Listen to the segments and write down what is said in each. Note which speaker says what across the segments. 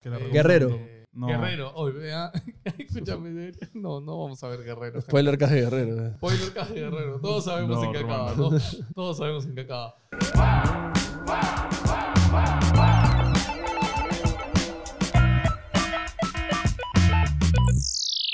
Speaker 1: Que la
Speaker 2: Eh,
Speaker 1: pregunta
Speaker 3: Guerrero.
Speaker 1: no- no.
Speaker 2: Guerrero, hoy vea. Escúchame, no, no vamos a ver Guerrero.
Speaker 3: Spoiler casi guerrero. eh.
Speaker 2: Spoiler casi Guerrero. Todos sabemos
Speaker 1: No,
Speaker 2: en qué
Speaker 1: Román,
Speaker 2: acaba.
Speaker 1: no.
Speaker 2: ¿no? Todos sabemos en qué acaba.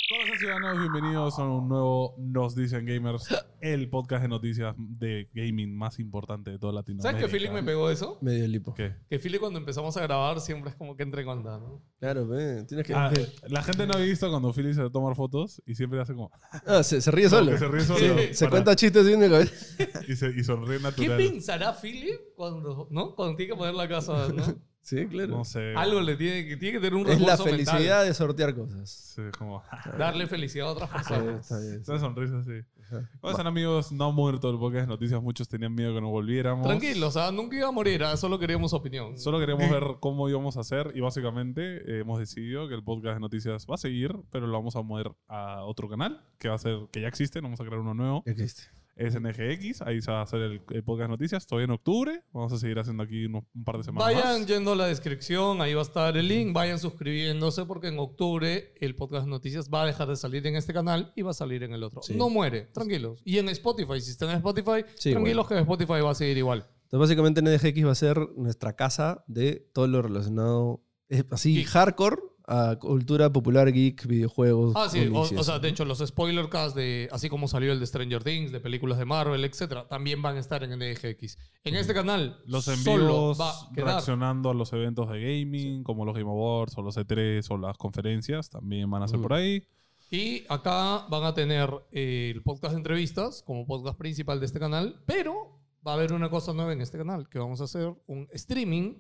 Speaker 1: ¿Cómo están, ciudadanos? Bienvenidos a un nuevo Nos Dicen Gamers, el podcast de noticias de gaming más importante de toda Latinoamérica.
Speaker 2: ¿Sabes que Philip me pegó eso?
Speaker 3: Medio lipo.
Speaker 1: ¿Qué?
Speaker 2: Que Philip cuando empezamos a grabar siempre es como que entre en onda, ¿no?
Speaker 3: Claro, pe, tienes que.
Speaker 1: Ah,
Speaker 3: Ah,
Speaker 1: la gente no ha visto cuando Philip se toma fotos y siempre hace como...
Speaker 3: Ah, se, se ríe solo.
Speaker 1: que se ríe solo.
Speaker 3: Sí, se
Speaker 1: Para-
Speaker 3: cuenta chistes de una cabeza.
Speaker 1: Y, se- y sonríe
Speaker 2: ¿Qué
Speaker 1: natural.
Speaker 2: pensará Philip cuando, ¿no? cuando tiene que poner la casa? ¿no?
Speaker 3: Sí, claro.
Speaker 1: No sé.
Speaker 2: Algo le tiene que, tiene que tener un
Speaker 3: es
Speaker 2: recurso
Speaker 3: la
Speaker 2: mental.
Speaker 3: felicidad de sortear cosas.
Speaker 1: Sí, como...
Speaker 2: Darle felicidad a otras
Speaker 3: Sí,
Speaker 2: personas.
Speaker 3: está bien.
Speaker 1: Esa sonrisa, sí.
Speaker 3: Ajá.
Speaker 1: ¿Cómo están, amigos? No ha muerto el podcast de noticias. Muchos tenían miedo que no volviéramos.
Speaker 2: Tranquilo, o sea, nunca iba a morir, ah, solo queríamos opinión.
Speaker 1: Solo queremos ver cómo íbamos a hacer y básicamente eh, hemos decidido que el podcast de noticias va a seguir, pero lo vamos a mover a otro canal que va a ser que ya existe, no vamos a crear uno nuevo,
Speaker 3: Ya existe.
Speaker 1: es NGX, ahí se va a hacer el, el podcast de noticias todavía en octubre, vamos a seguir haciendo aquí unos- un par de semanas.
Speaker 2: Vayan
Speaker 1: más.
Speaker 2: yendo a la descripción, ahí va a estar el link, vayan suscribiéndose porque en octubre el podcast de noticias va a dejar de salir en este canal y va a salir en el otro.
Speaker 3: Sí.
Speaker 2: No muere, tranquilos. Y en Spotify, si están en Spotify,
Speaker 3: Sí,
Speaker 2: tranquilos que Spotify va a seguir igual.
Speaker 3: Entonces, básicamente, NDGX va a ser nuestra casa de todo lo relacionado, eh, así,
Speaker 2: Geek.
Speaker 3: hardcore, a cultura popular, geek, videojuegos.
Speaker 2: Ah, sí, o,
Speaker 3: cómics y
Speaker 2: o sea,
Speaker 3: eso,
Speaker 2: de
Speaker 3: ¿no?
Speaker 2: hecho, los spoiler cast de así como salió el de Stranger Things, de películas de Marvel, etcétera, también van a estar en NGX. En este canal,
Speaker 1: Los
Speaker 2: solo
Speaker 1: envíos
Speaker 2: va a quedar.
Speaker 1: reaccionando a los eventos de gaming, como los Game Awards o los E3 o las conferencias, también van a ser
Speaker 3: Ujú.
Speaker 1: por ahí.
Speaker 2: Y acá van a tener eh, el podcast de entrevistas como podcast principal de este canal, pero va a haber una cosa nueva en este canal, que vamos a hacer un streaming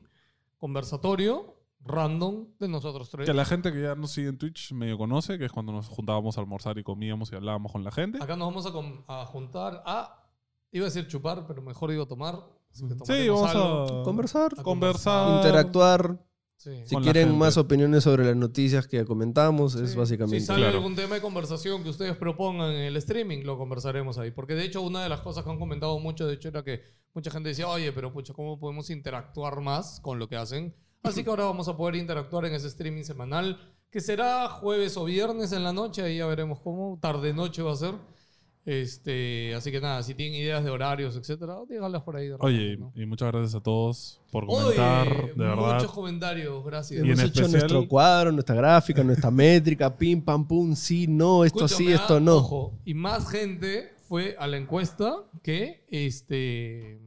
Speaker 2: conversatorio random de nosotros tres.
Speaker 1: Que la gente que ya nos sigue en Twitch medio conoce, que es cuando nos juntábamos a almorzar y comíamos y hablábamos con la gente.
Speaker 2: Acá nos vamos a, com- a juntar a, iba a decir chupar, pero mejor digo tomar. así que
Speaker 1: Sí,
Speaker 2: tomaremos
Speaker 1: vamos
Speaker 2: algo.
Speaker 1: a
Speaker 3: Conversar,
Speaker 2: a
Speaker 1: conversar,
Speaker 3: interactuar.
Speaker 2: ah, Sí.
Speaker 3: Si
Speaker 1: Con la
Speaker 3: quieren
Speaker 1: gente.
Speaker 3: más opiniones sobre las noticias que comentamos, es
Speaker 2: Sí.
Speaker 3: básicamente.
Speaker 2: Si sale
Speaker 1: Claro.
Speaker 2: algún tema de conversación que ustedes propongan en el streaming, lo conversaremos ahí. Porque de hecho, una de las cosas que han comentado mucho, de hecho, era que mucha gente decía, oye, pero pucha, ¿cómo podemos interactuar más con lo que hacen? Así que ahora vamos a poder interactuar en ese streaming semanal, que será jueves o viernes en la noche, ahí ya veremos cómo, tarde noche va a ser. Este, así que nada, si tienen ideas de horarios, etcétera, díganlas por ahí. de repente,
Speaker 1: Oye,
Speaker 2: ¿no?
Speaker 1: y muchas gracias a todos por
Speaker 2: Oye,
Speaker 1: comentar, de verdad.
Speaker 2: muchos comentarios, gracias.
Speaker 1: Y en
Speaker 3: Hemos hecho
Speaker 1: especial-
Speaker 3: nuestro cuadro, nuestra gráfica, nuestra métrica, pim, pam, pum, sí, no, esto sí,
Speaker 2: Escúchame,
Speaker 3: esto
Speaker 2: ah,
Speaker 3: no.
Speaker 2: ojo, y más gente fue a la encuesta que este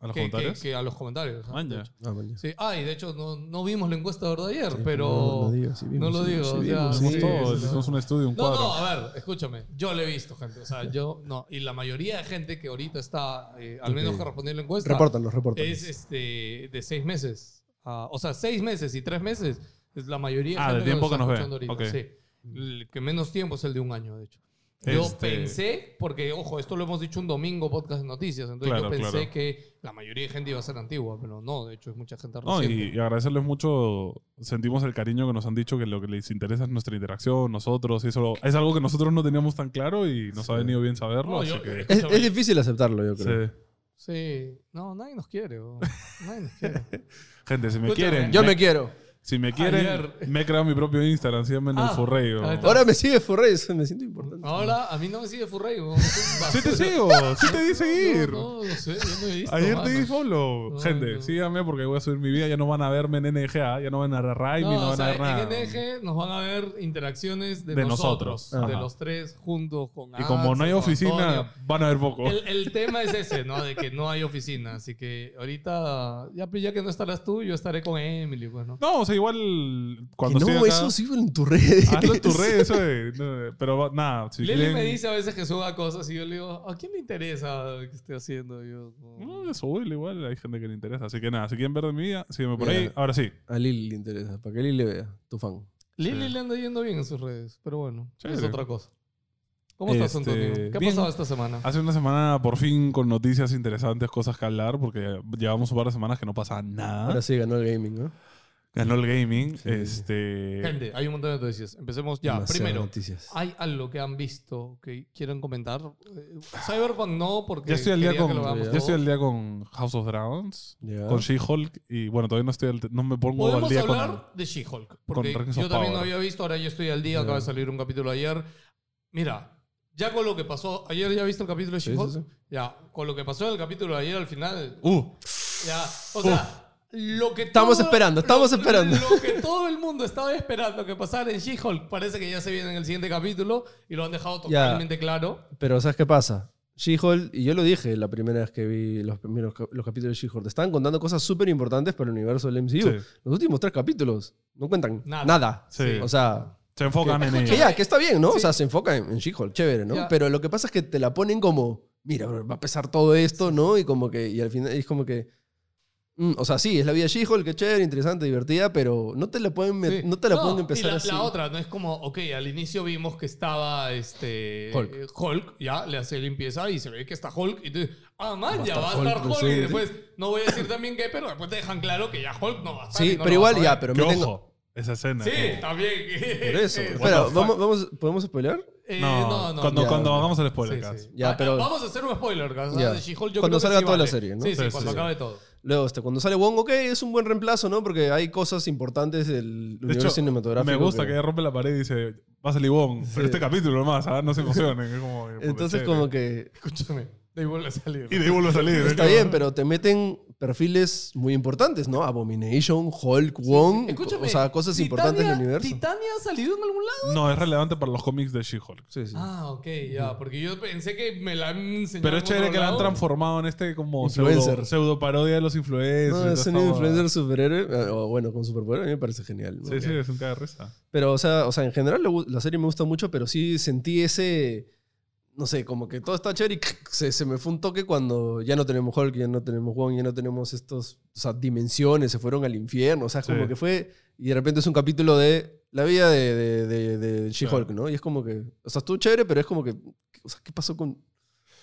Speaker 1: A los
Speaker 2: que,
Speaker 1: comentarios.
Speaker 2: que- que a los comentarios. ¿ah?
Speaker 1: Maña.
Speaker 3: Ah, bueno,
Speaker 2: Sí, ah, y de hecho no, no vimos la encuesta de verdad ayer,
Speaker 3: sí,
Speaker 2: pero
Speaker 3: No lo digo, sí vimos,
Speaker 2: no lo
Speaker 3: sí,
Speaker 2: digo,
Speaker 3: sí
Speaker 2: o
Speaker 3: vimos,
Speaker 2: sea,
Speaker 1: Hicimos
Speaker 3: sí.
Speaker 1: todo,
Speaker 2: sí, sí.
Speaker 1: hicimos un estudio, un
Speaker 2: no,
Speaker 1: cuadro.
Speaker 2: no, a ver, escúchame, yo lo he visto, gente, o sea, yo no, y la mayoría de gente que ahorita está eh, al menos
Speaker 3: Ok.
Speaker 2: que respondió la encuesta
Speaker 3: Repórtanos, repórtanos.
Speaker 2: es este de seis meses, Ah, o sea, seis meses y tres meses es la mayoría.
Speaker 1: Ah, del
Speaker 2: gente
Speaker 1: tiempo que
Speaker 2: está
Speaker 1: nos ve.
Speaker 2: escuchando ahorita,
Speaker 1: Ok.
Speaker 2: sí. El que menos tiempo es el de un año, de hecho. Yo
Speaker 1: Este-
Speaker 2: pensé, porque ojo, esto lo hemos dicho un domingo, podcast de noticias, entonces yo
Speaker 1: Claro,
Speaker 2: pensé
Speaker 1: claro.
Speaker 2: que la mayoría de gente iba a ser antigua, pero no, de hecho es mucha gente
Speaker 1: No,
Speaker 2: reciente.
Speaker 1: y, y agradecerles mucho. Sentimos el cariño que nos han dicho que lo que les interesa es nuestra interacción, nosotros. y eso es algo que nosotros no teníamos tan claro y nos ha
Speaker 3: Sí.
Speaker 1: venido bien saberlo.
Speaker 2: No,
Speaker 1: así
Speaker 2: yo- eh,
Speaker 1: que,
Speaker 3: Es- es difícil aceptarlo, yo creo.
Speaker 1: sí.
Speaker 2: Sí, no, nadie nos quiere, bro. nadie nos quiere.
Speaker 1: Gente, si me
Speaker 2: Escúchame.
Speaker 1: quieren,
Speaker 3: Yo
Speaker 1: me-
Speaker 3: me quiero.
Speaker 1: si me quieren,
Speaker 2: Ayer.
Speaker 1: me he creado mi propio Instagram, síganme en
Speaker 2: Ah,
Speaker 1: el Furrey.
Speaker 2: ahí está.
Speaker 3: Ahora me sigue Furrey, eso me siento
Speaker 1: Ah,
Speaker 3: importante.
Speaker 2: Ahora, a mí no me sigue Furrey, bro.
Speaker 1: Sí te sigo, sí te di seguir.
Speaker 2: No, no, no sé, yo no he visto.
Speaker 1: Ayer te
Speaker 2: mano.
Speaker 1: di follow.
Speaker 2: No,
Speaker 1: Gente,
Speaker 2: no.
Speaker 1: síganme porque voy a subir mi vida. Ya no van a verme en NGA, ya no van a ver a Raimi,
Speaker 2: No,
Speaker 1: no,
Speaker 2: o
Speaker 1: van
Speaker 2: sea,
Speaker 1: a ver nada.
Speaker 2: en NG nos van a ver interacciones de,
Speaker 1: De
Speaker 2: nosotros,
Speaker 1: nosotros. Ajá.
Speaker 2: de los tres juntos con
Speaker 1: Y como
Speaker 2: Hans,
Speaker 1: no hay
Speaker 2: con
Speaker 1: oficina,
Speaker 2: Ah,
Speaker 1: pues.
Speaker 2: Antonio.
Speaker 1: van a ver poco.
Speaker 2: El, el tema es ese, ¿no? De que no hay oficina. Así que ahorita, ya, pues, ya que no estarás tú, yo estaré con Emily, pues, ¿no?
Speaker 1: No, o sea, igual cuando
Speaker 3: que
Speaker 1: estoy
Speaker 3: no,
Speaker 1: acá,
Speaker 3: eso sí en tus redes.
Speaker 1: hazlo en tu red, eso de- no, pero va- nada, si
Speaker 2: Leli
Speaker 1: quieren-
Speaker 2: me dice a veces que suba cosas y yo le digo, ¿a quién le interesa que esté haciendo? Y yo,
Speaker 1: No,
Speaker 2: como,
Speaker 1: eso huele igual, hay gente que le interesa. Así que nada, si quieren ver de mi vida, sígueme por
Speaker 3: Mira.
Speaker 1: ahí. Ahora sí.
Speaker 3: A Lili le interesa, para que Lili le vea, tu fan.
Speaker 2: Lili le anda yendo bien en sus redes, pero bueno, es
Speaker 1: Chévere.
Speaker 2: otra cosa. ¿Cómo estás,
Speaker 1: Este,
Speaker 2: Antonio? ¿Qué ha
Speaker 1: bien.
Speaker 2: pasado esta semana?
Speaker 1: Hace una semana por fin con noticias interesantes, cosas que hablar, porque llevamos un par de semanas que no pasaba nada.
Speaker 3: Ahora sí ganó el gaming, ¿no?
Speaker 1: Ganó el gaming.
Speaker 3: Sí.
Speaker 1: Este.
Speaker 2: Gente, hay un montón de noticias. Empecemos ya.
Speaker 3: Demasiadas
Speaker 2: Primero, Ah,
Speaker 3: Noticias.
Speaker 2: ¿hay algo que han visto que quieren comentar? Eh, Cyberpunk no, porque.
Speaker 1: Ya estoy, al día
Speaker 2: quería que
Speaker 1: con,
Speaker 2: lo veamos
Speaker 1: ya estoy
Speaker 2: todos.
Speaker 1: al día con House of Dragons,
Speaker 3: Ya.
Speaker 1: con She-Hulk y bueno, todavía no estoy al, no me pongo al
Speaker 2: Podemos
Speaker 1: día con...
Speaker 2: hablar de She-Hulk. Porque
Speaker 1: con Rings
Speaker 2: yo
Speaker 1: of
Speaker 2: también no
Speaker 1: Power.
Speaker 2: había visto, ahora yo estoy al día,
Speaker 3: Ya.
Speaker 2: acaba de salir un capítulo ayer. Mira, ya con lo que pasó. Ayer ya viste el capítulo de
Speaker 3: Sí, sí,
Speaker 2: She-Hulk.
Speaker 3: sí.
Speaker 2: Ya, con lo que pasó en el capítulo de ayer al final.
Speaker 1: Uh,
Speaker 2: Ya, o sea, lo que
Speaker 3: Estamos esperando, estamos
Speaker 2: lo-
Speaker 3: esperando.
Speaker 2: Lo que todo el mundo estaba esperando que pasara en She-Hulk parece que ya se viene en el siguiente capítulo y lo han dejado
Speaker 3: Ya.
Speaker 2: totalmente claro.
Speaker 3: Pero ¿sabes qué pasa? She-Hulk, y yo lo dije la primera vez que vi los primeros cap- los capítulos de She-Hulk, te estaban contando cosas súper importantes para el universo del MCU.
Speaker 1: Sí.
Speaker 3: Los últimos tres capítulos no cuentan
Speaker 2: Nada.
Speaker 3: nada.
Speaker 1: Sí.
Speaker 3: O sea,
Speaker 1: se enfocan en
Speaker 3: que
Speaker 1: ella.
Speaker 3: ya, que está bien, ¿no?
Speaker 2: Sí.
Speaker 3: O sea, se enfoca en, en She-Hulk, chévere, ¿no?
Speaker 2: Ya.
Speaker 3: Pero lo que pasa es que te la ponen como, mira, bro, va a pesar todo esto, ¿no? Y como que, y al final es como que... mm, o sea, sí, es la vida de She-Hulk, que chévere, interesante, divertida, pero no te la pueden, met-
Speaker 2: Sí.
Speaker 3: no te la
Speaker 2: No,
Speaker 3: pueden
Speaker 2: y
Speaker 3: empezar
Speaker 2: la,
Speaker 3: así.
Speaker 2: la otra, no es como, ok, al inicio vimos que estaba este
Speaker 3: Hulk.
Speaker 2: eh, Hulk, ya le hace limpieza y se ve que está Hulk. Y tú dices, ah, man, ya va a
Speaker 3: Hulk
Speaker 2: estar Hulk. y
Speaker 3: presente.
Speaker 2: después, no voy a decir también qué, pero después te dejan claro que ya Hulk no va a estar. y
Speaker 3: Sí,
Speaker 2: no
Speaker 3: pero
Speaker 2: lo vas
Speaker 3: igual
Speaker 2: a
Speaker 3: ya,
Speaker 2: ver.
Speaker 3: pero
Speaker 1: Que
Speaker 3: me tengo...
Speaker 1: ojo, esa escena.
Speaker 2: Sí,
Speaker 1: como-
Speaker 2: también.
Speaker 3: Por eso.
Speaker 2: Eh,
Speaker 3: Espera,
Speaker 1: the fuck?
Speaker 3: vamos, vamos, ¿podemos spoiler?
Speaker 2: eh,
Speaker 1: no,
Speaker 2: no, no.
Speaker 1: cuando,
Speaker 3: ya,
Speaker 1: cuando
Speaker 3: ya.
Speaker 1: hagamos el
Speaker 2: Sí,
Speaker 1: spoiler
Speaker 2: sí.
Speaker 1: cast.
Speaker 3: Ya,
Speaker 2: Ah,
Speaker 3: pero-
Speaker 2: Vamos a hacer un spoiler, ¿no?
Speaker 3: Ya.
Speaker 2: de She-Hulk yo
Speaker 3: Cuando
Speaker 2: creo que
Speaker 3: salga
Speaker 2: sí
Speaker 3: toda la
Speaker 2: vale.
Speaker 3: serie, ¿no?
Speaker 2: Sí, sí,
Speaker 1: Sí,
Speaker 2: cuando
Speaker 1: sí, sí.
Speaker 2: acabe todo.
Speaker 3: Luego, este, cuando sale Wong, ok, es un buen reemplazo, ¿no? Porque hay cosas importantes del
Speaker 1: De
Speaker 3: universo
Speaker 1: hecho,
Speaker 3: cinematográfico.
Speaker 1: me gusta que ella rompe la pared y dice, va a salir Wong, pero este capítulo nomás, ¿ah? no se emocionen. es como, eh,
Speaker 3: Entonces,
Speaker 1: chévere.
Speaker 3: como que...
Speaker 2: Escúchame, de igual a salir.
Speaker 1: Y de ahí vuelve a salir. es
Speaker 3: Está
Speaker 1: como-
Speaker 3: bien, pero te meten perfiles muy importantes, ¿no? Abomination, Hulk, Wong.
Speaker 2: Escúchame,
Speaker 3: o sea, cosas
Speaker 2: Titania-
Speaker 3: importantes del universo.
Speaker 2: ¿Titania ha salido en algún lado?
Speaker 1: No, es relevante para los cómics de She-Hulk.
Speaker 3: Sí, sí.
Speaker 2: Ah, ok, ya, porque yo pensé que me la han enseñado.
Speaker 1: Pero es
Speaker 2: en
Speaker 1: chévere
Speaker 2: otro
Speaker 1: que la han
Speaker 2: lado.
Speaker 1: transformado en este como pseudo,
Speaker 3: Influencer.
Speaker 1: pseudo parodia de los influencers.
Speaker 3: no,
Speaker 1: y
Speaker 3: es
Speaker 1: toda
Speaker 3: un
Speaker 1: esta
Speaker 3: influencer
Speaker 1: boda.
Speaker 3: superhéroe, eh, o bueno, con superpoder, a mí me parece genial. ¿no?
Speaker 1: Sí, sí, es un cara de risa.
Speaker 3: Pero, o sea, o sea en general le gu- la serie me gusta mucho, pero sí sentí ese. No sé, como que todo está chévere y se, se me fue un toque cuando ya no tenemos Hulk, ya no tenemos Wong, ya no tenemos estos. O sea, dimensiones, se fueron al infierno. O sea, como
Speaker 1: Sí.
Speaker 3: que fue. Y de repente es un capítulo de la vida de, de, de, de She-Hulk,
Speaker 1: Claro.
Speaker 3: ¿no? Y es como que. O sea, estuvo chévere, pero es como que. O sea, ¿qué pasó con.?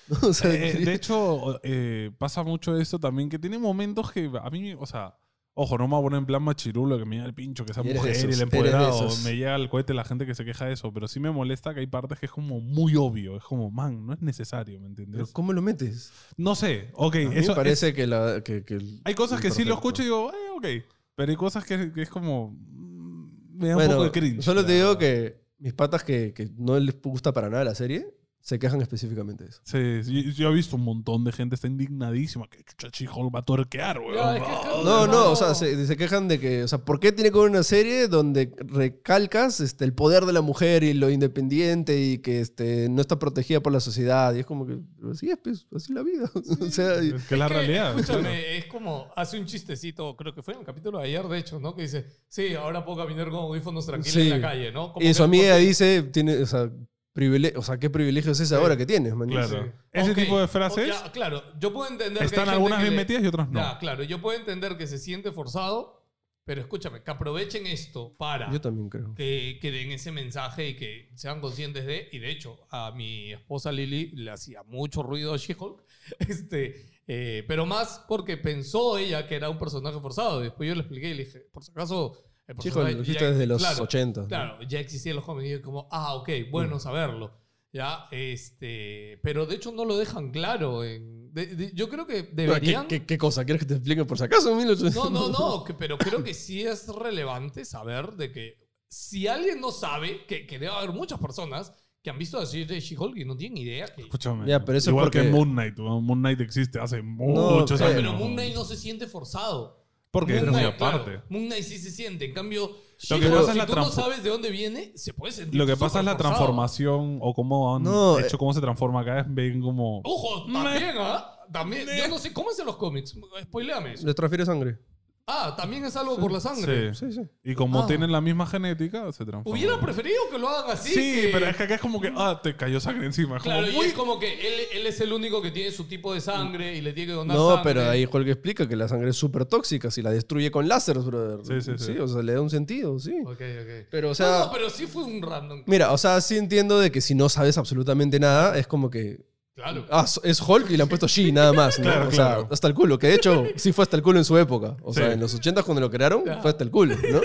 Speaker 3: O sea,
Speaker 1: Eh,
Speaker 3: sí.
Speaker 1: de hecho, eh, pasa mucho esto también, que tiene momentos que a mí, o sea, ojo, no me voy a poner en plan machirulo, que me llega el pincho, que esa
Speaker 3: Eres de
Speaker 1: mujer y
Speaker 3: esos,
Speaker 1: el
Speaker 3: eres de
Speaker 1: empoderado,
Speaker 3: esos.
Speaker 1: me llega el cohete la gente que se queja de eso, pero sí me molesta que hay partes que es como muy obvio, es como, man, no es necesario, ¿me
Speaker 3: Pero
Speaker 1: entiendes?
Speaker 3: ¿Cómo lo metes?
Speaker 1: No sé, ok,
Speaker 3: A mí
Speaker 1: eso
Speaker 3: me parece que, la, que, que el-
Speaker 1: Hay cosas que sí lo escucho y digo, eh, ok. Pero hay cosas que, que es como. mm, Me da un poco de cringe.
Speaker 3: Solo te
Speaker 1: la
Speaker 3: digo
Speaker 1: verdad.
Speaker 3: que mis patas que, que no les gusta para nada la serie se quejan específicamente de eso.
Speaker 1: Sí, sí, yo, yo he visto un montón de gente, está indignadísima. Que chucha, She-Hulk va a torquear, weón.
Speaker 2: Ya, es que-
Speaker 1: Ah.
Speaker 3: No,
Speaker 2: no.
Speaker 3: no, o sea, se, se quejan de que, o sea, ¿por qué tiene que haber una serie donde recalcas este, el poder de la mujer y lo independiente y que este, no está protegida por la sociedad? Y es como que, así es, pues, así la vida. o sea, y-
Speaker 1: Es que es la
Speaker 2: Que,
Speaker 1: realidad. claro.
Speaker 2: Escúchame, es como hace un chistecito, creo que fue en el capítulo de ayer, de hecho, ¿no? Que dice, sí, ahora puedo caminar con audífonos tranquilos
Speaker 3: Sí.
Speaker 2: en la calle, ¿no? Como
Speaker 3: y
Speaker 2: que-
Speaker 3: su amiga dice, tiene, o sea, privile- o sea, ¿qué privilegio es ese ahora que tienes, man?
Speaker 1: Claro.
Speaker 2: Sí.
Speaker 1: Ese
Speaker 2: Ok,
Speaker 1: tipo de
Speaker 2: o-
Speaker 1: frases
Speaker 2: ya, claro, yo puedo entender que hay
Speaker 1: están
Speaker 2: gente
Speaker 1: algunas
Speaker 2: que
Speaker 1: bien
Speaker 2: le-
Speaker 1: metidas y otras no.
Speaker 2: Ya, claro, yo puedo entender que se siente forzado, pero escúchame, que aprovechen esto para
Speaker 3: Yo también creo.
Speaker 2: que, que den ese mensaje y que sean conscientes de, y de hecho, a mi esposa Lili le hacía mucho ruido a She-Hulk, este, eh, pero más porque pensó ella que era un personaje forzado. Después yo le expliqué y le dije, por si acaso... el
Speaker 3: Chico, lo
Speaker 2: personaje
Speaker 3: hiciste
Speaker 2: ya-
Speaker 3: desde los
Speaker 2: claro,
Speaker 3: 80. ¿no? Mm.
Speaker 2: Claro, ya existían los jóvenes. Y yo como, ah, ok, bueno saberlo. Ya, este. Pero de hecho no lo dejan claro. en- de- de- yo creo que
Speaker 3: Pero, ¿qué-
Speaker 2: deberían.
Speaker 3: qué, qué cosa? ¿Quieres que te explique por si acaso?
Speaker 2: No, no, no, que- pero creo que sí es relevante saber de que si alguien no sabe, que, que debe haber muchas personas que han visto decir de She-Hulk y no tienen idea que.
Speaker 1: Escúchame.
Speaker 3: Ya, pero eso es
Speaker 1: Igual que
Speaker 3: porque-
Speaker 1: Moon Knight. weón. Moon Knight existe hace
Speaker 3: No,
Speaker 1: muchos
Speaker 2: Pero,
Speaker 1: años.
Speaker 2: pero Moon Knight no se siente forzado.
Speaker 1: Porque es
Speaker 2: Moon
Speaker 1: muy
Speaker 2: Knight, claro,
Speaker 1: aparte.
Speaker 2: Moon Knight sí se siente. En cambio,
Speaker 1: Lo que
Speaker 2: She-Hulk,
Speaker 1: pasa es
Speaker 2: si
Speaker 1: la
Speaker 2: tú no
Speaker 1: transfo-
Speaker 2: sabes de dónde viene, se puede sentir.
Speaker 1: Lo que pasa es la
Speaker 2: superforzado.
Speaker 1: transformación o cómo han
Speaker 3: No, eh.
Speaker 1: hecho, cómo se transforma acá. Es bien como.
Speaker 2: Ojo, también, ¿ah? También. Yo no sé cómo es en los cómics. Spoileame eso.
Speaker 3: Les transfiere sangre.
Speaker 2: Ah, también es algo por la sangre.
Speaker 1: Sí.
Speaker 3: Sí, sí.
Speaker 1: Y como
Speaker 2: Ah.
Speaker 1: tienen la misma genética, se transforma.
Speaker 2: Hubiera preferido que lo hagan así.
Speaker 1: Sí,
Speaker 2: que-
Speaker 1: pero es que acá es como que, ah, te cayó sangre encima. Es como
Speaker 2: Claro, y
Speaker 1: muy-
Speaker 2: es como que él, él es el único que tiene su tipo de sangre y le tiene que donar
Speaker 3: No,
Speaker 2: sangre.
Speaker 3: pero ahí Hulk explica que la sangre es súper tóxica si la destruye con láseres, brother.
Speaker 1: Sí, sí, sí.
Speaker 3: o sea, le da un sentido, sí.
Speaker 2: Ok, ok.
Speaker 3: Pero, o
Speaker 2: No,
Speaker 3: sea,
Speaker 2: no, pero sí fue un random.
Speaker 3: mira, o sea, sí entiendo de que si no sabes absolutamente nada, es como que
Speaker 2: Claro.
Speaker 3: Ah, so- es Hulk y le han puesto She nada más, ¿no?
Speaker 1: Claro,
Speaker 3: o sea,
Speaker 1: claro.
Speaker 3: hasta el culo. Que de hecho, sí fue hasta el culo en su época. O
Speaker 1: Sí.
Speaker 3: sea, en los 80 cuando lo crearon,
Speaker 2: Ya.
Speaker 3: fue hasta el culo, ¿no?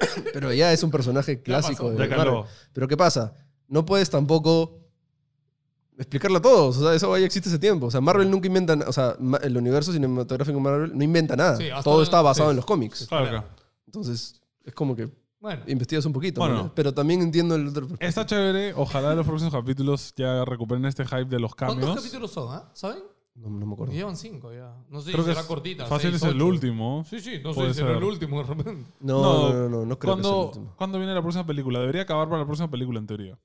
Speaker 3: Pero ya es un personaje clásico.
Speaker 2: pasó.
Speaker 1: Ya
Speaker 3: de Marvel.
Speaker 1: caló.
Speaker 3: Pero ¿qué pasa? No puedes tampoco explicarlo a todos. O sea, eso ya existe hace tiempo. O sea, Marvel nunca inventa... na- O sea, ma- el universo cinematográfico de Marvel no inventa nada.
Speaker 2: Sí, hasta
Speaker 3: Todo
Speaker 2: ahora-
Speaker 3: está basado
Speaker 2: sí.
Speaker 3: en los cómics.
Speaker 1: Claro,
Speaker 2: Claro.
Speaker 1: claro.
Speaker 3: Entonces, es como que
Speaker 2: Bueno,
Speaker 3: investigas un poquito.
Speaker 1: Bueno.
Speaker 3: ¿no? Pero también entiendo el otro...
Speaker 1: Está chévere. Ojalá los próximos capítulos ya recuperen este hype de los
Speaker 2: ¿cuántos
Speaker 1: cambios.
Speaker 2: capítulos son, ah? ¿Saben?
Speaker 3: No, no me acuerdo.
Speaker 2: Llevan cinco ya. No sé
Speaker 1: Creo
Speaker 2: si
Speaker 1: que
Speaker 2: será
Speaker 1: es-
Speaker 2: cortita.
Speaker 1: Fácil
Speaker 2: seis,
Speaker 1: es el
Speaker 2: ocho.
Speaker 1: último.
Speaker 2: Sí, sí, no
Speaker 1: Puede
Speaker 2: sé si será
Speaker 1: ser.
Speaker 2: el último de repente.
Speaker 3: No,
Speaker 1: No,
Speaker 3: no, no, no, no creo que sea el
Speaker 1: ¿Cuándo,
Speaker 3: último.
Speaker 1: ¿Cuándo viene la próxima película? Debería acabar para la próxima película, en teoría.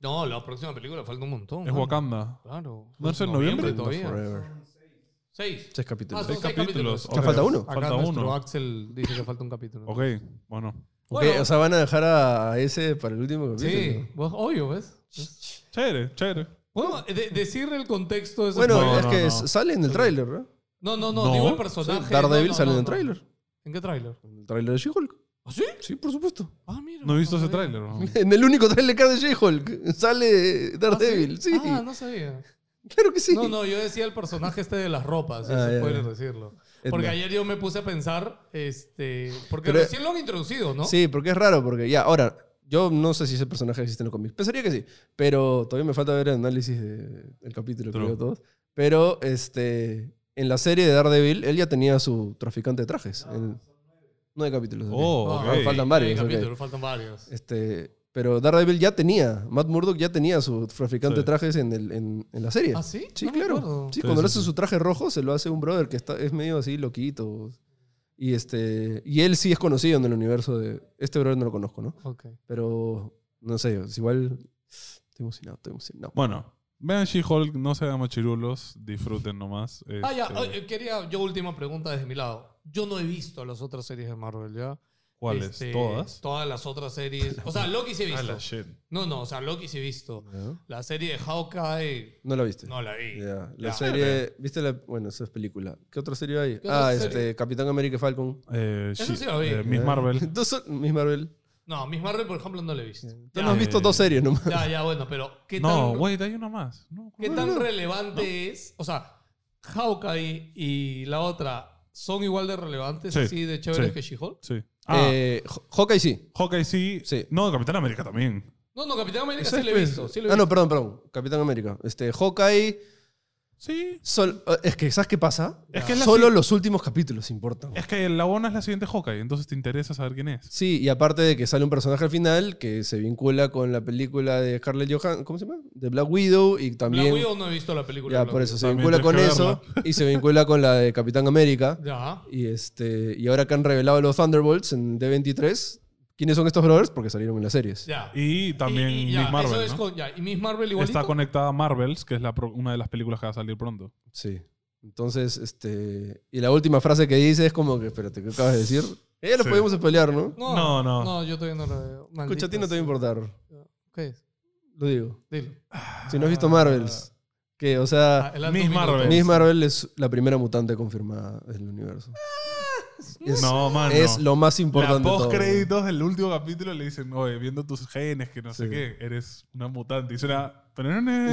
Speaker 2: No, la próxima película falta un montón.
Speaker 1: Es
Speaker 2: mano.
Speaker 1: Wakanda.
Speaker 2: Claro. Pues
Speaker 1: ¿No es en
Speaker 3: No,
Speaker 2: todavía.
Speaker 3: forever.
Speaker 2: Seis.
Speaker 3: Seis
Speaker 2: Ah, son
Speaker 3: capítulos.
Speaker 1: Seis capítulos.
Speaker 3: capítulos. ¿Falta uno?
Speaker 2: Acá
Speaker 1: Falta
Speaker 2: nuestro
Speaker 1: uno.
Speaker 2: Axel dice que falta un capítulo.
Speaker 1: Ok, bueno.
Speaker 3: Ok,
Speaker 2: Bueno.
Speaker 3: o sea, van a dejar a, a ese para el último capítulo.
Speaker 2: Sí, vos- obvio, ¿ves?
Speaker 1: Chévere, chévere.
Speaker 2: Bueno, de- decir el contexto es...
Speaker 3: Bueno,
Speaker 1: No,
Speaker 3: es
Speaker 1: no,
Speaker 3: que
Speaker 1: no.
Speaker 3: s- sale en el tráiler, ¿no?
Speaker 2: No, no, no,
Speaker 1: No.
Speaker 2: digo el
Speaker 3: Sí,
Speaker 2: personaje.
Speaker 3: Daredevil
Speaker 2: Ah, no, no,
Speaker 3: sale
Speaker 2: no,
Speaker 3: en el
Speaker 2: no.
Speaker 3: tráiler.
Speaker 2: ¿En qué tráiler?
Speaker 3: En el tráiler de She-Hulk.
Speaker 2: ¿Ah, sí?
Speaker 3: Sí, por supuesto.
Speaker 2: Ah, mira.
Speaker 1: No he visto ese
Speaker 2: sabía.
Speaker 1: tráiler. ¿no?
Speaker 3: En el único tráiler que hay de She-Hulk sale
Speaker 2: ¿Ah,
Speaker 3: Daredevil, sí.
Speaker 2: Ah, no sabía.
Speaker 3: Claro que sí.
Speaker 2: No, no, yo decía el personaje este de las ropas, si
Speaker 3: Ah,
Speaker 2: se
Speaker 3: ya,
Speaker 2: puede
Speaker 3: ya.
Speaker 2: decirlo.
Speaker 3: Es
Speaker 2: Porque
Speaker 3: verdad.
Speaker 2: ayer yo me puse a pensar, este, porque
Speaker 3: Pero-
Speaker 2: recién lo han introducido, ¿no?
Speaker 3: Sí, porque es raro, porque ya, ahora, yo no sé si ese personaje existe en los cómics. Pensaría que sí, pero todavía me falta ver el análisis del capítulo,
Speaker 1: True.
Speaker 3: creo, todos. Pero, este, en la serie de Daredevil, él ya tenía su traficante de trajes. en- nueve capítulos. ok.
Speaker 1: Oh,
Speaker 2: Ah,
Speaker 1: ok.
Speaker 3: faltan varios,
Speaker 2: Hay
Speaker 3: ok.
Speaker 2: capítulos, faltan varios.
Speaker 3: Este, pero Daredevil ya tenía, Matt Murdock ya tenía su traficante
Speaker 1: Sí.
Speaker 3: de trajes en, el, en, en la serie.
Speaker 2: ¿Ah, sí?
Speaker 3: Sí,
Speaker 2: No me
Speaker 3: claro.
Speaker 2: acuerdo.
Speaker 3: Sí,
Speaker 1: Sí,
Speaker 3: cuando
Speaker 1: sí,
Speaker 3: le hace
Speaker 1: sí.
Speaker 3: su traje rojo, se lo hace un brother que está, es medio así loquito. Y, este, y él sí es conocido en el universo de... Este brother no lo conozco, ¿no?
Speaker 2: Ok.
Speaker 3: Pero, no sé, es igual... Estoy emocionado, estoy emocionado.
Speaker 1: Bueno, vean She-Hulk, no sean machirulos, disfruten nomás.
Speaker 2: Ah, ya,
Speaker 1: Este,
Speaker 2: oye, quería yo última pregunta desde mi lado. Yo no he visto las otras series de Marvel, ¿ya?
Speaker 1: ¿Cuáles?
Speaker 2: Este,
Speaker 1: ¿Todas?
Speaker 2: Todas las otras series. O sea, Loki sí he
Speaker 1: Ah, la
Speaker 2: visto.
Speaker 1: shit.
Speaker 2: No, no, o sea, Loki sí he visto.
Speaker 3: ¿No?
Speaker 2: La serie de Hawkeye
Speaker 3: No la viste.
Speaker 2: no la vi.
Speaker 3: Ya, La
Speaker 2: Ya.
Speaker 3: serie... ¿Viste la...? Bueno, esa es película. ¿Qué otra serie hay?
Speaker 2: ¿Qué otra
Speaker 3: Ah,
Speaker 2: serie?
Speaker 3: este, Capitán América y Falcon.
Speaker 1: Eh,
Speaker 2: Eso
Speaker 1: She-
Speaker 2: sí lo vi.
Speaker 1: eh, Miss Marvel.
Speaker 3: Dos son- Miss Marvel.
Speaker 2: No, Miss Marvel, por ejemplo, no la he visto.
Speaker 3: Tú
Speaker 2: Ya,
Speaker 3: no has visto dos series nomás.
Speaker 2: ya, ya, bueno, pero ¿qué
Speaker 1: No,
Speaker 2: tan,
Speaker 1: wait, hay una más. No,
Speaker 2: qué
Speaker 1: ¿cuál?
Speaker 2: tan relevante es? O sea, Hawkeye y la otra son igual de relevantes,
Speaker 1: Sí,
Speaker 2: así de chéveres
Speaker 1: sí.
Speaker 2: que She-Hulk.
Speaker 1: Sí. Ah,
Speaker 3: Eh, Ho- Hawkeye sí.
Speaker 1: Hawkeye sí.
Speaker 3: sí.
Speaker 1: No, Capitán América también.
Speaker 2: No, no, Capitán América
Speaker 3: Esa
Speaker 2: sí
Speaker 3: es,
Speaker 2: la he
Speaker 3: pues,
Speaker 2: visto. Sí la he
Speaker 3: Ah,
Speaker 2: visto.
Speaker 3: no, perdón, perdón. Capitán América. Este, Hawkeye...
Speaker 1: Sí.
Speaker 3: Sol- eh, es que, ¿sabes qué pasa?
Speaker 1: Es que es la
Speaker 3: Solo
Speaker 1: si-
Speaker 3: los últimos capítulos importan.
Speaker 1: Es que la buena es la siguiente Hawkeye, entonces te interesa saber quién es.
Speaker 3: Sí, y aparte de que sale un personaje al final que se vincula con la película de Scarlett Johansson, ¿cómo se llama? De Black Widow y también...
Speaker 2: Black Widow no he visto la película.
Speaker 3: ya,
Speaker 2: de Black
Speaker 3: por eso, se
Speaker 1: También
Speaker 3: vincula con
Speaker 1: tienes que
Speaker 3: eso y se vincula con la de Capitán América.
Speaker 2: Widow. Ya.
Speaker 3: Y, este, y ahora que han revelado los Thunderbolts en D23, ¿quiénes son estos brothers? Porque salieron en las series.
Speaker 2: Ya.
Speaker 1: Y también
Speaker 2: Y- y ya,
Speaker 1: Miss Marvel.
Speaker 2: eso es
Speaker 1: ¿no?
Speaker 2: con- ya, Y Miss Marvel igualito.
Speaker 1: Está conectada a Marvels, que es la pro- una de las películas que va a salir pronto.
Speaker 3: Sí. Entonces, este... Y la última frase que dice es como que, espérate, ¿qué acabas de decir? Eh, Ya lo
Speaker 1: Sí.
Speaker 3: podemos spoilear, ¿no?
Speaker 2: No,
Speaker 1: No,
Speaker 2: no, no.
Speaker 1: no.
Speaker 2: yo todavía no la veo. Maldita
Speaker 3: Escucha, a ti no te va a
Speaker 2: sea.
Speaker 3: importar.
Speaker 2: ¿Qué es?
Speaker 3: Lo digo.
Speaker 2: Dilo.
Speaker 3: Si no has visto Marvels. Que, o sea...
Speaker 2: Ah, el alto
Speaker 1: Miss
Speaker 2: minuto.
Speaker 1: Marvel.
Speaker 3: Miss Marvel es la primera mutante confirmada del universo. Es,
Speaker 1: no, mano.
Speaker 3: es lo más
Speaker 1: La
Speaker 3: importante. de todo.
Speaker 1: post créditos del último capítulo le dicen, oye, viendo tus genes, que no sé
Speaker 3: Sí.
Speaker 1: qué, eres una mutante. Y suena.
Speaker 3: se-
Speaker 1: "Tarararán",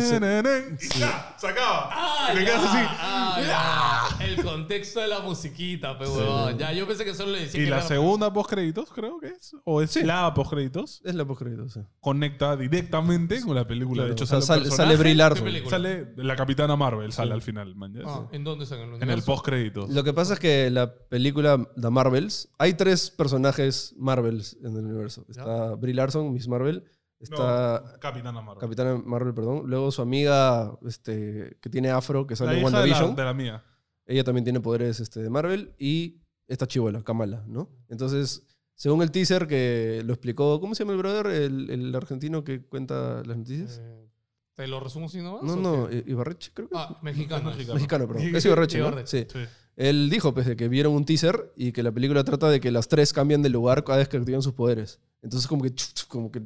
Speaker 1: Y
Speaker 3: sí.
Speaker 1: ya, se acaba.
Speaker 2: Ah,
Speaker 1: Te
Speaker 2: ya,
Speaker 1: quedas así.
Speaker 2: ah, ya. El contexto de la musiquita, pero Ya, yo pensé que solo le decía
Speaker 1: y
Speaker 2: que
Speaker 1: la
Speaker 2: era-
Speaker 1: segunda post créditos, creo que es. O es la post créditos.
Speaker 3: Es la post crédito, sí.
Speaker 1: Conecta directamente con la película.
Speaker 3: Claro,
Speaker 1: de hecho,
Speaker 3: o sea,
Speaker 1: sale,
Speaker 3: sale,
Speaker 1: un
Speaker 3: sale Brie
Speaker 1: personaje,
Speaker 3: Larson.
Speaker 2: película?
Speaker 1: sale la capitana Marvel, sale al final, man. ya,
Speaker 2: Ah,
Speaker 1: sí.
Speaker 2: ¿En dónde están?
Speaker 1: En el post créditos.
Speaker 3: Lo que pasa es que la película The Marvels, hay tres personajes Marvels en el universo. Está Brie Larson, Miss Marvel, está
Speaker 1: Capitana Marvel.
Speaker 3: Capitana Marvel, perdón. Luego su amiga este, que tiene afro, que
Speaker 1: la
Speaker 3: sale en
Speaker 1: hija de la,
Speaker 3: WandaVision.
Speaker 1: de la mía.
Speaker 3: Ella también tiene poderes este, de Marvel y esta chivola, Kamala, ¿no? Entonces, según el teaser que lo explicó, ¿cómo se llama el brother? El, el argentino que cuenta las noticias.
Speaker 2: Eh, ¿Te lo resumo si no vas?
Speaker 3: no,
Speaker 2: o
Speaker 3: no,
Speaker 2: qué?
Speaker 3: I- Ibarreche, creo que.
Speaker 2: Ah, mexicano.
Speaker 1: Mexicano.
Speaker 3: Mexicano, perdón.
Speaker 2: I-
Speaker 3: Es Ibarreche, ¿no?
Speaker 2: Ibarreche.
Speaker 3: Sí. Él dijo, pues, de que vieron un teaser y que la película trata de que las tres cambian de lugar cada vez que activan sus poderes. Entonces, como que. chuc, chuc, Como que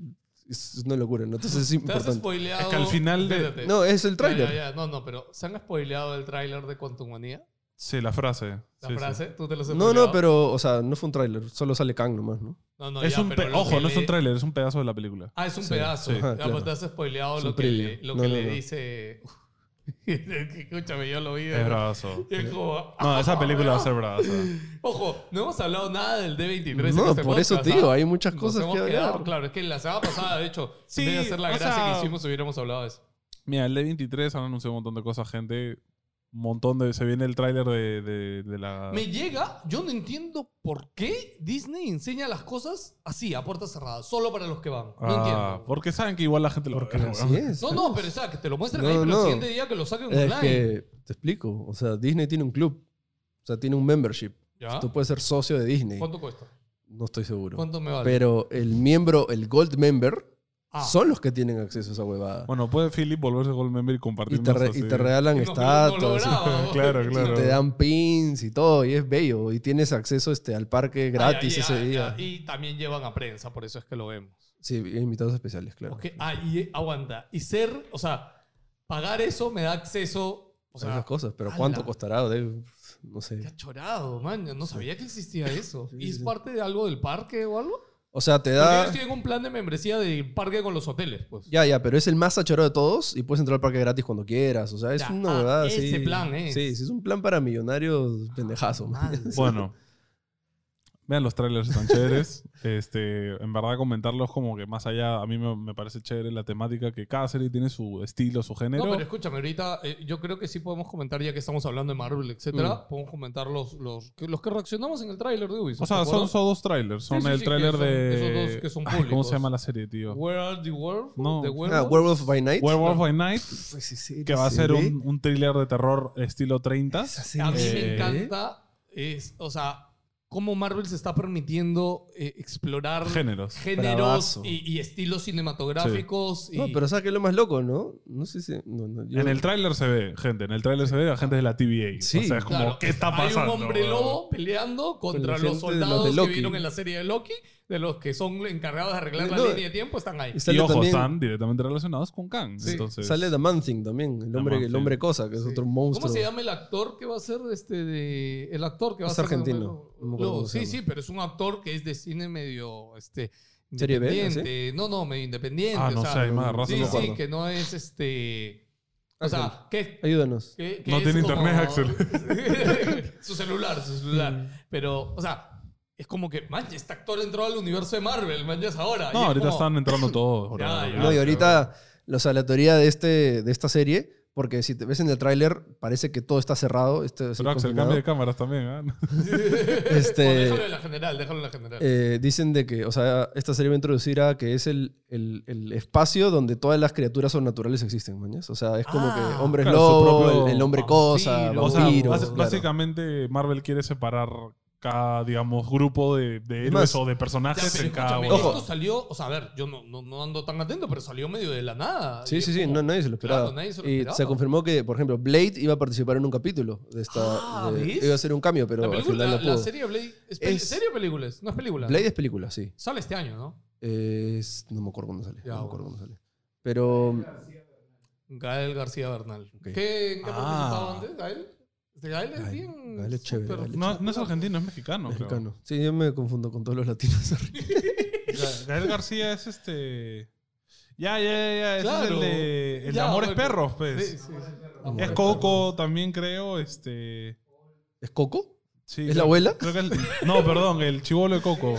Speaker 3: es es una locura, ¿no? Entonces, es
Speaker 2: Te has
Speaker 3: importante.
Speaker 2: spoileado.
Speaker 1: Es que al final de-
Speaker 2: Espérate.
Speaker 3: No, es
Speaker 2: Ya,
Speaker 3: el
Speaker 2: ya,
Speaker 3: tráiler.
Speaker 2: ya. No, no, pero ¿se han spoileado el tráiler de Quantum Manía?
Speaker 1: Sí, la frase.
Speaker 2: La
Speaker 1: Sí, sí.
Speaker 2: frase, tú te lo has
Speaker 3: No, no,
Speaker 2: spoileado?
Speaker 3: pero, o sea, no fue un tráiler. Solo sale Kang nomás, ¿no?
Speaker 2: No, no,
Speaker 1: es
Speaker 2: ya,
Speaker 1: un
Speaker 2: pero
Speaker 1: pe-
Speaker 2: lo que
Speaker 1: ojo, no es un
Speaker 2: le-
Speaker 1: tráiler, es un pedazo de la película.
Speaker 2: Ah, es un
Speaker 3: Sí,
Speaker 2: pedazo.
Speaker 1: sí.
Speaker 2: Ya,
Speaker 3: Ajá,
Speaker 2: pues
Speaker 3: claro.
Speaker 2: te has spoileado
Speaker 3: Es un
Speaker 2: lo que, le,
Speaker 3: preview.
Speaker 2: lo
Speaker 3: No,
Speaker 2: que
Speaker 3: no,
Speaker 2: le
Speaker 3: no.
Speaker 2: dice. Escúchame, yo lo vi.
Speaker 1: Es
Speaker 2: ¿verdad?
Speaker 1: brazo.
Speaker 2: Y es como,
Speaker 1: No, esa película va a ser brazo.
Speaker 2: Ojo, no hemos hablado nada del D23. en
Speaker 3: No,
Speaker 2: este
Speaker 3: por eso,
Speaker 2: podcast,
Speaker 3: tío,
Speaker 2: ¿ah?
Speaker 3: hay muchas
Speaker 2: Nos
Speaker 3: cosas
Speaker 2: hemos
Speaker 3: que
Speaker 2: quedado-
Speaker 3: hablar.
Speaker 2: Claro, es que la semana pasada, de hecho,
Speaker 1: Sí,
Speaker 2: debe ser la
Speaker 1: o
Speaker 2: gracia
Speaker 1: sea-
Speaker 2: que hicimos, hubiéramos hablado de eso.
Speaker 1: Mira, el D23 han anunciado un montón de cosas, gente. Un montón de. Se viene el tráiler de, de- de la.
Speaker 2: Me llega, yo no entiendo por qué Disney enseña las cosas así, a puertas cerradas, solo para los que van. No
Speaker 1: Ah,
Speaker 2: entiendo.
Speaker 1: Porque saben que igual la gente lo
Speaker 3: Porque
Speaker 1: ve,
Speaker 3: así
Speaker 1: weón.
Speaker 3: es.
Speaker 2: No, no, pero está, que te lo muestran
Speaker 3: No,
Speaker 2: ahí, pero el
Speaker 3: no.
Speaker 2: siguiente día que lo saquen
Speaker 3: Es
Speaker 2: online.
Speaker 3: que, te explico, o sea, Disney tiene un club, o sea, tiene un membership.
Speaker 2: ¿Ya?
Speaker 3: Tú puedes ser socio de Disney,
Speaker 2: ¿Cuánto cuesta?
Speaker 3: no estoy seguro.
Speaker 2: ¿Cuánto me vale?
Speaker 3: Pero el miembro, el gold member,
Speaker 2: Ah,
Speaker 3: son los que tienen acceso a esa huevada.
Speaker 1: Bueno, puede Philip volverse Gold Member y
Speaker 3: y,
Speaker 1: compartir
Speaker 3: te re-
Speaker 1: más
Speaker 3: y
Speaker 1: así.
Speaker 3: te regalan
Speaker 2: no- no lo
Speaker 3: estatuas.
Speaker 2: lograba, weón.
Speaker 1: Claro, claro.
Speaker 3: Te dan pins y todo, y es bello. Y tienes acceso este, al parque gratis
Speaker 2: Ah, ya,
Speaker 3: ese
Speaker 2: ya, ya.
Speaker 3: día.
Speaker 2: Y también llevan a prensa, por eso es que lo vemos.
Speaker 3: Sí, invitados especiales, claro.
Speaker 2: Ok, Ah, y eh, aguanta. Y ser, o sea, pagar eso me da acceso. O
Speaker 3: A
Speaker 2: sea,
Speaker 3: esas cosas, pero
Speaker 2: ala.
Speaker 3: ¿cuánto costará? Debe- no sé.
Speaker 2: qué chorado, man. yo No sabía que existía eso.
Speaker 3: Sí,
Speaker 2: ¿Y es
Speaker 3: sí.
Speaker 2: parte de algo del parque o algo?
Speaker 3: O sea, te
Speaker 2: Porque
Speaker 3: da...
Speaker 2: ellos tienen un plan de membresía del parque con los hoteles, pues.
Speaker 3: Ya, ya, pero es el más achorado de todos y puedes entrar al parque gratis cuando quieras. O sea, es
Speaker 2: Ya,
Speaker 3: una
Speaker 2: ah,
Speaker 3: huevada
Speaker 2: ese
Speaker 3: así.
Speaker 2: plan es. Ah,
Speaker 3: Sí, sí, es un plan para millonarios pendejazo. man.
Speaker 2: man.
Speaker 1: Bueno. Vean los trailers, están chéveres. Este, en verdad, comentarlos como que más allá, a mí me, me parece chévere la temática que cada serie tiene su estilo, su género.
Speaker 2: No, pero escúchame, ahorita eh, yo creo que sí podemos comentar, ya que estamos hablando de Marvel, etcétera,
Speaker 3: Mm.
Speaker 2: podemos comentar los, los, que, los que reaccionamos en el tráiler de Ubisoft.
Speaker 1: o sea,
Speaker 2: ¿te
Speaker 1: son,
Speaker 2: acuerdas?
Speaker 1: son dos trailers. Son
Speaker 2: sí,
Speaker 1: el
Speaker 2: sí, que
Speaker 1: trailer
Speaker 2: son
Speaker 1: de.
Speaker 2: esos dos que son
Speaker 1: Ay, ¿Cómo
Speaker 2: públicos.
Speaker 1: se llama la serie, tío?
Speaker 2: Where are the Werewolf?
Speaker 1: No.
Speaker 2: The
Speaker 1: Ah,
Speaker 2: Werewolf?
Speaker 3: Ah, Werewolf by Night. Pues
Speaker 1: Werewolf by Night,
Speaker 3: Sí, sí,
Speaker 1: que va a
Speaker 3: se
Speaker 1: ser
Speaker 3: ve.
Speaker 1: un, un thriller de terror estilo 30.
Speaker 3: Esa serie
Speaker 2: A mí
Speaker 3: se
Speaker 2: me
Speaker 3: ve.
Speaker 2: encanta, es, o sea, cómo Marvel se está permitiendo eh, explorar
Speaker 1: Géneros.
Speaker 2: géneros
Speaker 3: Bravazo.
Speaker 2: y, y estilos cinematográficos. Y,
Speaker 3: No, pero ¿sabes qué es lo más loco, no? No sé si... no, no, yo-
Speaker 1: En el tráiler se ve, gente, en el tráiler se ve a gente de la TVA.
Speaker 3: Sí,
Speaker 1: o sea, es como,
Speaker 2: claro,
Speaker 1: ¿qué está pasando?
Speaker 2: Hay un hombre
Speaker 1: weón?
Speaker 2: lobo peleando contra
Speaker 3: la
Speaker 2: los
Speaker 3: gente de los de
Speaker 2: soldados que
Speaker 3: Loki.
Speaker 2: vieron en la serie de Loki, de los que son encargados de arreglar la
Speaker 3: No,
Speaker 2: línea de tiempo, están ahí.
Speaker 3: y
Speaker 1: Y
Speaker 3: sale
Speaker 1: ojo,
Speaker 3: también-
Speaker 1: están directamente relacionados con Kang.
Speaker 2: Sí.
Speaker 1: Entonces,
Speaker 3: Sale The Man Thing también, el hombre,
Speaker 1: Man
Speaker 3: el
Speaker 1: Thing.
Speaker 3: hombre cosa, que es
Speaker 2: Sí.
Speaker 3: otro monstruo.
Speaker 2: ¿Cómo se llama el actor que va a ser este de el actor que va
Speaker 3: Es
Speaker 2: a ser
Speaker 3: argentino. No me acuerdo
Speaker 2: No,
Speaker 3: cómo se
Speaker 2: sí,
Speaker 3: llama.
Speaker 2: sí, pero es un actor que es de cine medio este
Speaker 3: ¿Serie B, ¿Ah,
Speaker 2: independiente, no, no, medio independiente,
Speaker 1: Ah, no
Speaker 2: o sea,
Speaker 1: sé, hay más
Speaker 3: no
Speaker 1: razón.
Speaker 2: sí,
Speaker 1: no
Speaker 2: sí,
Speaker 1: acuerdo.
Speaker 2: que no es este o sea, que
Speaker 3: Ayúdanos.
Speaker 2: que- que
Speaker 1: No
Speaker 2: es
Speaker 1: tiene
Speaker 2: como-
Speaker 1: internet, Mm.
Speaker 2: su celular, su celular. Pero, o sea, es como que, man, ya este actor entró al universo de Marvel, man, ya es ahora.
Speaker 1: No,
Speaker 2: Y es
Speaker 1: ahorita
Speaker 2: como-
Speaker 1: están entrando todos. bro.
Speaker 2: Ya, ya.
Speaker 3: No, y
Speaker 2: pero-
Speaker 3: ahorita, o sea, la teoría de, este, de esta serie, porque si te ves en el tráiler, parece que todo está cerrado. Este, así
Speaker 1: Pero Axel,
Speaker 3: confinado.
Speaker 1: cambia de cámaras también. ¿ah?
Speaker 3: Este-
Speaker 2: Bueno, déjalo en la general, déjalo en la general.
Speaker 3: Eh, dicen de que, o sea, esta serie va a introducir a que es el, el- el espacio donde todas las criaturas sobrenaturales existen, mañas. O sea, es como
Speaker 2: Ah,
Speaker 3: que hombres
Speaker 1: claro, su
Speaker 3: lobo,
Speaker 1: propio
Speaker 3: el, el hombre cosa,
Speaker 2: vampiro.
Speaker 1: O sea,
Speaker 3: vampiros,
Speaker 1: bas-
Speaker 3: claro.
Speaker 1: básicamente Marvel quiere separar cada, digamos, grupo de, de
Speaker 3: Es
Speaker 1: héroes
Speaker 3: más,
Speaker 1: o de
Speaker 2: Ya,
Speaker 1: personajes
Speaker 2: pero
Speaker 1: en cada
Speaker 2: escúchame,
Speaker 1: uno.
Speaker 2: Esto salió, o sea, a ver, yo no, no, no ando tan atento, pero salió medio de la nada. Y
Speaker 3: Sí,
Speaker 2: es
Speaker 3: sí, sí,
Speaker 2: como-
Speaker 3: no, nadie se lo esperaba.
Speaker 2: Claro, nadie se lo
Speaker 3: y
Speaker 2: esperaba.
Speaker 3: se confirmó que, por ejemplo, Blade iba a participar en un capítulo de esta.
Speaker 2: Ah,
Speaker 3: de-
Speaker 2: ¿ves?
Speaker 3: iba a ser un cambio, pero
Speaker 2: la,
Speaker 3: al
Speaker 2: película,
Speaker 3: final no
Speaker 2: la,
Speaker 3: pudo.
Speaker 2: serie Blade. ¿Es, peli-
Speaker 3: Es-
Speaker 2: serie o películas? No es película.
Speaker 3: Blade es película, sí.
Speaker 2: Sale este año, ¿no?
Speaker 3: Es- no me acuerdo cuándo sale.
Speaker 2: Ya,
Speaker 3: no me
Speaker 2: bueno.
Speaker 3: acuerdo cuándo sale. Pero
Speaker 2: Gael García Bernal.
Speaker 3: Ok.
Speaker 2: ¿Qué, ¿en qué ha participado
Speaker 1: Ah.
Speaker 2: antes? Gael. Este Gael es
Speaker 3: Gael-
Speaker 2: bien.
Speaker 3: Gael es chévere,
Speaker 2: súper-
Speaker 3: Gael es
Speaker 1: No, no es argentino, es mexicano. creo.
Speaker 3: mexicano. Sí, yo me confundo con todos los latinos.
Speaker 1: Ga- Gael García es este. Ya, ya, ya, ya. ese
Speaker 2: Claro.
Speaker 1: es el de, el de
Speaker 2: Ya,
Speaker 1: Amores
Speaker 2: bueno.
Speaker 1: Perros, pues.
Speaker 2: Sí, sí.
Speaker 1: Es
Speaker 3: Amores
Speaker 1: Coco también, creo. Este.
Speaker 3: ¿Es Coco?
Speaker 1: sí,
Speaker 3: ¿Es la
Speaker 1: creo-
Speaker 3: abuela?
Speaker 1: Creo que es- No, perdón, el chivolo de Coco.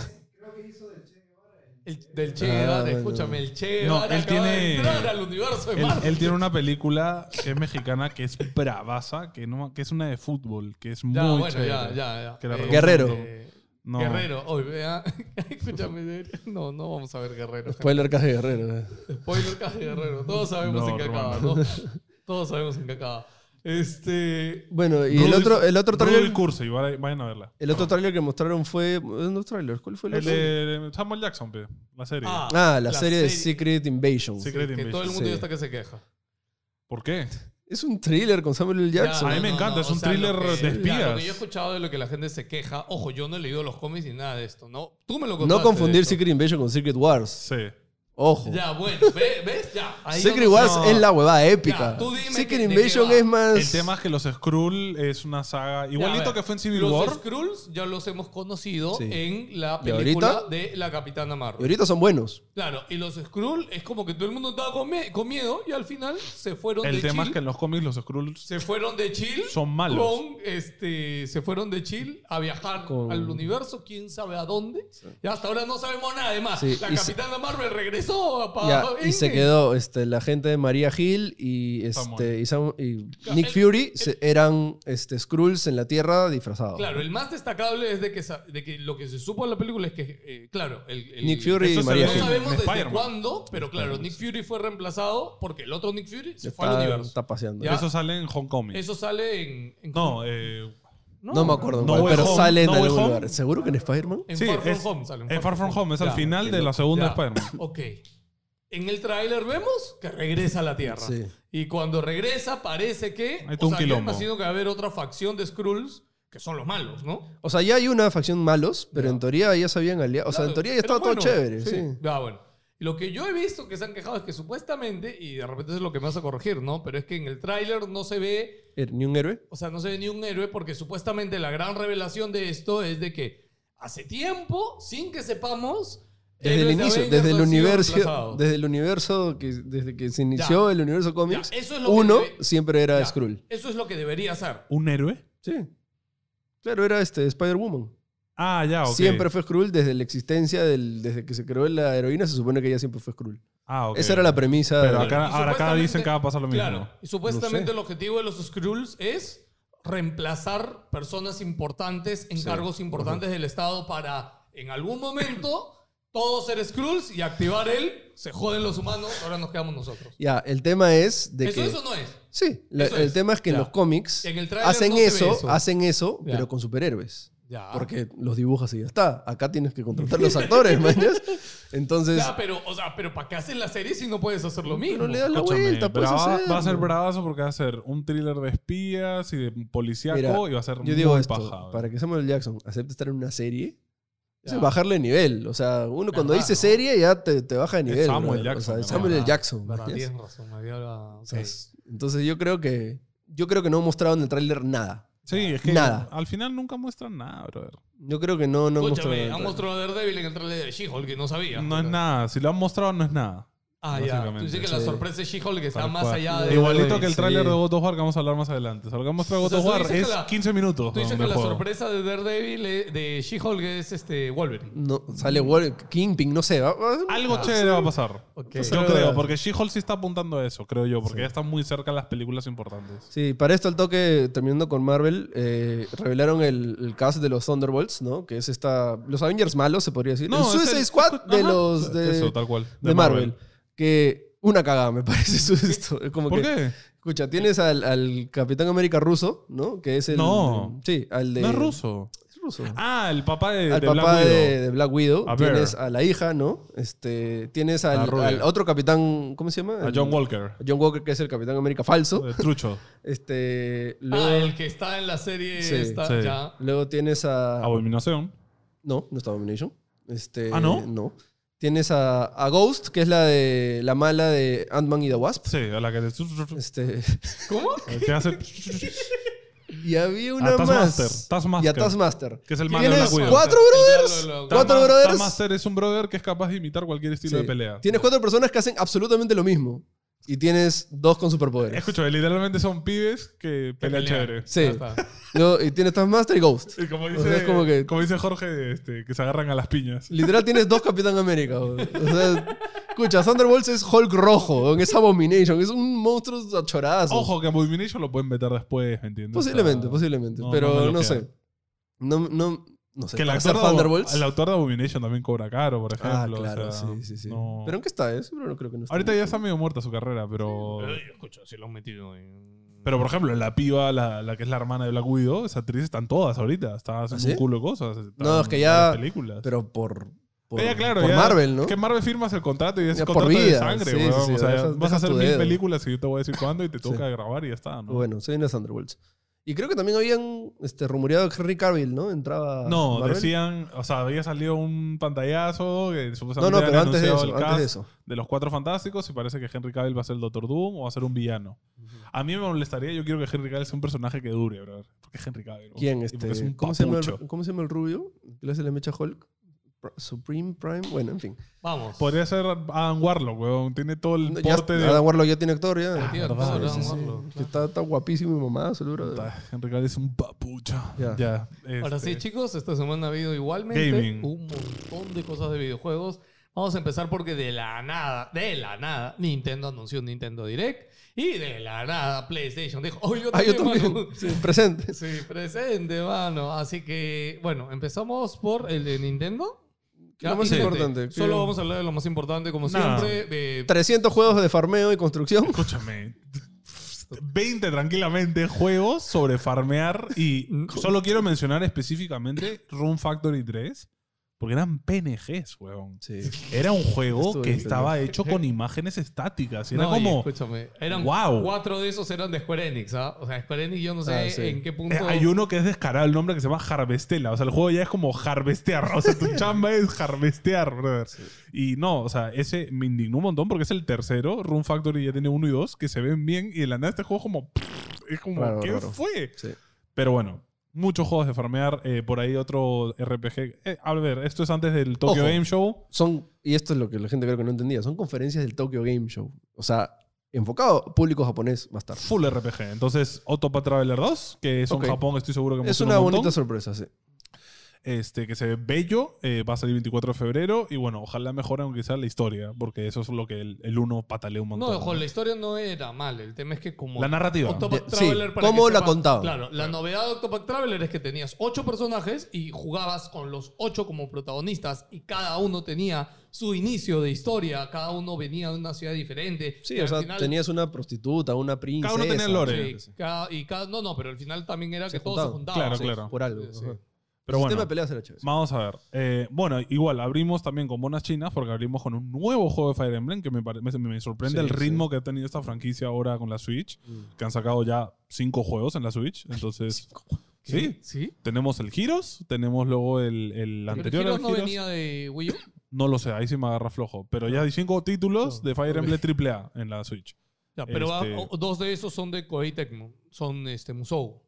Speaker 2: El, del Che
Speaker 3: Ah,
Speaker 2: Guevara,
Speaker 3: bueno.
Speaker 2: escúchame, el Che
Speaker 1: No,
Speaker 2: Guevara
Speaker 1: él
Speaker 2: acaba de
Speaker 1: tiene-
Speaker 2: entrar al universo de
Speaker 1: Él,
Speaker 2: Marvel.
Speaker 1: él tiene una película que es mexicana, que es bravaza, que, no, que es una de fútbol, que es muy
Speaker 2: Ya, bueno,
Speaker 1: chévere.
Speaker 2: ya, ya, ya.
Speaker 1: Que la
Speaker 2: Eh,
Speaker 1: recomiendo.
Speaker 3: Guerrero.
Speaker 2: eh,
Speaker 1: No.
Speaker 2: Guerrero, hoy vea. Escúchame, de- no, no vamos a ver Guerrero.
Speaker 3: Spoiler casi guerrero. eh.
Speaker 2: Spoiler casi Guerrero. Todos sabemos
Speaker 1: No,
Speaker 2: en qué acaba, ¿no?
Speaker 1: Ruanda.
Speaker 2: Todos sabemos en qué acaba. Este.
Speaker 3: Bueno, y
Speaker 1: Rudy-
Speaker 3: el otro, el otro
Speaker 1: Rudy
Speaker 3: tráiler.
Speaker 1: Cursi, vaya- vayan a verla.
Speaker 3: El otro tráiler que mostraron fue. ¿No tráiler? ¿Cuál fue el
Speaker 1: El
Speaker 3: otro?
Speaker 1: de Samuel Jackson, pe, la serie.
Speaker 3: Ah, la, serie de Secret Invasion.
Speaker 1: Secret-
Speaker 2: Que todo el mundo
Speaker 3: Sí.
Speaker 2: ya está que se queja.
Speaker 1: ¿Por qué?
Speaker 3: Es un thriller con Samuel L. Jackson.
Speaker 1: a mí me encanta, es
Speaker 2: o
Speaker 1: un
Speaker 2: sea, lo
Speaker 1: thriller de
Speaker 2: que- ya, lo que
Speaker 1: espías.
Speaker 2: yo he escuchado de lo que la gente se queja. Ojo, yo no he leído los cómics ni nada de esto, ¿no? Tú me lo contaste.
Speaker 3: no
Speaker 2: de
Speaker 3: confundir
Speaker 2: hecho.
Speaker 3: Secret Invasion con Secret Wars.
Speaker 1: Sí.
Speaker 3: Ojo.
Speaker 2: Ya, bueno, ve- ¿ves? Ya. ahí
Speaker 3: Secret
Speaker 2: no-
Speaker 3: Wars
Speaker 2: no.
Speaker 3: es la huevada épica.
Speaker 2: Ya, tú dime
Speaker 3: Secret
Speaker 2: que- de qué
Speaker 3: Invasion
Speaker 2: va.
Speaker 3: es más.
Speaker 1: El tema es que los Skrull es una saga
Speaker 2: Ya, a
Speaker 1: igualito
Speaker 2: ver,
Speaker 1: que fue en Civil
Speaker 2: los
Speaker 1: War.
Speaker 2: Skrulls ya los hemos conocido
Speaker 3: Sí.
Speaker 2: en la
Speaker 3: ¿Y
Speaker 2: película
Speaker 3: ahorita?
Speaker 2: de la Capitana
Speaker 3: Y
Speaker 2: Marvel.
Speaker 3: ahorita son buenos.
Speaker 2: Claro, y los Skrull es como que todo el mundo estaba con, me- con miedo y al final se fueron
Speaker 1: El
Speaker 2: de
Speaker 1: tema es
Speaker 2: chill.
Speaker 1: que en los cómics los Skrulls
Speaker 2: Se fueron de chill.
Speaker 1: son malos.
Speaker 2: Con, este, se fueron de chill a viajar
Speaker 3: Con-
Speaker 2: al universo, quién sabe a dónde. Y hasta ahora no sabemos nada de más.
Speaker 3: Sí,
Speaker 2: la
Speaker 3: y se-
Speaker 2: Capitana Marvel regresó a
Speaker 3: Ya,
Speaker 2: para
Speaker 3: y se
Speaker 2: Endgame.
Speaker 3: quedó este, la gente de María Hill y,
Speaker 1: Samuel.
Speaker 3: este, y, Sam- y
Speaker 2: Claro,
Speaker 3: Nick
Speaker 2: el-
Speaker 3: Fury se- eran este, Skrulls en la Tierra disfrazados.
Speaker 2: Claro, el más destacable es de que, sa- de que lo que se supo en la película es que, eh, claro, el, el-
Speaker 3: Nick Fury
Speaker 1: Eso se
Speaker 3: y
Speaker 1: ve-
Speaker 3: María
Speaker 2: No
Speaker 3: Hill.
Speaker 2: sabemos
Speaker 1: de
Speaker 2: desde
Speaker 1: Spider-Man.
Speaker 2: cuándo, pero claro, Nick Fury fue reemplazado porque el otro Nick Fury se fue al
Speaker 3: Está,
Speaker 2: universo.
Speaker 3: está paseando.
Speaker 2: Ya.
Speaker 1: Eso sale en Homecoming.
Speaker 2: Eso sale en. en-
Speaker 1: No, eh,
Speaker 3: No, me acuerdo, en
Speaker 1: No
Speaker 3: cuál,
Speaker 1: Way
Speaker 3: pero
Speaker 1: Home,
Speaker 3: sale en
Speaker 1: No Way
Speaker 3: algún
Speaker 1: Home.
Speaker 3: lugar. ¿Seguro que en Spider-Man?
Speaker 2: en
Speaker 1: sí,
Speaker 2: Far From
Speaker 1: es-
Speaker 2: Home sale. en
Speaker 1: en Far From Home es al
Speaker 2: Ya,
Speaker 1: final de la segunda
Speaker 2: Ya,
Speaker 1: Spider-Man.
Speaker 2: Ok. En el tráiler vemos que regresa a la Tierra.
Speaker 3: Sí.
Speaker 2: Y cuando regresa parece que...
Speaker 1: Hay todo un
Speaker 2: yo
Speaker 1: quilombo.
Speaker 2: imagino que va a haber otra facción de Skrulls que son los malos, ¿no?
Speaker 3: O sea, ya hay una facción malos, pero
Speaker 2: Ya.
Speaker 3: en teoría ya se habían aliado. O sea, en
Speaker 2: Claro,
Speaker 3: teoría ya
Speaker 2: era
Speaker 3: estaba todo
Speaker 2: bueno.
Speaker 3: chévere. Sí.
Speaker 2: Ah, bueno. Lo que yo he visto que se han quejado es que supuestamente, y de repente es lo que me vas a corregir, ¿no? Pero es que en el tráiler no se ve
Speaker 3: Era Er, Ni un héroe.
Speaker 2: o sea, no se ve ni un héroe porque supuestamente la gran revelación de esto es de que hace tiempo, sin que sepamos,
Speaker 3: Desde el
Speaker 2: héroes de
Speaker 3: inicio,
Speaker 2: Avengers
Speaker 3: desde el
Speaker 2: han sido
Speaker 3: universo,
Speaker 2: reemplazados.
Speaker 3: desde el universo que desde que se inició el universo cómics,
Speaker 2: Ya, eso es lo que
Speaker 3: uno
Speaker 2: debe-
Speaker 3: siempre era
Speaker 2: Ya,
Speaker 3: Skrull.
Speaker 2: Eso es lo que debería hacer.
Speaker 1: ¿Un héroe?
Speaker 3: Sí. Claro, era este Spider-Woman.
Speaker 1: Ah, ya, ok.
Speaker 3: Siempre fue Skrull desde la existencia del desde que se creó la heroína, se supone que ella siempre fue Skrull.
Speaker 1: Ah, ok.
Speaker 3: Esa era la premisa.
Speaker 1: Pero
Speaker 3: de-
Speaker 1: acá,
Speaker 2: Y
Speaker 1: ahora acá
Speaker 2: supuestamente-
Speaker 1: dicen que va a pasar lo mismo.
Speaker 2: Claro. Y supuestamente
Speaker 3: No sé.
Speaker 2: el objetivo de los Skrulls es reemplazar personas importantes en
Speaker 3: Sí.
Speaker 2: cargos importantes del Estado para en algún momento todos ser Skrulls y activar él. Se joden los humanos, ahora nos quedamos nosotros.
Speaker 3: Ya, el tema es de
Speaker 2: ¿Eso,
Speaker 3: que
Speaker 2: eso no es.
Speaker 3: Sí, la-
Speaker 2: Eso
Speaker 3: el
Speaker 2: es.
Speaker 3: tema es que
Speaker 2: Ya.
Speaker 3: en los cómics
Speaker 2: En el tráiler
Speaker 3: hacen
Speaker 2: no se ve
Speaker 3: eso,
Speaker 2: eso.
Speaker 3: hacen eso,
Speaker 2: Ya. Ah.
Speaker 3: pero con superhéroes.
Speaker 2: Ya.
Speaker 3: Porque los dibujas y ya está. Acá tienes que contratar los actores, mañas. Entonces,
Speaker 2: Ya, pero, o sea, pero ¿para qué haces la serie si no puedes hacer lo mismo?
Speaker 3: pero le das la
Speaker 1: Escúchame,
Speaker 3: vuelta,
Speaker 2: pues,
Speaker 3: puedes
Speaker 1: brava- va a ser
Speaker 3: hacerlo.
Speaker 1: bravazo porque va a ser un thriller de espías y de policíaco
Speaker 3: Mira,
Speaker 1: y va a ser
Speaker 3: Yo digo
Speaker 1: muy
Speaker 3: esto,
Speaker 1: paja.
Speaker 3: para que Samuel Jackson acepte estar en una serie,
Speaker 2: Ya.
Speaker 3: es bajarle de nivel. O sea, uno cuando
Speaker 2: Verdad,
Speaker 3: dice
Speaker 2: ¿no?
Speaker 3: serie ya te, te baja de nivel.
Speaker 1: Samuel
Speaker 3: brother. O sea,
Speaker 1: Jackson,
Speaker 3: es
Speaker 1: ¿no?
Speaker 3: Samuel L.
Speaker 2: Verdad,
Speaker 3: Jackson.
Speaker 2: verdad,
Speaker 3: mañas.
Speaker 2: tienes razón, me había hablado-
Speaker 3: O sea,
Speaker 2: ok.
Speaker 3: es- Entonces yo creo que yo creo que no han mostrado en el tráiler nada.
Speaker 1: Sí, es que
Speaker 3: Nada.
Speaker 1: al final nunca muestran nada, brother.
Speaker 3: Yo creo que no, no han mostrado. en el
Speaker 2: Escúchame, han
Speaker 3: tráiler.
Speaker 2: mostrado a Daredevil en el trailer de She-Hulk que no sabía.
Speaker 1: No es
Speaker 2: Pero-
Speaker 1: nada. Si lo han mostrado, no es nada.
Speaker 2: Ah, ya. Tú
Speaker 1: básicamente,
Speaker 2: dices que la
Speaker 3: sí.
Speaker 2: sorpresa de She-Hulk está
Speaker 1: Tal
Speaker 2: más
Speaker 1: cual.
Speaker 2: allá
Speaker 3: No,
Speaker 2: de...
Speaker 1: Igualito
Speaker 3: sí,
Speaker 1: que el
Speaker 3: sí.
Speaker 1: tráiler de God of War que vamos a hablar más adelante. O sea, lo que han mostrado
Speaker 2: O sea,
Speaker 1: God of
Speaker 2: tú
Speaker 1: War
Speaker 2: dices que
Speaker 1: es
Speaker 2: la-
Speaker 1: 15 minutos.
Speaker 2: Tú
Speaker 1: ¿no?
Speaker 2: dices que
Speaker 1: de
Speaker 2: la
Speaker 1: juego.
Speaker 2: sorpresa de Daredevil, eh, de She-Hulk, es este Wolverine.
Speaker 3: No, sale Wall- Kingpin, no sé. va- va a ser-
Speaker 1: Algo chévere va a pasar.
Speaker 2: Ah, Ok.
Speaker 1: Yo creo, porque She-Hulk sí está apuntando a eso, creo yo, porque ya están muy cerca las películas importantes.
Speaker 3: Sí, para esto al toque, terminando con Marvel, eh, revelaron el, el cast de los Thunderbolts, ¿no? Que es esta... Los Avengers malos, se podría decir. el
Speaker 1: es
Speaker 3: Suicide
Speaker 1: el-
Speaker 3: Squad de
Speaker 1: Ajá.
Speaker 3: los... De,
Speaker 1: Eso, tal cual.
Speaker 3: de Marvel. Que una cagada, me parece su esto. Es Como
Speaker 1: ¿Por
Speaker 3: que,
Speaker 1: qué?
Speaker 3: Escucha, tienes al, al Capitán América ruso, ¿no? Que es el...
Speaker 1: No.
Speaker 3: Sí, al de...
Speaker 1: No es ruso.
Speaker 3: Es ruso.
Speaker 1: Ah, el papá de,
Speaker 3: al
Speaker 1: de
Speaker 3: papá
Speaker 1: Black Widow.
Speaker 3: de, de Black Widow.
Speaker 1: A Bear.
Speaker 3: tienes a la hija, ¿no? Este, tienes
Speaker 1: A
Speaker 3: al,
Speaker 1: Rubia.
Speaker 3: al otro capitán... ¿Cómo se llama?
Speaker 1: A John Walker.
Speaker 3: John Walker, que es el Capitán América falso.
Speaker 1: de Trucho.
Speaker 3: Este, luego,
Speaker 2: Ah, el que está en la serie
Speaker 3: Sí,
Speaker 2: está
Speaker 1: sí.
Speaker 2: ya.
Speaker 3: luego tienes a...
Speaker 1: Abominación.
Speaker 3: No, no está Domination. Este,
Speaker 1: ¿Ah, no?
Speaker 3: Tienes a, a Ghost, que es la de la mala de Ant-Man y the Wasp.
Speaker 1: Sí, a la que le...
Speaker 3: Este,
Speaker 2: ¿Cómo?
Speaker 1: que hace...
Speaker 3: y había una
Speaker 1: A
Speaker 3: más.
Speaker 1: Taskmaster, Taskmaster.
Speaker 3: Y a Taskmaster.
Speaker 1: Que es el malo de
Speaker 3: Tienes
Speaker 1: Black Widow.
Speaker 3: cuatro
Speaker 2: El diablo
Speaker 3: brothers.
Speaker 2: de la-
Speaker 3: Cuatro
Speaker 1: Tama-
Speaker 3: brothers.
Speaker 1: Tamaster es un brother que es capaz de imitar cualquier estilo
Speaker 3: Sí.
Speaker 1: de pelea.
Speaker 3: Tienes cuatro personas que hacen absolutamente lo mismo. Y tienes dos con superpoderes.
Speaker 1: Escucho, eh, literalmente son pibes que pelean chévere.
Speaker 3: Sí.
Speaker 2: Ya está.
Speaker 3: Luego- y tienes Taskmaster y Ghost.
Speaker 1: Y como
Speaker 3: sea,
Speaker 1: dice,
Speaker 3: es como que-
Speaker 1: como dice Jorge, este, que se agarran a las piñas.
Speaker 3: Literal tienes dos Capitán América. bro. O sea, escucha, Thunderbolts es Hulk rojo, bro, es Abomination, es un monstruo achorazo.
Speaker 1: Ojo, que a Abomination lo pueden meter después, ¿me entiendes?
Speaker 3: Posiblemente,
Speaker 1: O sea,
Speaker 3: posiblemente.
Speaker 1: no, no me
Speaker 3: pero
Speaker 1: lo
Speaker 3: no,
Speaker 1: queda.
Speaker 3: sé. No, no, no sé.
Speaker 1: Que el
Speaker 3: para
Speaker 1: autor,
Speaker 3: ser
Speaker 1: de Abo-
Speaker 3: Thunderbolts.
Speaker 1: el autor de Abomination también cobra caro, por
Speaker 3: ah,
Speaker 1: ejemplo. o
Speaker 3: claro,
Speaker 1: sea,
Speaker 3: sí, sí, sí.
Speaker 1: no.
Speaker 3: ¿Pero en qué está? Eso no creo que no está.
Speaker 1: Ahorita ya está medio muerta su carrera, pero.
Speaker 2: Pero, oye, escucha, si lo han metido en...
Speaker 1: Pero por ejemplo, la piba, la, la que es la hermana de Black Widow, esa actriz están todas ahorita. Está haciendo
Speaker 3: ¿Ah, ¿sí?
Speaker 1: un culo de cosas. está
Speaker 3: No, es
Speaker 1: en
Speaker 3: que ya-
Speaker 1: varias películas.
Speaker 3: Pero por, por,
Speaker 1: Ya, claro,
Speaker 3: por
Speaker 1: ya-
Speaker 3: Marvel, ¿no?
Speaker 1: Es que Marvel firmas el contrato y es
Speaker 3: Ya por
Speaker 1: contrato de
Speaker 3: vida,
Speaker 1: sangre,
Speaker 3: sí, sí,
Speaker 1: weón.
Speaker 3: sí,
Speaker 1: o sea,
Speaker 3: dejas-
Speaker 1: vas a
Speaker 3: dejas
Speaker 1: hacer
Speaker 3: tu
Speaker 1: mil
Speaker 3: dedo.
Speaker 1: películas y yo te voy a decir cuándo y te toca grabar y ya está, ¿no?
Speaker 3: Bueno, se viene Thunderbolts. Y creo que también habían este, rumoreado que Henry Cavill, ¿no? Entraba.
Speaker 1: No,
Speaker 3: Marvel.
Speaker 1: decían, o sea, había salido un pantallazo que
Speaker 3: No,
Speaker 1: supuestamente
Speaker 3: no, pero
Speaker 1: habían
Speaker 3: antes de
Speaker 1: anunciado el
Speaker 3: eso, antes
Speaker 1: cast
Speaker 3: de
Speaker 1: de,
Speaker 3: eso.
Speaker 1: los Cuatro Fantásticos y parece que Henry Cavill va a ser el Doctor Doom o va a ser un villano. A mí me molestaría, yo quiero que Henry Cavill sea un personaje que dure, brother. ¿Por qué Henry Cavill? bro?
Speaker 3: ¿Quién?
Speaker 1: Y
Speaker 3: Este,
Speaker 1: porque es un
Speaker 3: ¿cómo, se llama
Speaker 1: papucho.
Speaker 3: el, cómo se llama el rubio? ¿Qué le hace la mecha Hulk? Pr- Supreme Prime. Bueno, en fin.
Speaker 2: Vamos.
Speaker 1: Podría ser Adam Warlock, weón. Tiene todo el
Speaker 3: Ya,
Speaker 1: porte de...
Speaker 3: Adam Warlock ya tiene actor, ya.
Speaker 2: Ah, tío,
Speaker 3: Sí,
Speaker 2: todo,
Speaker 3: sí,
Speaker 2: Adam
Speaker 3: sí.
Speaker 2: Warlock, claro.
Speaker 3: Está, está guapísimo mi mamá, seguro.
Speaker 1: Puta, Ah, Henry Cavill es un papucho.
Speaker 3: Ya.
Speaker 1: Ya.
Speaker 2: Ahora
Speaker 1: este,
Speaker 2: sí, chicos, esta semana ha habido igualmente
Speaker 1: Gaming.
Speaker 2: un montón de cosas de videojuegos. Vamos a empezar porque de la nada, de la nada, Nintendo anunció un Nintendo Direct y de la nada PlayStation dijo, oh, yo
Speaker 3: Ah, yo
Speaker 2: también,
Speaker 3: también.
Speaker 2: mano".
Speaker 3: Sí, presente.
Speaker 2: Sí, presente, mano. Así que, bueno, empezamos por el de Nintendo.
Speaker 3: ¿Qué es lo más
Speaker 2: y gente,
Speaker 3: importante? ¿Qué-
Speaker 2: Solo vamos a hablar de lo más importante, como
Speaker 1: Nada.
Speaker 2: siempre. eh,
Speaker 3: 300 juegos de farmeo y construcción.
Speaker 1: Escúchame. 20 tranquilamente juegos sobre farmear y solo quiero mencionar específicamente Room Factory 3 porque eran PNGs, weón.
Speaker 3: Sí.
Speaker 1: Era un juego
Speaker 3: Estuve
Speaker 1: que
Speaker 3: viendo.
Speaker 1: estaba hecho con imágenes estáticas. y Era
Speaker 2: no, oye,
Speaker 1: como...
Speaker 2: escúchame, eran
Speaker 1: Wow.
Speaker 2: cuatro de esos eran de Square Enix, ¿ah? O sea, Square Enix yo no sé
Speaker 3: Ah, sí.
Speaker 2: en qué punto...
Speaker 1: Eh, hay uno que es descarado el nombre que se llama Harvestela. O sea, el juego ya es como harvestear. O sea, tu chamba es harvestear, brother. Y no, o sea, ese me indignó un montón porque es el tercero. Room Factory ya tiene uno y dos que se ven bien. Y de la nada este juego como... Es como,
Speaker 3: Raro,
Speaker 1: ¿qué
Speaker 3: raro.
Speaker 1: fue?
Speaker 3: Sí.
Speaker 1: Pero bueno, muchos juegos de farmear. eh, por ahí otro RPG. Eh, a ver, esto es antes del Tokyo
Speaker 3: Ojo.
Speaker 1: Game Show.
Speaker 3: Son, y esto es lo que la gente creo que no entendía, son conferencias del Tokyo Game Show. O sea, enfocado a público japonés más tarde.
Speaker 1: Full RPG. Entonces, Autopath Traveler 2, que es
Speaker 3: Ok.
Speaker 1: un Japón, estoy seguro que
Speaker 3: Es
Speaker 1: emociona
Speaker 3: una
Speaker 1: un montón.
Speaker 3: bonita sorpresa, sí.
Speaker 1: este, que se ve bello, eh, va a salir 24 de febrero y bueno, ojalá mejore aunque sea la historia, porque eso es lo que el, el uno patalea un montón.
Speaker 2: No, ojo, la historia no era mal. El tema es que como...
Speaker 1: La narrativa.
Speaker 2: Octopath
Speaker 3: De- sí,
Speaker 2: Traveler, para
Speaker 3: ¿cómo
Speaker 2: que
Speaker 3: la
Speaker 2: sepa-
Speaker 3: contaban?
Speaker 2: Claro, la novedad de Octopath Traveler es que tenías ocho personajes y jugabas con los ocho como protagonistas y cada uno tenía su inicio de historia, cada uno venía de una ciudad diferente.
Speaker 3: Sí,
Speaker 2: y
Speaker 3: o
Speaker 2: al
Speaker 3: sea,
Speaker 2: final-
Speaker 3: tenías una prostituta, una princesa.
Speaker 1: tenía lore.
Speaker 2: Sí, cada- y cada, no, no, pero al final también era
Speaker 3: Se
Speaker 2: que todos se
Speaker 3: juntaban.
Speaker 2: juntaban.
Speaker 1: Claro,
Speaker 2: sí.
Speaker 1: claro.
Speaker 3: Por algo.
Speaker 2: Sí, sí.
Speaker 3: ajá.
Speaker 1: Pero
Speaker 3: el
Speaker 1: bueno,
Speaker 3: sistema de peleas era chévere.
Speaker 1: vamos a ver. Eh, bueno, igual, abrimos también con Bonas Chinas, porque abrimos con un nuevo juego de Fire Emblem, que me, pare- me, me sorprende
Speaker 3: Sí,
Speaker 1: el ritmo que ha tenido esta franquicia ahora con la Switch,
Speaker 3: Mm.
Speaker 1: que han sacado ya cinco juegos en la Switch, entonces... sí,
Speaker 2: ¿Sí?
Speaker 1: tenemos el Giros, tenemos luego el, el
Speaker 2: Pero
Speaker 1: anterior
Speaker 2: Heroes
Speaker 1: al
Speaker 2: no
Speaker 1: Heroes.
Speaker 2: venía de Wii U.
Speaker 1: No lo sé, ahí sí me agarra flojo. Pero ya hay cinco títulos
Speaker 2: No,
Speaker 1: de Fire
Speaker 2: ok.
Speaker 1: Emblem AAA en la Switch.
Speaker 2: Ya, pero va-
Speaker 1: Este-
Speaker 2: o- dos de esos son de Koei Tecmo. Son este, Musou.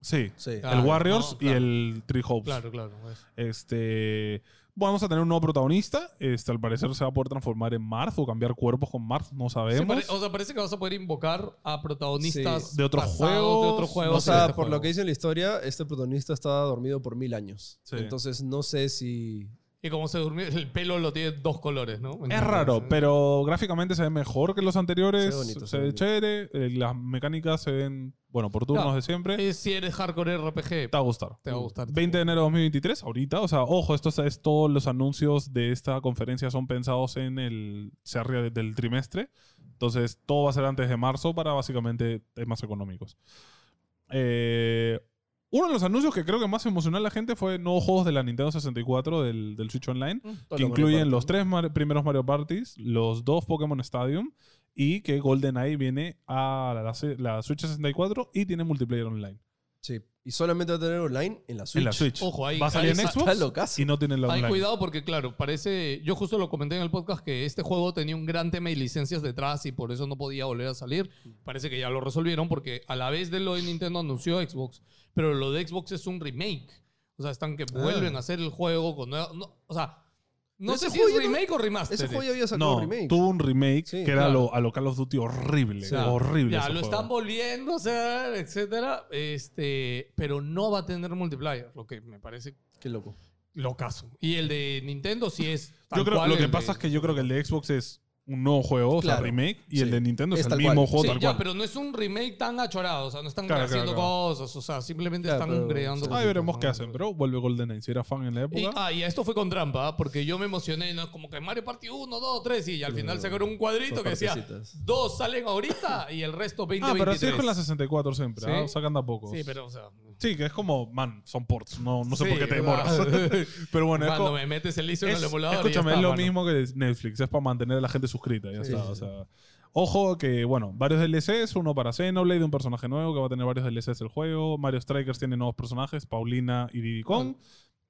Speaker 1: Sí,
Speaker 3: Sí.
Speaker 2: Claro,
Speaker 1: el Warriors
Speaker 2: Ah, no, claro.
Speaker 1: y el Three Hopes.
Speaker 2: Claro, claro. es-
Speaker 1: Este, vamos a tener un nuevo protagonista. Este, al parecer se va a poder transformar en Marth o cambiar cuerpos con Marth, no
Speaker 2: Sí,
Speaker 1: sabemos.
Speaker 2: pare- oh, o sea, parece que vas a poder invocar a protagonistas
Speaker 3: Sí.
Speaker 1: De otros
Speaker 2: pasados,
Speaker 1: juegos,
Speaker 2: de otros juegos.
Speaker 1: no
Speaker 3: O
Speaker 1: sé,
Speaker 2: en
Speaker 3: sea,
Speaker 2: este
Speaker 3: por
Speaker 2: juego.
Speaker 3: lo que dice en la historia, este protagonista estaba dormido por mil años.
Speaker 1: Sí.
Speaker 3: Entonces no sé si...
Speaker 2: Y como se durmió, el pelo lo tiene dos colores, ¿no?
Speaker 1: es raro, pero gráficamente se ve mejor que los anteriores.
Speaker 3: Se
Speaker 1: Se
Speaker 3: ve
Speaker 1: ve,
Speaker 3: bonito, se ve bonito.
Speaker 1: chévere. eh, las mecánicas se ven, bueno, por turnos
Speaker 2: Claro.
Speaker 1: de siempre.
Speaker 2: Eh, Si eres hardcore RPG,
Speaker 1: Te va a gustar.
Speaker 2: te va a gustar.
Speaker 1: 20 de enero de 2023, ahorita. O sea, ojo, esto es, es todos los anuncios de esta conferencia son pensados en el cierre del trimestre. Entonces, todo va a ser antes de marzo para básicamente temas económicos. Eh, uno de los anuncios que creo que más emocionó a la gente fue nuevos juegos de la Nintendo 64 del, del Switch Online, que incluyen los tres Mar- primeros Mario Parties, los dos Pokémon Stadium y que GoldenEye viene a la, la- la Switch 64 y tiene multiplayer online.
Speaker 3: Sí. Y solamente va a tener online en la Switch.
Speaker 1: En la Switch.
Speaker 2: Ojo, ahí-
Speaker 1: va a salir
Speaker 2: ahí
Speaker 1: en
Speaker 2: sa-
Speaker 1: Xbox
Speaker 3: Está locazo.
Speaker 1: y no tiene la
Speaker 2: Hay
Speaker 1: online.
Speaker 2: cuidado porque, claro, parece. Yo justo lo comenté en el podcast que este juego tenía un gran tema y licencias detrás y por eso no podía volver a salir. Parece que ya lo resolvieron porque a la vez de lo de Nintendo anunció Xbox, pero lo de Xbox es un remake. O sea, están que vuelven a hacer el juego con nueva- no, O sea, no
Speaker 3: Ah. Ese
Speaker 2: sé si
Speaker 3: juego
Speaker 2: es
Speaker 3: ya no-
Speaker 2: remake o remaster.
Speaker 3: Ese juego ya había sacado
Speaker 1: No,
Speaker 3: remake.
Speaker 1: tuvo un remake
Speaker 3: Sí,
Speaker 1: que era
Speaker 2: claro.
Speaker 1: lo, a lo Call of Duty horrible.
Speaker 3: Sí.
Speaker 1: Horrible.
Speaker 2: Ya,
Speaker 1: ese
Speaker 2: lo
Speaker 1: juego.
Speaker 2: están volviendo a hacer, etcétera. Este, pero no va a tener multiplayer, lo que me parece
Speaker 3: Qué loco.
Speaker 2: locazo. Y el de Nintendo sí es. tal
Speaker 1: yo creo,
Speaker 2: cual
Speaker 1: lo que
Speaker 2: el
Speaker 1: pasa
Speaker 2: de-
Speaker 1: es que yo creo que el de Xbox es un nuevo juego, o sea,
Speaker 3: Claro.
Speaker 1: remake, y
Speaker 3: Sí.
Speaker 1: el de Nintendo es,
Speaker 3: Es
Speaker 1: el
Speaker 3: tal
Speaker 1: mismo
Speaker 3: cual.
Speaker 1: juego
Speaker 2: Sí,
Speaker 1: tal
Speaker 2: ya,
Speaker 1: cual.
Speaker 2: pero no es un remake tan achorado, o sea, no están
Speaker 1: Claro, claro,
Speaker 2: haciendo
Speaker 1: claro.
Speaker 2: cosas, o sea, simplemente
Speaker 3: Claro,
Speaker 2: están
Speaker 3: pero-
Speaker 2: creando
Speaker 3: sí.
Speaker 1: Ahí
Speaker 2: cosas.
Speaker 1: veremos
Speaker 2: ¿no?
Speaker 1: qué hacen, pero vuelve GoldenEye. Si era fan en la
Speaker 2: Y,
Speaker 1: época.
Speaker 2: ah, y esto fue con trampa, ¿ah? porque yo me emocioné, ¿no? como que Mario Party 1, 2, 3, y al final
Speaker 3: Claro.
Speaker 2: sacaron un cuadrito
Speaker 3: Son
Speaker 2: que decía,
Speaker 3: partecitas.
Speaker 2: dos salen ahorita y el resto 20,
Speaker 1: Ah, pero así es
Speaker 2: 23".
Speaker 1: con la 64 siempre.
Speaker 2: ¿Sí?
Speaker 1: ¿ah? Sacan de a pocos.
Speaker 2: Sí, pero, o sea...
Speaker 1: Sí, que es como, man, son ports. No, no sé
Speaker 2: sí,
Speaker 1: por qué te
Speaker 2: o
Speaker 1: demoras.
Speaker 2: sea,
Speaker 1: pero bueno, es
Speaker 2: Cuando
Speaker 1: como.
Speaker 2: me metes el ISO en
Speaker 1: es-
Speaker 2: el emulador y ya
Speaker 1: escúchame,
Speaker 2: está,
Speaker 1: es lo
Speaker 2: mano.
Speaker 1: mismo que Netflix. Es para mantener a la gente suscrita. Ya
Speaker 3: Sí,
Speaker 1: está.
Speaker 3: sí,
Speaker 1: O
Speaker 3: sí.
Speaker 1: sea, Ojo que, bueno, varios DLCs, uno para Xenoblade, un personaje nuevo que va a tener varios DLCs el juego. Mario Strikers tiene nuevos personajes, Paulina y Diddy Kong.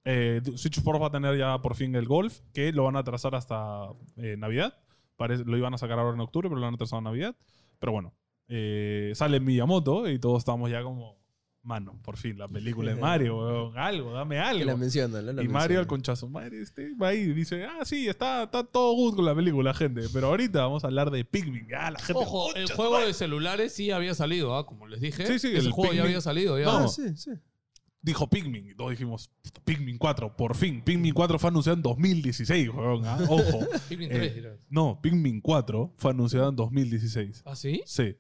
Speaker 1: Eh, Switch Force va a tener ya por fin el golf, que lo van a atrasar hasta eh, Navidad. Parece- lo iban a sacar ahora en octubre, pero lo han atrasado a Navidad. Pero bueno, eh, sale Miyamoto y todos estamos ya como, mano, por fin, la película de Mario, weón, algo, dame
Speaker 3: Que la
Speaker 1: algo.
Speaker 3: menciona, la- la
Speaker 1: Y Mario,
Speaker 3: menciona.
Speaker 1: al conchazo, madre, este va ahí y dice, ah, sí, está, está todo good con la película, gente. Pero ahorita vamos a hablar de Pikmin. Ah, la gente.
Speaker 2: Ojo, el
Speaker 1: "Concha".
Speaker 2: juego de celulares sí había salido, ¿ah? como les dije.
Speaker 1: Sí, sí,
Speaker 2: Ese
Speaker 1: el
Speaker 2: juego ya
Speaker 1: Pikmin.
Speaker 2: había salido. Ya.
Speaker 1: No.
Speaker 3: Ah,
Speaker 2: Ah,
Speaker 3: sí, sí.
Speaker 1: Dijo Pikmin. Y todos dijimos, "Puta, Pikmin 4, por fin. Pikmin 4 fue anunciado en 2016, weón. ah, Ojo.
Speaker 2: Pikmin
Speaker 1: Eh,
Speaker 2: 3, dirás.
Speaker 1: No, Pikmin 4 fue anunciado en 2016.
Speaker 2: ¿Ah, sí?
Speaker 1: Sí.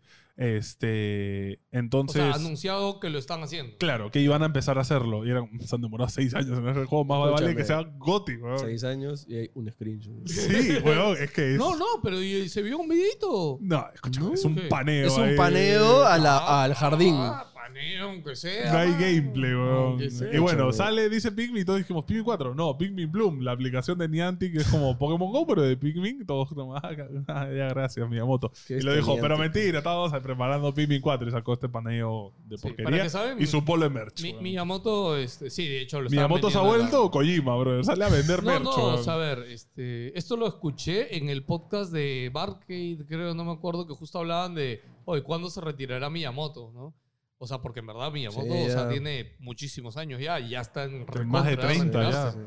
Speaker 1: Este.
Speaker 2: O
Speaker 1: Entonces.
Speaker 2: sea, anunciado que lo están haciendo.
Speaker 1: Claro, que iban a empezar a hacerlo. Y eran, se han demorado seis años en hacer el juego. Más vale
Speaker 3: Escúchame.
Speaker 1: que sea GOTY, weón.
Speaker 3: Seis años y hay un screenshot.
Speaker 1: Ah. Sí, weón. Es que es.
Speaker 2: No, no, pero y- y se vio un videito.
Speaker 1: No, escúchame,
Speaker 2: No,
Speaker 1: es un
Speaker 2: ¿qué?
Speaker 1: paneo.
Speaker 3: Es un
Speaker 1: ahí.
Speaker 3: paneo a la-
Speaker 2: Ah,
Speaker 3: al jardín.
Speaker 2: Ah, paneo, aunque sea.
Speaker 1: No hay
Speaker 2: mano.
Speaker 1: gameplay, weón.
Speaker 2: Aunque sea.
Speaker 1: Y bueno,
Speaker 3: Escúchame.
Speaker 1: sale, dice Pikmin y todos dijimos Pikmin 4. No, Pikmin Bloom, la aplicación de Niantic que es como Pokémon Go, pero de Pikmin. Todos como, ah, ah, ya gracias, Miyamoto.
Speaker 3: ¿Qué
Speaker 1: Y
Speaker 3: es
Speaker 1: lo dijo,
Speaker 3: Niantic?
Speaker 1: pero mentira, estábamos preparando Pikmin 4 y sacó este paneo de
Speaker 2: Sí, para
Speaker 1: porquería.
Speaker 2: que saben,
Speaker 1: y su polo de merch.
Speaker 2: Mi-
Speaker 1: weón.
Speaker 2: Miyamoto, este, sí, de hecho lo estaban
Speaker 1: Miyamoto se ha
Speaker 2: vendiendo acá.
Speaker 1: vuelto o Kojima, bro. Sale a vender
Speaker 2: No,
Speaker 1: merch.
Speaker 2: no,
Speaker 1: weón.
Speaker 2: o sea, a ver, este, esto lo escuché en el podcast de Barcade, creo, no me acuerdo, que justo hablaban de, oye, ¿cuándo se retirará Miyamoto, no? O sea, porque en verdad Miyamoto
Speaker 3: Sí,
Speaker 2: o sea,
Speaker 3: ya.
Speaker 2: tiene muchísimos años ya, y ya está en
Speaker 1: más de
Speaker 2: recontra
Speaker 1: 30 ya.
Speaker 2: retirarse.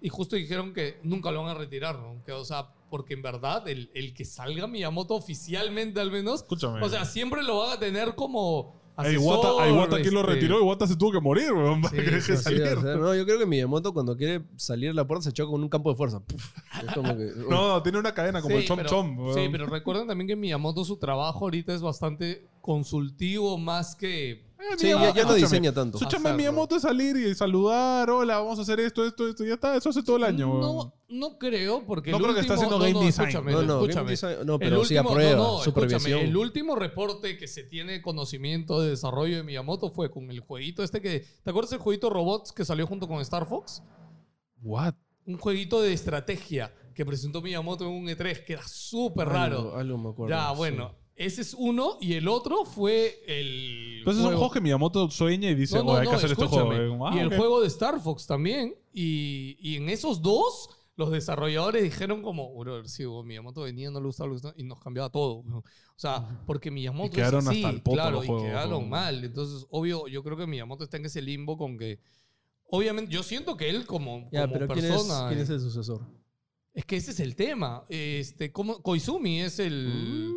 Speaker 2: Y justo dijeron que nunca lo van a retirar, ¿no? Que, o sea, porque en verdad el, el que salga Miyamoto oficialmente al menos,
Speaker 1: Escúchame.
Speaker 2: o sea, siempre lo van a tener como
Speaker 1: a
Speaker 2: asesor.
Speaker 1: Iwata, a Iwata ¿quién lo
Speaker 2: este,
Speaker 1: retiró? Iwata se tuvo que morir, weón, para
Speaker 2: Sí,
Speaker 1: que deje
Speaker 3: Sí, sí,
Speaker 1: salir.
Speaker 3: o sea, no, yo creo que Miyamoto cuando quiere salir a la puerta se choca con un campo de fuerza. Puf, es como que,
Speaker 1: No, tiene una cadena como
Speaker 2: Sí,
Speaker 1: el Chom
Speaker 2: pero-
Speaker 1: Chom, weón.
Speaker 2: Sí, pero recuerden también que Miyamoto su trabajo ahorita es bastante consultivo más que...
Speaker 1: Eh,
Speaker 3: Sí,
Speaker 1: Miyamoto,
Speaker 3: ya, ya no
Speaker 1: escúchame.
Speaker 3: diseña tanto.
Speaker 1: Su chamba
Speaker 2: Hacerlo.
Speaker 1: en Miyamoto es salir y saludar, hola, vamos a hacer esto, esto, esto, ya está, eso hace todo el año. weón.
Speaker 2: No, no creo, porque
Speaker 1: No
Speaker 2: el
Speaker 1: creo que está
Speaker 2: último-
Speaker 1: haciendo
Speaker 2: no,
Speaker 1: game
Speaker 2: no,
Speaker 1: design.
Speaker 2: Escúchame,
Speaker 3: No, no, game
Speaker 2: escúchame.
Speaker 3: design- no,
Speaker 2: El
Speaker 3: pero sí
Speaker 2: último-
Speaker 3: aprueba,
Speaker 2: no, no, escúchame,
Speaker 3: supervisión.
Speaker 2: El último reporte que se tiene conocimiento de desarrollo de Miyamoto fue con el jueguito este que... ¿Te acuerdas el jueguito Robots que salió junto con Star Fox?
Speaker 1: What?
Speaker 2: Un jueguito de estrategia que presentó Miyamoto en un E3 que era súper raro.
Speaker 3: Algo, algo me acuerdo.
Speaker 2: ya,
Speaker 3: sí.
Speaker 2: bueno. Ese es uno y el otro fue el...
Speaker 1: Entonces son
Speaker 2: juego-
Speaker 1: juegos que Miyamoto sueña y dice,
Speaker 2: No, no,
Speaker 1: "Oh, hay que
Speaker 2: no,
Speaker 1: hacer este
Speaker 2: escúchame.
Speaker 1: juego. eh, como, ah,
Speaker 2: y el
Speaker 1: ok.
Speaker 2: juego de Star Fox también. Y, y en esos dos, los desarrolladores dijeron como, bro, si vos, Miyamoto venía, no le gustaba lo que estaba", y nos cambiaba todo. ¿no? O sea, porque Miyamoto
Speaker 1: Y quedaron
Speaker 2: es así,
Speaker 1: hasta el poto
Speaker 2: claro,
Speaker 1: los juegos,
Speaker 2: y quedaron
Speaker 1: ¿no?
Speaker 2: mal. Entonces, obvio, yo creo que Miyamoto está en ese limbo con que, obviamente, yo siento que él como,
Speaker 3: Ya,
Speaker 2: como
Speaker 3: pero ¿quién,
Speaker 2: persona...
Speaker 3: es, quién
Speaker 2: eh,
Speaker 3: es el sucesor?
Speaker 2: es que ese es el tema. Este, como, Koizumi es el... eh,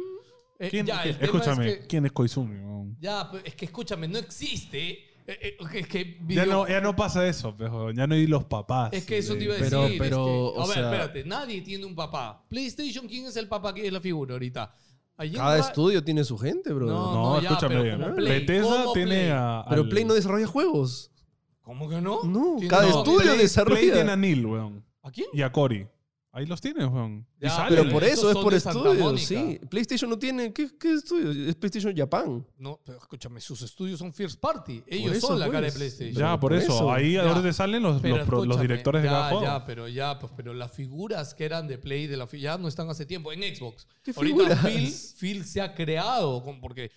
Speaker 1: Mm. ¿Quién-
Speaker 2: ya,
Speaker 1: quién-
Speaker 2: el tema es
Speaker 1: escúchame,
Speaker 2: que-
Speaker 1: ¿quién es Koizumi? weón?
Speaker 2: ya, pero es que escúchame, no existe. eh, eh, es que
Speaker 1: Ya
Speaker 2: video-
Speaker 1: no, ya no pasa eso, pero ya no hay los papás.
Speaker 2: Es que eso te iba a
Speaker 1: de-
Speaker 2: decir.
Speaker 3: Pero-
Speaker 2: es
Speaker 3: pero,
Speaker 2: que- a
Speaker 3: o
Speaker 2: ver,
Speaker 3: sea-
Speaker 2: espérate. Nadie tiene un papá. PlayStation, ¿quién es el papá que es la figura ahorita? Ayer
Speaker 3: Cada
Speaker 2: ra-
Speaker 3: estudio tiene su gente, bro.
Speaker 2: No,
Speaker 1: No,
Speaker 2: ya,
Speaker 1: escúchame.
Speaker 2: pero como Play,
Speaker 1: Bethesda
Speaker 2: como Play.
Speaker 1: tiene a.
Speaker 3: pero
Speaker 1: al-
Speaker 3: Play no desarrolla juegos.
Speaker 2: ¿Cómo que no?
Speaker 3: No,
Speaker 2: Tiene-
Speaker 3: cada
Speaker 2: no,
Speaker 3: estudio
Speaker 2: Play-
Speaker 3: desarrolla.
Speaker 1: Play tiene a Neil, weón.
Speaker 2: ¿A quién?
Speaker 1: Y a Cory. Ahí los tienes, weón. Y
Speaker 2: Ya,
Speaker 1: salen.
Speaker 3: pero por
Speaker 2: Esos
Speaker 3: eso es
Speaker 2: son
Speaker 3: por
Speaker 2: de Santa
Speaker 3: estudio,
Speaker 2: Mónica.
Speaker 3: sí. PlayStation no tiene. ¿Qué, qué estudio? Es PlayStation Japan.
Speaker 2: No, pero escúchame, sus estudios son first party. Ellos
Speaker 3: eso,
Speaker 2: son la cara de
Speaker 3: pues.
Speaker 2: PlayStation.
Speaker 1: Ya,
Speaker 3: Pero
Speaker 1: por
Speaker 3: por
Speaker 1: eso.
Speaker 3: eso.
Speaker 1: Ahí
Speaker 2: Ya.
Speaker 1: ahora te salen los,
Speaker 2: Pero
Speaker 1: los pro- los
Speaker 2: escúchame,
Speaker 1: directores de
Speaker 2: ya,
Speaker 1: cada juego.
Speaker 2: Ya, pero ya, pues, pero las figuras que eran de Play de la fi- ya no están hace tiempo en Xbox.
Speaker 3: ¿Qué
Speaker 2: Ahorita
Speaker 3: figuras?
Speaker 2: Phil, Phil se ha creado con- porque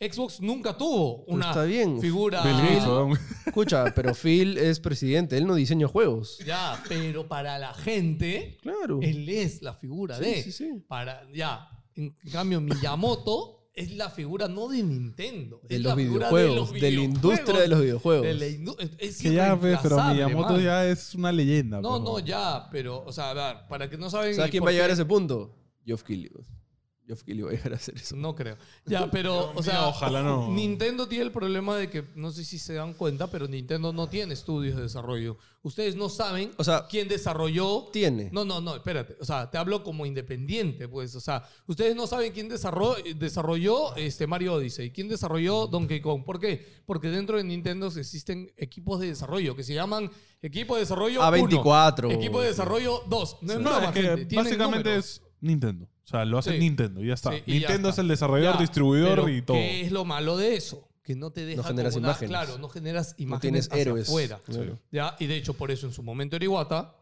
Speaker 2: Xbox nunca tuvo
Speaker 3: Pero
Speaker 2: una
Speaker 3: Pues está bien.
Speaker 2: figura.
Speaker 1: Bill Gates, weón.
Speaker 3: Escucha, pero Phil es presidente, él no diseña juegos.
Speaker 2: Ya, pero para la gente,
Speaker 3: Claro.
Speaker 2: él es la figura
Speaker 3: Sí,
Speaker 2: de.
Speaker 3: sí, sí.
Speaker 2: Para, ya. En cambio, Miyamoto es la figura no de Nintendo.
Speaker 3: De
Speaker 2: es
Speaker 3: los
Speaker 2: la figura
Speaker 3: videojuegos, de la industria de los videojuegos. pues,
Speaker 2: de la indu- es
Speaker 1: Que ya, ve, pero
Speaker 2: irreemplazable,
Speaker 1: Miyamoto
Speaker 2: man.
Speaker 1: ya es una leyenda.
Speaker 2: No,
Speaker 1: pues,
Speaker 2: no,
Speaker 1: weón.
Speaker 2: ya, pero, o sea, a ver, para que no saben.
Speaker 3: ¿Sabes quién
Speaker 2: por
Speaker 3: va a
Speaker 2: qué-
Speaker 3: llegar a ese punto? Geoff Keighley. Geoff Keighley va a llegar a hacer eso.
Speaker 2: No creo. Ya, pero, o
Speaker 1: mío,
Speaker 2: sea,
Speaker 1: ojalá no.
Speaker 2: Nintendo tiene el problema de que, no sé si se dan cuenta, pero Nintendo no tiene estudios de desarrollo. Ustedes no saben
Speaker 3: O sea,
Speaker 2: quién desarrolló.
Speaker 3: Tiene.
Speaker 2: No, no, no, espérate. O sea, te hablo como independiente, pues. O sea, ustedes no saben quién desarrolló, desarrolló este Mario Odyssey, quién desarrolló Donkey Kong. ¿Por qué? Porque dentro de Nintendo existen equipos de desarrollo que se llaman equipo de desarrollo
Speaker 3: A24.
Speaker 2: 1, equipo de desarrollo 2. No, es
Speaker 1: No,
Speaker 2: broma,
Speaker 1: es que
Speaker 2: gente, tienen
Speaker 1: básicamente
Speaker 2: números.
Speaker 1: es Nintendo. O sea, lo hace
Speaker 2: Sí.
Speaker 1: Nintendo y ya está.
Speaker 2: Sí, y ya
Speaker 1: Nintendo
Speaker 2: está.
Speaker 1: es el desarrollador,
Speaker 2: Ya,
Speaker 1: distribuidor
Speaker 2: pero
Speaker 1: y todo.
Speaker 2: ¿Qué es lo malo de eso? Que no te deja
Speaker 3: No generas
Speaker 2: como una-
Speaker 3: imágenes.
Speaker 2: Claro, no generas
Speaker 3: No
Speaker 2: imágenes
Speaker 3: tienes
Speaker 2: hacia
Speaker 3: héroes.
Speaker 2: afuera.
Speaker 3: Claro.
Speaker 2: Ya, y de hecho por eso en su momento era Iwata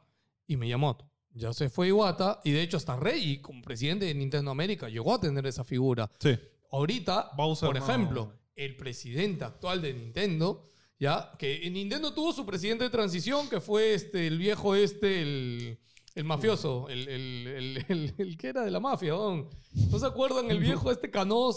Speaker 2: y Miyamoto. ya se fue Iwata y de hecho hasta Reggie, como presidente de Nintendo América, llegó a tener esa figura.
Speaker 1: Sí.
Speaker 2: Ahorita,
Speaker 1: Bowser
Speaker 2: por
Speaker 1: no.
Speaker 2: ejemplo, el presidente actual de Nintendo, ya que en Nintendo tuvo su presidente de transición, que fue este, el viejo este, el, el mafioso, el, el, el- el- el que era de la mafia, ¿no? ¿No se acuerdan el viejo este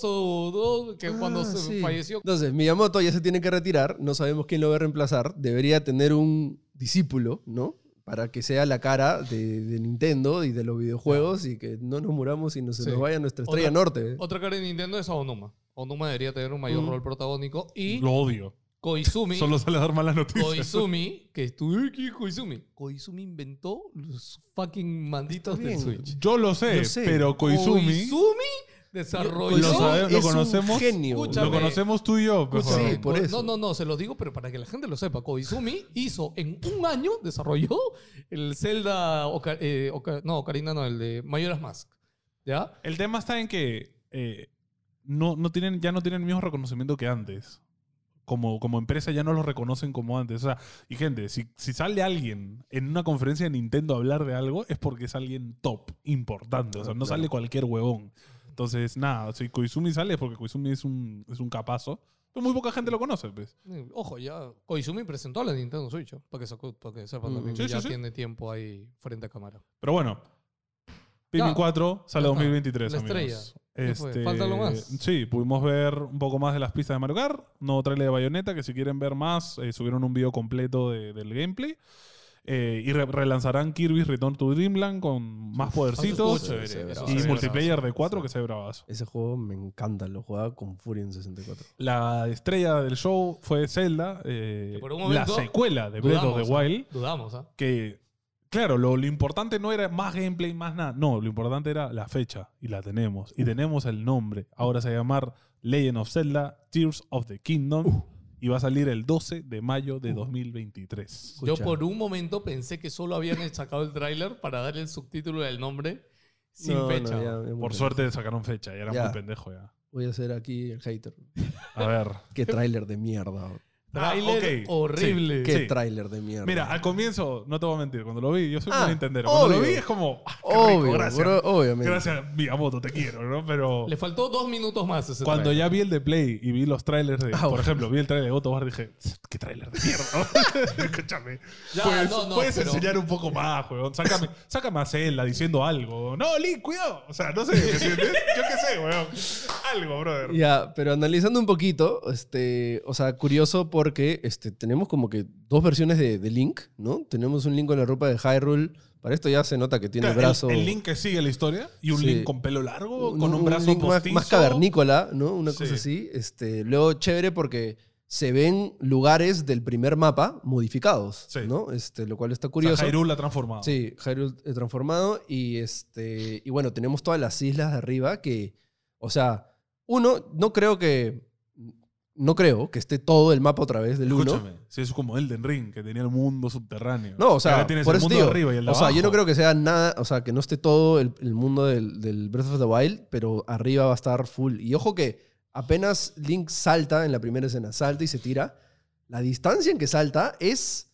Speaker 2: canoso, ¿no? que cuando
Speaker 3: Ah,
Speaker 2: se
Speaker 3: sí.
Speaker 2: falleció?
Speaker 3: Entonces, Miyamoto ya se tiene que retirar, no sabemos quién lo va a reemplazar, debería tener un discípulo, ¿no? Para que sea la cara de, de Nintendo y de los videojuegos y que no nos muramos y no se
Speaker 2: Sí.
Speaker 3: nos vaya nuestra estrella
Speaker 2: Otra-
Speaker 3: norte.
Speaker 2: Otra cara de Nintendo es a Onuma. Onuma debería tener un mayor
Speaker 3: Mm.
Speaker 2: rol protagónico y
Speaker 1: Lo odio.
Speaker 2: Koizumi.
Speaker 1: Solo sale a dar malas noticias.
Speaker 2: Koizumi, que estuvo aquí Koizumi. Koizumi inventó los fucking manditos
Speaker 3: Está
Speaker 2: del
Speaker 3: bien.
Speaker 2: Switch.
Speaker 1: Yo lo sé,
Speaker 3: Yo sé.
Speaker 1: pero Koizumi,
Speaker 2: Koizumi desarrolló.
Speaker 1: Lo sabe- lo
Speaker 3: Es un
Speaker 1: conocemos.
Speaker 3: genio.
Speaker 2: Escucha,
Speaker 1: lo
Speaker 2: Escúchame.
Speaker 1: conocemos tú y yo. pues,
Speaker 3: Escucha,
Speaker 1: joder.
Speaker 3: sí, por eso.
Speaker 2: No, no, no, se los digo, pero para que la gente lo sepa. Koizumi hizo en un año, desarrolló el Zelda. Oca- eh, Oca- no, Ocarina no, el de Mayoras Mask. ¿Ya?
Speaker 1: El tema está en que eh, no, no tienen, ya no tienen el mismo reconocimiento que antes. Como, como empresa ya no los reconocen como antes. O sea, y gente, si, si sale alguien en una conferencia de Nintendo a hablar de algo, es porque es alguien top, importante. O sea, no
Speaker 3: Claro.
Speaker 1: sale cualquier huevón. Entonces, nada, si Koizumi sale es porque Koizumi es un, es un capazo. Pero muy poca gente lo conoce, pues.
Speaker 2: Mm, Ojo, ya Koizumi presentó la Nintendo Switch, ¿eh? para que, sacu- para que sepan
Speaker 3: Mm.
Speaker 2: también
Speaker 1: Sí,
Speaker 2: que
Speaker 1: sí,
Speaker 2: ya
Speaker 1: sí.
Speaker 2: tiene tiempo ahí frente a cámara.
Speaker 1: Pero bueno. Pikmin
Speaker 2: Ya.
Speaker 1: 4 sale
Speaker 2: Ya está.
Speaker 1: 2023,
Speaker 2: La
Speaker 1: amigos. Este,
Speaker 2: ¿Qué fue? Falta algo más.
Speaker 1: Sí, pudimos ver un poco más de las pistas de Mario Kart. Nuevo trailer de Bayonetta, que si quieren ver más, eh, subieron un video completo de- del gameplay. Eh, y re- relanzarán Kirby's Return to Dreamland con más
Speaker 2: Ah,
Speaker 1: podercitos.
Speaker 2: eso estuvo
Speaker 3: Sí,
Speaker 2: chévere,
Speaker 3: sí,
Speaker 2: eso
Speaker 1: Y
Speaker 2: se ve
Speaker 1: multiplayer de 4
Speaker 3: Sí.
Speaker 1: que se ve bravazo.
Speaker 3: Ese juego me encanta, lo jugaba con furia en 64.
Speaker 1: La estrella del show fue Zelda, eh,
Speaker 2: Que por un
Speaker 1: la
Speaker 2: momento
Speaker 1: secuela de Breath of the
Speaker 2: dudamos, ¿eh?
Speaker 1: Wild.
Speaker 2: Dudamos, ¿ah?
Speaker 1: que, claro, lo, lo importante no era más gameplay, más nada. No, lo importante era la fecha y la tenemos. Y tenemos el nombre. Ahora se va a llamar Legend of Zelda, Tears of the Kingdom. Y va a salir el 12 de mayo de 2023.
Speaker 2: Yo
Speaker 3: Escucha.
Speaker 2: por un momento pensé que solo habían sacado el tráiler para darle el subtítulo del nombre sin
Speaker 3: No, no,
Speaker 2: fecha.
Speaker 3: ya, ya
Speaker 1: Por
Speaker 3: mucho.
Speaker 1: suerte sacaron fecha, ya era
Speaker 3: Ya.
Speaker 1: muy pendejo ya.
Speaker 3: Voy a ser aquí el hater.
Speaker 1: A ver.
Speaker 3: Qué tráiler de mierda.
Speaker 2: Tráiler
Speaker 1: Ah, ok.
Speaker 2: horrible.
Speaker 1: Sí.
Speaker 3: Qué tráiler de mierda.
Speaker 1: Mira, al comienzo, no te voy a mentir, cuando lo vi, yo soy
Speaker 3: Ah,
Speaker 1: un nintendero. Cuando lo
Speaker 3: obvio.
Speaker 1: vi es como, ah, qué rico,
Speaker 3: obvio,
Speaker 1: gracias.
Speaker 3: bro, obviamente.
Speaker 1: gracias, Miyamoto, te quiero, ¿no? Pero
Speaker 2: Le faltó dos minutos más a ese
Speaker 1: Cuando
Speaker 2: tráiler.
Speaker 1: ya vi el de Play y vi los trailers de,
Speaker 3: Ah,
Speaker 1: por
Speaker 3: bueno.
Speaker 1: ejemplo, vi el trailer de Gotobar dije, qué trailer de mierda. Escúchame.
Speaker 2: Ya,
Speaker 1: puedes
Speaker 2: no, no,
Speaker 1: puedes
Speaker 2: pero-
Speaker 1: enseñar un poco más, weón. Sácame, sácame a Zelda diciendo algo. No, Link, cuidado. O sea, no sé, ¿me entiendes? Yo qué sé, weón. Algo, brother.
Speaker 3: Ya, pero analizando un poquito, este, o sea, curioso porque este, tenemos como que dos versiones de, de Link, ¿no? Tenemos un Link con la ropa de Hyrule. Para esto ya se nota que tiene
Speaker 1: Claro, el-
Speaker 3: brazo.
Speaker 1: el, Link que sigue la historia y un
Speaker 3: Sí.
Speaker 1: Link con pelo largo, con un, brazo
Speaker 3: Link más,
Speaker 1: postizo.
Speaker 3: más cavernícola, ¿no? Una cosa
Speaker 1: Sí.
Speaker 3: así. Este, luego, chévere porque se ven lugares del primer mapa modificados,
Speaker 1: Sí.
Speaker 3: ¿no? Este, lo cual está
Speaker 1: O sea,
Speaker 3: curioso.
Speaker 1: Hyrule la ha transformado.
Speaker 3: Sí, Hyrule eh, transformado. Y este. Y bueno, tenemos todas las islas de arriba que. O sea, uno, no creo que. No creo que esté todo el mapa otra vez del uno.
Speaker 1: Escúchame, si es como Elden Ring, que tenía el mundo subterráneo.
Speaker 3: No, o sea,
Speaker 1: Ahora tienes
Speaker 3: por
Speaker 1: el
Speaker 3: eso
Speaker 1: mundo
Speaker 3: digo,
Speaker 1: de arriba y el de
Speaker 3: o sea, yo
Speaker 1: abajo.
Speaker 3: no creo que sea nada, o sea, que no esté todo el, el mundo del, del Breath of the Wild, pero arriba va a estar full. Y ojo que apenas Link salta en la primera escena, salta y se tira, la distancia en que salta es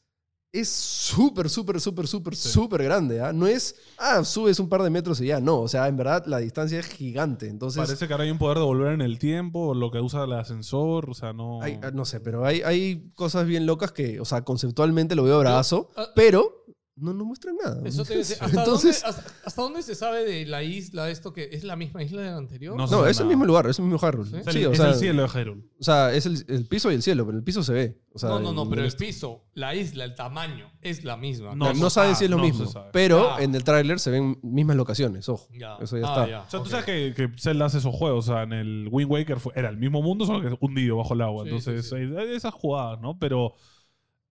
Speaker 3: es súper, súper, súper, súper,
Speaker 1: Sí.
Speaker 3: súper grande, ¿ah? No es, ah, subes un par de metros y ya, no, o sea, en verdad la distancia es gigante, entonces...
Speaker 1: Parece que ahora hay un poder de volver en el tiempo, lo que usa el ascensor, o sea, no...
Speaker 3: hay- ah, no sé, pero hay, hay cosas bien locas que, o sea, conceptualmente lo veo brazo,
Speaker 2: ah,
Speaker 3: pero no nos muestran nada.
Speaker 2: Eso te iba a decir, ¿Hasta,
Speaker 3: Entonces-
Speaker 2: dónde, hasta, hasta dónde se sabe de la isla esto que es la misma isla del anterior?
Speaker 1: No sé.
Speaker 3: No,
Speaker 1: sea,
Speaker 3: es el
Speaker 1: nada.
Speaker 3: mismo lugar, es el mismo Hyrule.
Speaker 2: ¿Sí?
Speaker 3: Sí,
Speaker 1: Es el-
Speaker 3: o,
Speaker 1: es
Speaker 3: sea,
Speaker 1: el cielo de Hyrule.
Speaker 3: o sea, es el, el piso y el cielo, pero el piso se ve. O sea,
Speaker 2: no, no, no,
Speaker 3: en-
Speaker 2: pero el piso, la isla, el tamaño es la misma.
Speaker 1: No.
Speaker 3: no,
Speaker 1: se
Speaker 3: no saben
Speaker 1: sabe,
Speaker 3: si es lo
Speaker 1: no
Speaker 3: mismo,
Speaker 1: se sabe.
Speaker 3: pero
Speaker 2: Ah.
Speaker 3: en el tráiler se ven mismas locaciones, ojo.
Speaker 2: Ya.
Speaker 3: Eso ya
Speaker 2: Ah,
Speaker 3: está.
Speaker 1: O sea,
Speaker 2: ok.
Speaker 1: tú sabes que, que Zelda hace esos juegos. O sea, en el Wind Waker fue- era el mismo mundo, solo que hundido bajo el agua.
Speaker 2: Sí,
Speaker 1: Entonces,
Speaker 2: sí,
Speaker 1: hay esas jugadas, ¿no? Pero,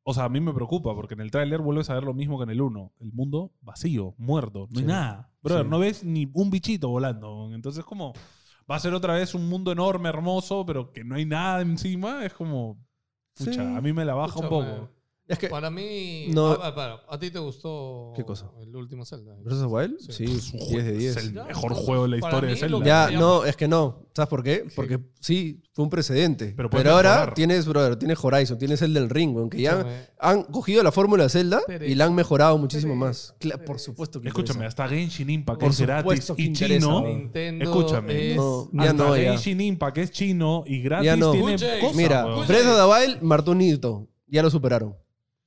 Speaker 1: o sea, a mí me preocupa porque en el tráiler vuelves a ver lo mismo que en el 1. El mundo vacío, muerto, no hay
Speaker 3: Sí.
Speaker 1: nada. Brother,
Speaker 3: Sí.
Speaker 1: no ves ni un bichito volando. Entonces, como va a ser otra vez un mundo enorme, hermoso, pero que no hay nada encima. Es como, pucha,
Speaker 3: Sí.
Speaker 1: a mí me la baja un
Speaker 2: Escúchame,
Speaker 1: poco.
Speaker 3: Es que.
Speaker 2: Para mí.
Speaker 3: No.
Speaker 2: Ah, ah, para, ¿A ti te gustó
Speaker 3: ¿Qué cosa?
Speaker 2: el último Zelda?
Speaker 3: ¿Breath of the Wild?
Speaker 2: Sí.
Speaker 3: Sí, 10 de
Speaker 1: Es
Speaker 3: 10.
Speaker 1: el mejor juego de la
Speaker 2: Para
Speaker 1: historia de
Speaker 2: mí lo
Speaker 1: Zelda.
Speaker 2: que-
Speaker 3: Ya,
Speaker 2: Ya.
Speaker 3: no, es que no. ¿Sabes por qué? Porque sí, fue un precedente.
Speaker 1: Pero
Speaker 3: Pero,
Speaker 1: puedes mejorar.
Speaker 3: ahora tienes, brother, tienes Horizon, tienes el del Ring, aunque ya
Speaker 2: Escúchame.
Speaker 3: han cogido la fórmula de Zelda
Speaker 2: Teresa.
Speaker 3: y la han mejorado muchísimo
Speaker 2: Teresa,
Speaker 3: más. Cla- por
Speaker 2: Teresa.
Speaker 3: supuesto que
Speaker 1: Escúchame,
Speaker 3: interesa.
Speaker 1: hasta Genshin Impact, que
Speaker 3: Por
Speaker 1: es gratis
Speaker 3: supuesto que
Speaker 1: y
Speaker 3: interesa,
Speaker 1: chino.
Speaker 3: weón.
Speaker 2: Nintendo
Speaker 1: Escúchame.
Speaker 2: es-
Speaker 3: No,
Speaker 1: hasta
Speaker 3: ya no, ya.
Speaker 1: Genshin Impact, que es chino y gratis,
Speaker 3: Ya no.
Speaker 1: tiene
Speaker 2: Escuche,
Speaker 1: cosas,
Speaker 3: Mira,
Speaker 1: weón.
Speaker 2: escuche.
Speaker 3: Breath of the Wild, Martunito, ya lo superaron.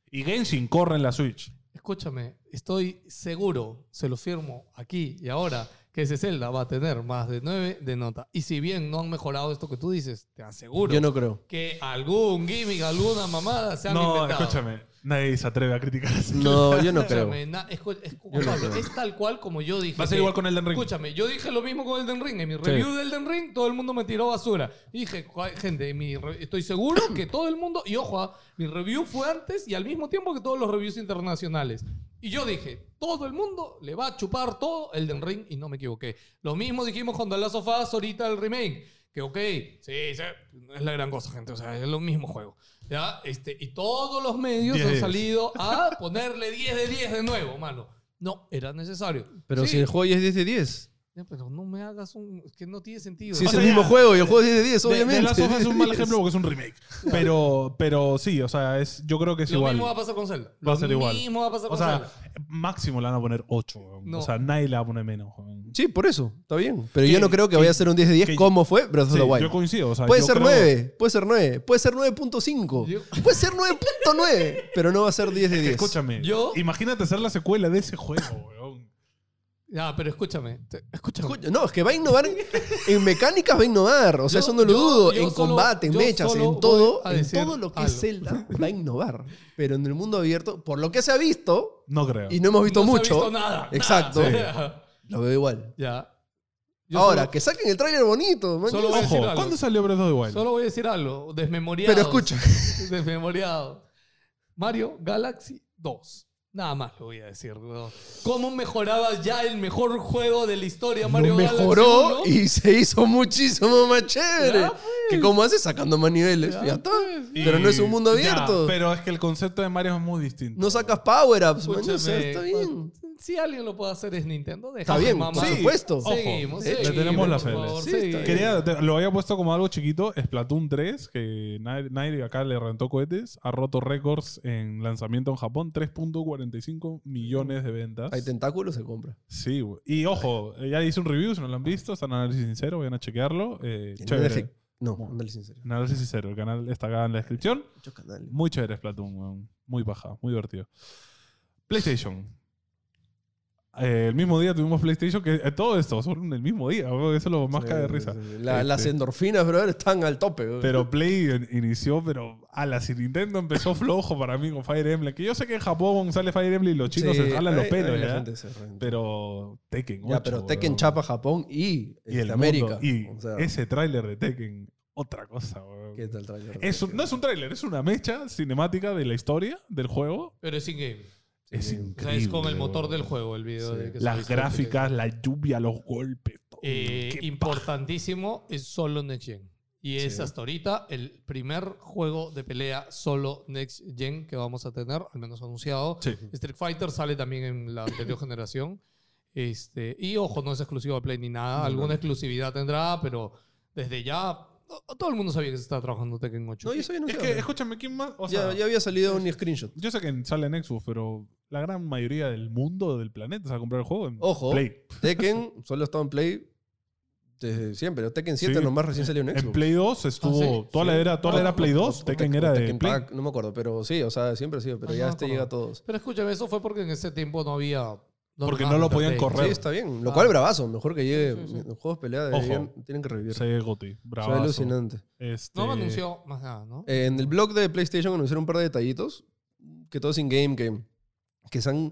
Speaker 1: Y Genshin corre en la Switch.
Speaker 2: Escúchame, estoy seguro, se lo firmo aquí y ahora, que ese Zelda va a tener más de 9 de nota. Y si bien no han mejorado esto que tú dices, te aseguro
Speaker 3: Yo no creo.
Speaker 2: que algún gimmick, alguna mamada se han
Speaker 1: No,
Speaker 2: inventado.
Speaker 1: escúchame. Nadie se atreve a criticar a Zelda.
Speaker 3: No, yo no creo.
Speaker 2: Escúchame, na- escu- es,
Speaker 3: Yo no
Speaker 2: Pablo,
Speaker 3: creo.
Speaker 2: es tal cual como yo dije.
Speaker 1: Va a ser
Speaker 2: que-
Speaker 1: igual con Elden Ring.
Speaker 2: Escúchame, yo dije lo mismo con Elden Ring. En mi
Speaker 1: Sí.
Speaker 2: review de Elden Ring, todo el mundo me tiró basura. Y dije, "Jua- gente, en mi re- estoy seguro que todo el mundo. Y ojo, ah, mi review fue antes y al mismo tiempo que todos los reviews internacionales. Y yo dije, todo el mundo le va a chupar todo Elden Ring y no me equivoqué. Lo mismo dijimos con The Last of Us ahorita el remake. Que ok, sí, sí, no es la gran cosa, gente. O sea, es lo mismo juego. ¿Ya? Este, y todos los medios
Speaker 1: Diez de
Speaker 2: han
Speaker 1: diez.
Speaker 2: salido a ponerle 10 de 10 de nuevo, mano. No, era necesario.
Speaker 3: Pero
Speaker 2: Sí,
Speaker 3: si el juego ya es 10 de 10.
Speaker 2: ya, pero no me hagas un. Es que no tiene sentido.
Speaker 3: Si
Speaker 1: O
Speaker 3: es
Speaker 1: sea,
Speaker 3: el mismo
Speaker 1: ya.
Speaker 3: juego y el juego es 10 de 10, obviamente.
Speaker 1: De, de Last of Us es un mal
Speaker 3: 10.
Speaker 1: ejemplo porque es un remake. Pero, pero sí, o sea, es, yo creo que es
Speaker 2: lo
Speaker 1: igual.
Speaker 2: mismo va a pasar con Zelda.
Speaker 1: Va a ser igual.
Speaker 2: Lo mismo va a pasar
Speaker 1: O
Speaker 2: con
Speaker 1: sea,
Speaker 2: Zelda.
Speaker 1: máximo le van a poner 8.
Speaker 2: No.
Speaker 1: O sea, nadie le va a poner menos. weón.
Speaker 3: Sí, por eso, está bien. Pero
Speaker 1: Que-
Speaker 3: yo no creo que,
Speaker 1: que-
Speaker 3: vaya a ser un 10 de 10
Speaker 1: que-
Speaker 3: como fue Breath of
Speaker 1: Sí,
Speaker 3: the Wild.
Speaker 1: yo coincido. O sea,
Speaker 3: Puede
Speaker 1: yo
Speaker 3: ser
Speaker 1: creo-
Speaker 3: 9, puede ser 9, puede ser 9.5,
Speaker 2: Yo-
Speaker 3: puede ser 9.9, pero no va a ser 10 de
Speaker 1: Es que
Speaker 3: 10.
Speaker 1: escúchame.
Speaker 2: Yo-
Speaker 1: Imagínate hacer la secuela de ese juego, weón.
Speaker 2: Ya, pero escúchame. te- escúchame.
Speaker 3: Escucha, No, es que va a innovar. en- En mecánicas va a innovar. O sea,
Speaker 2: Yo-
Speaker 3: eso no lo
Speaker 2: yo-
Speaker 3: dudo.
Speaker 2: yo
Speaker 3: en
Speaker 2: solo-
Speaker 3: combate, en
Speaker 2: yo
Speaker 3: mechas,
Speaker 2: solo
Speaker 3: en todo.
Speaker 2: voy a
Speaker 3: En
Speaker 2: decir
Speaker 3: todo lo que es
Speaker 2: algo.
Speaker 3: Zelda va a innovar. Pero en el mundo abierto, por lo que se ha visto,
Speaker 1: No creo.
Speaker 3: y no hemos visto
Speaker 2: no se ha
Speaker 3: mucho,
Speaker 2: visto nada.
Speaker 3: Exacto.
Speaker 2: nada.
Speaker 3: lo veo igual.
Speaker 2: Ya. Yo
Speaker 3: Ahora,
Speaker 2: solo-
Speaker 3: que saquen el tráiler bonito. man.
Speaker 2: Solo- voy a
Speaker 1: Ojo,
Speaker 2: decir algo.
Speaker 1: ¿cuándo salió Breath of the Wild?
Speaker 2: Solo voy a decir algo, desmemoriado.
Speaker 3: Pero escucha.
Speaker 2: Desmemoriado. Mario Galaxy 2. Nada más lo voy a decir, weón. ¿Cómo mejoraba ya el mejor juego de la historia Mario
Speaker 3: lo
Speaker 2: Galaxy
Speaker 3: mejoró
Speaker 2: 1?
Speaker 3: y se hizo muchísimo más chévere.
Speaker 2: Ya, pues.
Speaker 3: Que como hace sacando más niveles. Ya,
Speaker 2: Ya,
Speaker 3: está.
Speaker 2: pues.
Speaker 1: Y-
Speaker 3: Pero no es un mundo
Speaker 1: Ya,
Speaker 3: abierto.
Speaker 1: pero es que el concepto de Mario es muy distinto.
Speaker 3: No sacas power-ups, man.
Speaker 2: Escúchame,
Speaker 3: O sea, está
Speaker 1: pues,
Speaker 3: bien.
Speaker 2: Si alguien lo puede hacer es Nintendo. Déjame,
Speaker 3: Está bien,
Speaker 2: mamá.
Speaker 3: por
Speaker 1: Sí,
Speaker 3: supuesto.
Speaker 1: ojo,
Speaker 2: Seguimos,
Speaker 1: le
Speaker 2: seguimos,
Speaker 1: tenemos la
Speaker 2: por
Speaker 1: fe.
Speaker 2: favor,
Speaker 3: Sí, está
Speaker 2: seguimos.
Speaker 3: bien.
Speaker 1: Eh, Quería, te- lo había puesto como algo chiquito, Splatoon 3, que nadie, nadie acá le rentó cohetes, ha roto récords en lanzamiento en Japón, 3.45 millones de ventas.
Speaker 3: Hay tentáculos, se compra.
Speaker 1: Sí, güey. y ojo, eh, ya hice un review, si no lo han visto, está en Análisis Sincero, vayan a chequearlo. Eh,
Speaker 3: Tiene un
Speaker 1: chévere.
Speaker 3: efe- No, ándale sincero.
Speaker 1: Análisis Sincero, el canal está acá en la descripción.
Speaker 3: Muchos canales.
Speaker 1: Muy chévere Splatoon, weón. muy baja, muy divertido. PlayStation. Eh, el mismo día tuvimos PlayStation, que eh, todo esto, son el mismo día, weón, eso es lo más
Speaker 3: Sí,
Speaker 1: cae de risa.
Speaker 3: sí, sí. La- Las
Speaker 1: Este,
Speaker 3: endorfinas, brother, están al tope. bro.
Speaker 1: Pero Play in- inició, pero a la si Nintendo empezó flojo para mí con Fire Emblem. Que yo sé que en Japón sale Fire Emblem y los chinos
Speaker 3: Sí,
Speaker 1: se jalan los
Speaker 3: ay,
Speaker 1: pelos,
Speaker 3: ay, la
Speaker 1: ¿ya?
Speaker 3: gente se renta.
Speaker 1: Pero Tekken 8.
Speaker 3: Ya, pero Tekken
Speaker 1: weón.
Speaker 3: chapa Japón y,
Speaker 1: y el
Speaker 3: este, América.
Speaker 1: mundo. Y
Speaker 3: O sea,
Speaker 1: ese tráiler de Tekken, otra cosa, weón.
Speaker 3: ¿qué tal trailer?
Speaker 1: Es un- no es un tráiler, es una mecha cinemática de la historia del juego.
Speaker 2: Pero es in-game.
Speaker 1: Es
Speaker 2: O sea,
Speaker 1: increíble.
Speaker 2: es con el motor
Speaker 1: weón.
Speaker 2: del juego el video.
Speaker 3: Sí.
Speaker 2: de que se
Speaker 1: Las
Speaker 2: hizo.
Speaker 1: gráficas, la lluvia, los golpes. todo.
Speaker 2: Eh,
Speaker 1: Qué
Speaker 2: importantísimo es solo Next Gen. Y es
Speaker 3: Sí.
Speaker 2: hasta ahorita el primer juego de pelea solo Next Gen que vamos a tener, al menos anunciado.
Speaker 1: Sí.
Speaker 2: Street Fighter sale también en la anterior generación. Este, y ojo, no es exclusivo a Play ni nada. Alguna exclusividad tendrá, pero desde ya no- todo el mundo sabía que se está trabajando Tekken 8.
Speaker 3: No, yo soy
Speaker 1: Es
Speaker 3: anunciado.
Speaker 1: que, escúchame, ¿quién más? O sea,
Speaker 3: ya, ya había salido un screenshot.
Speaker 1: Yo sé que sale en Xbox, pero la gran mayoría del mundo, del planeta, se va a comprar el juego en
Speaker 3: Ojo.
Speaker 1: Play.
Speaker 3: Tekken solo estaba en Play desde siempre. Tekken 7
Speaker 1: Sí.
Speaker 3: nomás recién salió en Xbox.
Speaker 1: En Play 2 estuvo.
Speaker 2: Ah, sí,
Speaker 1: toda la era, toda la era Play 2,
Speaker 3: O
Speaker 1: Tekken era
Speaker 3: o
Speaker 1: de
Speaker 3: Tekken
Speaker 1: Play.
Speaker 3: Tag, no me acuerdo, pero sí, o sea, siempre ha sido. Pero
Speaker 2: Ah,
Speaker 3: ya
Speaker 2: no me
Speaker 3: este
Speaker 2: acuerdo.
Speaker 3: llega a todos.
Speaker 2: Pero escúchame, eso fue porque en ese tiempo no había.
Speaker 1: Porque
Speaker 2: había
Speaker 1: no lo podían
Speaker 2: Tekken.
Speaker 1: correr.
Speaker 3: Sí, está bien. Lo cual,
Speaker 2: Ah.
Speaker 3: bravazo. Mejor que llegue.
Speaker 2: Sí, sí, sí.
Speaker 3: Los juegos de pelea
Speaker 1: Ojo.
Speaker 3: deberían- tienen que revivir.
Speaker 1: Sí, Goti.
Speaker 3: Fue
Speaker 1: Bravo.
Speaker 3: alucinante.
Speaker 1: Este,
Speaker 2: No me anunció más nada, ¿no?
Speaker 3: Eh, en el blog de PlayStation anunciaron un par de detallitos, que todo es in-game, que, que son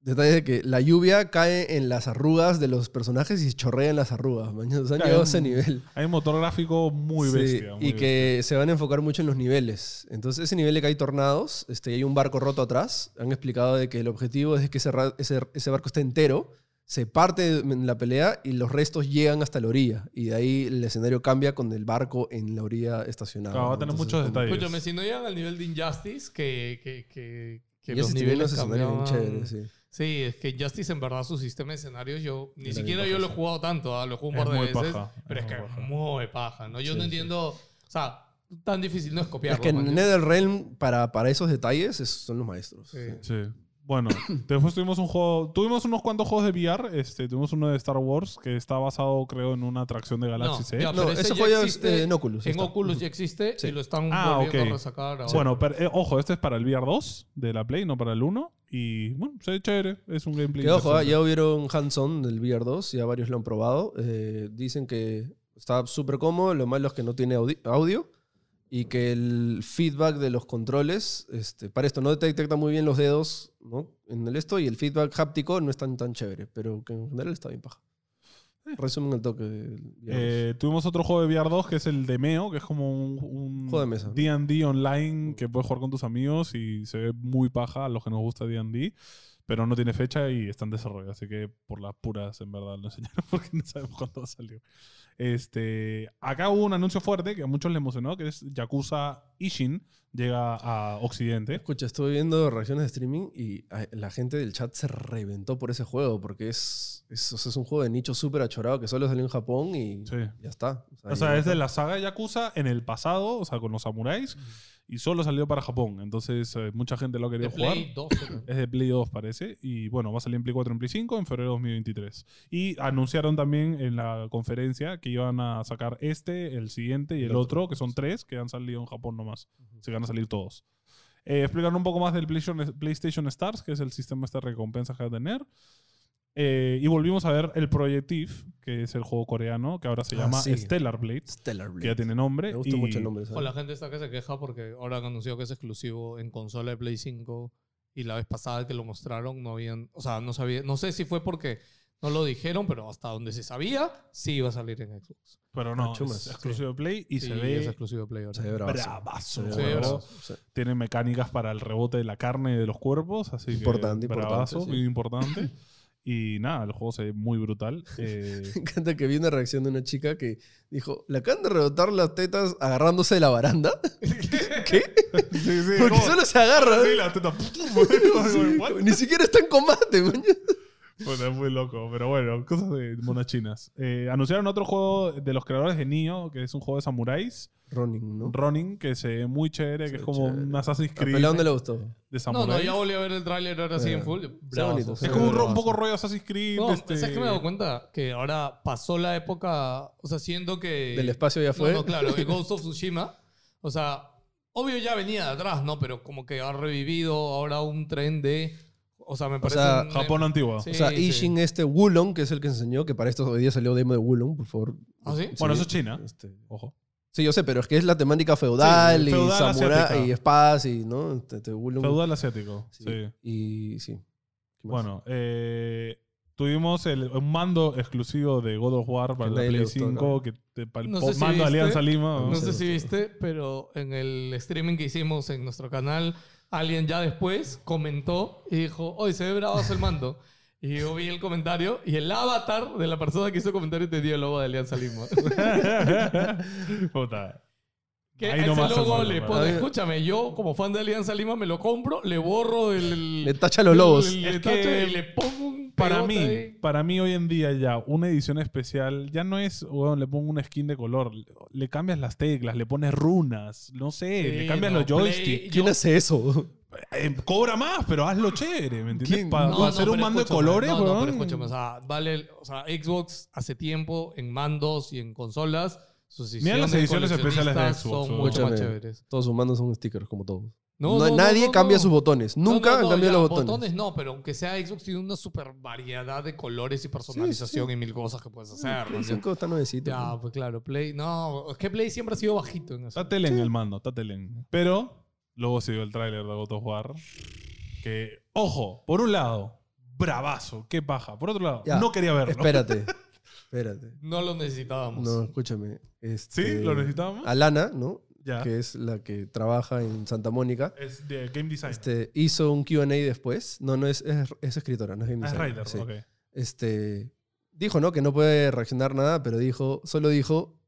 Speaker 3: detalles de que la lluvia cae en las arrugas de los personajes y chorrea en las arrugas. Man. O sea,
Speaker 1: Cae
Speaker 3: han llegado a
Speaker 1: un-
Speaker 3: ese nivel.
Speaker 1: Hay un motor gráfico muy
Speaker 3: Sí,
Speaker 1: bestia. muy
Speaker 3: y
Speaker 1: bestia.
Speaker 3: que se van a enfocar mucho en los niveles. Entonces, ese nivel de que hay tornados, este, y hay un barco roto atrás, han explicado de que el objetivo es que ese, ra- ese, ese barco esté entero se parte en la pelea y los restos llegan hasta la orilla. Y de ahí el escenario cambia con el barco en la orilla estacionado.
Speaker 1: Claro, va a
Speaker 3: ¿no?
Speaker 1: tener
Speaker 3: Entonces,
Speaker 1: muchos
Speaker 3: como-
Speaker 1: detalles.
Speaker 2: Escúchame, si no llegan al nivel de Injustice, que, que, que, que
Speaker 3: Y ese
Speaker 2: los
Speaker 3: tiene unos
Speaker 2: niveles
Speaker 3: escenarios bien
Speaker 2: cambiaban.
Speaker 3: chéveres, sí.
Speaker 2: Sí, es que Injustice en verdad su sistema de escenarios yo ni
Speaker 3: Era
Speaker 2: siquiera
Speaker 3: bien
Speaker 2: yo lo
Speaker 3: paja,
Speaker 2: he
Speaker 3: sí.
Speaker 2: jugado tanto, ¿ah? lo juego un
Speaker 1: Es
Speaker 2: par de
Speaker 1: muy
Speaker 2: veces,
Speaker 1: paja,
Speaker 2: pero
Speaker 1: es
Speaker 2: es que
Speaker 1: muy
Speaker 2: es
Speaker 1: paja.
Speaker 2: muy paja, ¿no? Yo
Speaker 3: Sí,
Speaker 2: no
Speaker 3: sí.
Speaker 2: entiendo, o sea, tan difícil no es copiarlo.
Speaker 3: Es que
Speaker 2: man.
Speaker 3: en NetherRealm, para, para esos detalles, es- son los maestros.
Speaker 2: Sí.
Speaker 3: Sí.
Speaker 1: Sí. Bueno, después tuvimos un juego. Tuvimos unos cuantos juegos de VR. Este, tuvimos uno de Star Wars que está basado, creo, en una atracción de Galaxy C.
Speaker 2: ya,
Speaker 3: No,
Speaker 2: pero ese
Speaker 3: ese
Speaker 2: ya
Speaker 3: juego ya es
Speaker 2: existe
Speaker 3: eh, en Oculus.
Speaker 2: en
Speaker 3: está.
Speaker 2: Oculus ya existe
Speaker 3: Sí.
Speaker 2: y lo están
Speaker 1: Ah,
Speaker 2: volviendo
Speaker 1: ok.
Speaker 2: a sacar ahora.
Speaker 1: Bueno, pero eh, ojo, este es para el VR 2 de la Play, no para el 1. Y bueno, se ve chévere. Es un gameplay.
Speaker 3: Que ojo, ah,
Speaker 1: interesante.
Speaker 3: ya hubieron hands-on del VR2, ya varios lo han probado. Eh, dicen que está súper cómodo, lo malo es que no tiene audi- audio y que el feedback de los controles, este, para esto no detecta muy bien los dedos ¿no? en el esto y el feedback háptico no es tan, tan chévere, pero que en general está bien paja.
Speaker 2: Eh.
Speaker 3: Resumen el toque del VR2.
Speaker 1: Eh, tuvimos otro juego de VR 2 que es el de Meo, que es como un, un
Speaker 3: Juego de mesa. Mm.
Speaker 1: D&D online que puedes jugar con tus amigos y se ve muy paja a los que nos gusta D&D, pero no tiene fecha y está en desarrollo, así que por las puras en verdad lo enseñaron porque no sabemos cuándo va a salir. Este, acá hubo un anuncio fuerte que a muchos les emocionó, que es Yakuza Ishin llega a Occidente.
Speaker 3: Escucha, estuve viendo reacciones de streaming y ay, la gente del chat se reventó por ese juego porque es, es, o sea, es un juego de nicho súper achorado que solo salió en Japón y
Speaker 1: Sí.
Speaker 3: ya está.
Speaker 1: O sea, es de la saga de Yakuza en el pasado, o sea, con los samuráis, y solo salió para Japón. Entonces, eh, mucha gente lo ha querido
Speaker 2: de
Speaker 1: jugar.
Speaker 2: Play 2. creo.
Speaker 1: Es de Play 2, parece. Y bueno, va a salir en Play 4 en Play 5 en febrero de 2023. Y anunciaron también en la conferencia que iban a sacar este, el siguiente y el,
Speaker 3: El otro.
Speaker 1: otro, que son tres que han salido en Japón nomás. Se van a salir todos. Eh, explicaron un poco más del PlayStation, PlayStation Stars, que es el sistema este de recompensas que va a tener. Eh, y volvimos a ver el Projective, que es el juego coreano, que ahora se
Speaker 3: Ah,
Speaker 1: llama
Speaker 3: sí.
Speaker 1: Stellar Blade,
Speaker 3: Stellar Blade.
Speaker 1: que ya tiene nombre.
Speaker 3: Me gusta
Speaker 1: y-
Speaker 3: mucho el nombre. ¿sabes?
Speaker 2: O Pues la gente está que se queja porque ahora han anunciado que es exclusivo en consola de Play 5 y la vez pasada que lo mostraron no habían, o sea, no sabía, no sé si fue porque no lo dijeron, pero hasta donde se sabía, sí iba a salir en Xbox.
Speaker 1: Pero no,
Speaker 3: Ah, chumas.
Speaker 1: es exclusivo de Play y
Speaker 2: Sí,
Speaker 1: se ve
Speaker 2: es exclusivo de Play ahora.
Speaker 3: Se ve bravazo.
Speaker 1: bravazo.
Speaker 3: Se ve
Speaker 2: Sí,
Speaker 1: juego.
Speaker 3: bravazo, sí.
Speaker 1: Tiene mecánicas para el rebote de la carne y de los cuerpos, así
Speaker 3: Importante,
Speaker 1: que
Speaker 3: importante,
Speaker 1: bravazo,
Speaker 3: sí.
Speaker 1: muy importante. Y nada, el juego se ve muy brutal. Eh,
Speaker 3: Me encanta que vi una reacción de una chica que dijo, ¿la acaban de rebotar las tetas agarrándose de la baranda? ¿Qué?
Speaker 1: sí, sí,
Speaker 3: Porque
Speaker 1: como-
Speaker 3: solo se agarra.
Speaker 1: sí, la teta.
Speaker 3: Sí,
Speaker 1: What?
Speaker 3: Ni siquiera está en combate, man.
Speaker 1: Bueno, es muy loco, pero bueno, cosas de monas chinas. Eh, anunciaron otro juego de los creadores de Nioh, que es un juego de samuráis,
Speaker 3: Ronin, ¿no?
Speaker 1: Running, que se ve muy chévere,
Speaker 3: Se
Speaker 1: que es
Speaker 3: ve
Speaker 1: como
Speaker 3: chévere.
Speaker 1: un Assassin's
Speaker 3: ¿A pelado
Speaker 1: Creed
Speaker 3: dónde le
Speaker 1: de
Speaker 3: gustó?
Speaker 2: No, no,
Speaker 1: samuráis.
Speaker 2: ya volví a ver el tráiler ahora sí
Speaker 3: Eh,
Speaker 2: en full. Bravazo,
Speaker 3: bonito,
Speaker 2: se
Speaker 1: es
Speaker 2: ve
Speaker 1: como un, ro- un
Speaker 2: bravazo.
Speaker 1: poco rollo Assassin's Creed.
Speaker 2: No,
Speaker 1: este-
Speaker 2: ¿sabes qué me he dado cuenta? Que ahora pasó la época, o sea, siento que...
Speaker 3: Del espacio ya fue.
Speaker 2: No, no, claro, el Ghost of Tsushima. O sea, obvio ya venía de atrás, ¿no? Pero como que ha revivido ahora un tren de. O sea, me parece.
Speaker 3: sea,
Speaker 2: un-
Speaker 1: Japón antiguo.
Speaker 2: Sí,
Speaker 3: O sea,
Speaker 2: sí.
Speaker 3: Ishin este Wulong, que es el que enseñó, que para esto hoy día salió demo de Wulong, por favor.
Speaker 2: ¿Ah, sí?
Speaker 1: Bueno, eso es China.
Speaker 3: Este,
Speaker 1: Ojo.
Speaker 3: Sí, yo sé, pero es que es la temática feudal,
Speaker 1: Sí, feudal
Speaker 3: y samurái
Speaker 1: asiática.
Speaker 3: y espadas y, ¿no? Este, este Wulong.
Speaker 1: Feudal asiático.
Speaker 3: Sí.
Speaker 1: sí.
Speaker 3: Y sí. ¿Qué más?
Speaker 1: Bueno, eh, tuvimos el, un mando exclusivo de God of War para la
Speaker 3: Que nadie le
Speaker 1: Play
Speaker 3: gustó,
Speaker 1: 5,
Speaker 3: ¿no?
Speaker 1: que te- para el
Speaker 2: No
Speaker 1: po-
Speaker 2: sé si
Speaker 1: mando
Speaker 2: viste.
Speaker 1: Alianza Lima.
Speaker 2: No
Speaker 1: ¿no?
Speaker 2: sé si viste, pero en el streaming que hicimos en nuestro canal, alguien ya después comentó y dijo: Hoy se ve bravazo el mando. Y yo vi el comentario y el avatar de la persona que hizo el comentario tenía el logo de Alianza Lima.
Speaker 1: Puta.
Speaker 2: Que
Speaker 1: Ahí
Speaker 2: a ese
Speaker 1: nomás se
Speaker 2: logo
Speaker 1: muere,
Speaker 2: le
Speaker 1: ¿verdad?
Speaker 2: pone, escúchame, yo como fan de Alianza Lima me lo compro, le borro el...
Speaker 3: Le tacha los lobos.
Speaker 2: Le,
Speaker 1: Es
Speaker 2: tacho
Speaker 1: que
Speaker 2: y le pongo un
Speaker 1: Para
Speaker 2: pegote
Speaker 1: mí,
Speaker 2: ahí.
Speaker 1: para mí hoy en día ya una edición especial ya no es, weón, le pongo una skin de color, le- le cambias las teclas, le pones runas, no sé,
Speaker 2: Sí,
Speaker 1: Eh, le cambias
Speaker 2: no,
Speaker 1: los
Speaker 2: Play-
Speaker 1: joysticks.
Speaker 3: ¿Quién
Speaker 2: yo-
Speaker 3: hace eso?
Speaker 1: Eh, cobra más, pero hazlo chévere, ¿me entiendes?
Speaker 3: ¿Quién?
Speaker 1: Para
Speaker 2: No, no,
Speaker 1: hacer un
Speaker 2: pero
Speaker 1: mando de
Speaker 2: escúchame,
Speaker 1: colores,
Speaker 2: No, no,
Speaker 1: weón.
Speaker 2: pero escúchame, o sea, vale, el- o sea, Xbox hace tiempo en mandos y en consolas, sus
Speaker 1: Mira las ediciones especiales de
Speaker 2: coleccionistas
Speaker 1: Xbox,
Speaker 2: son
Speaker 1: weón.
Speaker 2: mucho más
Speaker 3: Escúchame.
Speaker 2: chéveres.
Speaker 3: Todos humanos son stickers, como todos.
Speaker 2: No,
Speaker 3: Na-
Speaker 2: no, no,
Speaker 3: nadie
Speaker 2: no,
Speaker 3: cambia
Speaker 2: no.
Speaker 3: sus botones.
Speaker 2: No,
Speaker 3: Nunca
Speaker 2: no, no,
Speaker 3: han cambiado
Speaker 2: ya,
Speaker 3: los botones.
Speaker 2: no, pero aunque sea Xbox tiene una super variedad de colores y personalización y mil cosas que puedes hacer. ¿no?
Speaker 3: El 5 está nuevecito.
Speaker 2: Ya, pues claro, Play. No, es que Play siempre ha sido bajito en eso.
Speaker 1: Está telen el mando, está telen. Pero luego se dio el tráiler de God of War. Que, ojo, por un lado, bravazo, qué paja. Por otro lado,
Speaker 3: Ya,
Speaker 1: no quería verlo.
Speaker 3: Espérate. Espérate.
Speaker 2: No lo necesitábamos.
Speaker 3: No,
Speaker 1: ¿Sí?
Speaker 3: escúchame. Este,
Speaker 1: ¿Lo necesitábamos?
Speaker 3: Alana, ¿no?
Speaker 1: Ya.
Speaker 3: Que es la que trabaja en Santa Mónica.
Speaker 1: Es de game design.
Speaker 3: Este, hizo un QA después. No, no es, es, es escritora, no es game
Speaker 1: Ah, es
Speaker 3: designer,
Speaker 1: Rider,
Speaker 3: sí.
Speaker 1: ok.
Speaker 3: este, dijo, ¿no? Que no puede reaccionar nada, pero dijo, solo dijo,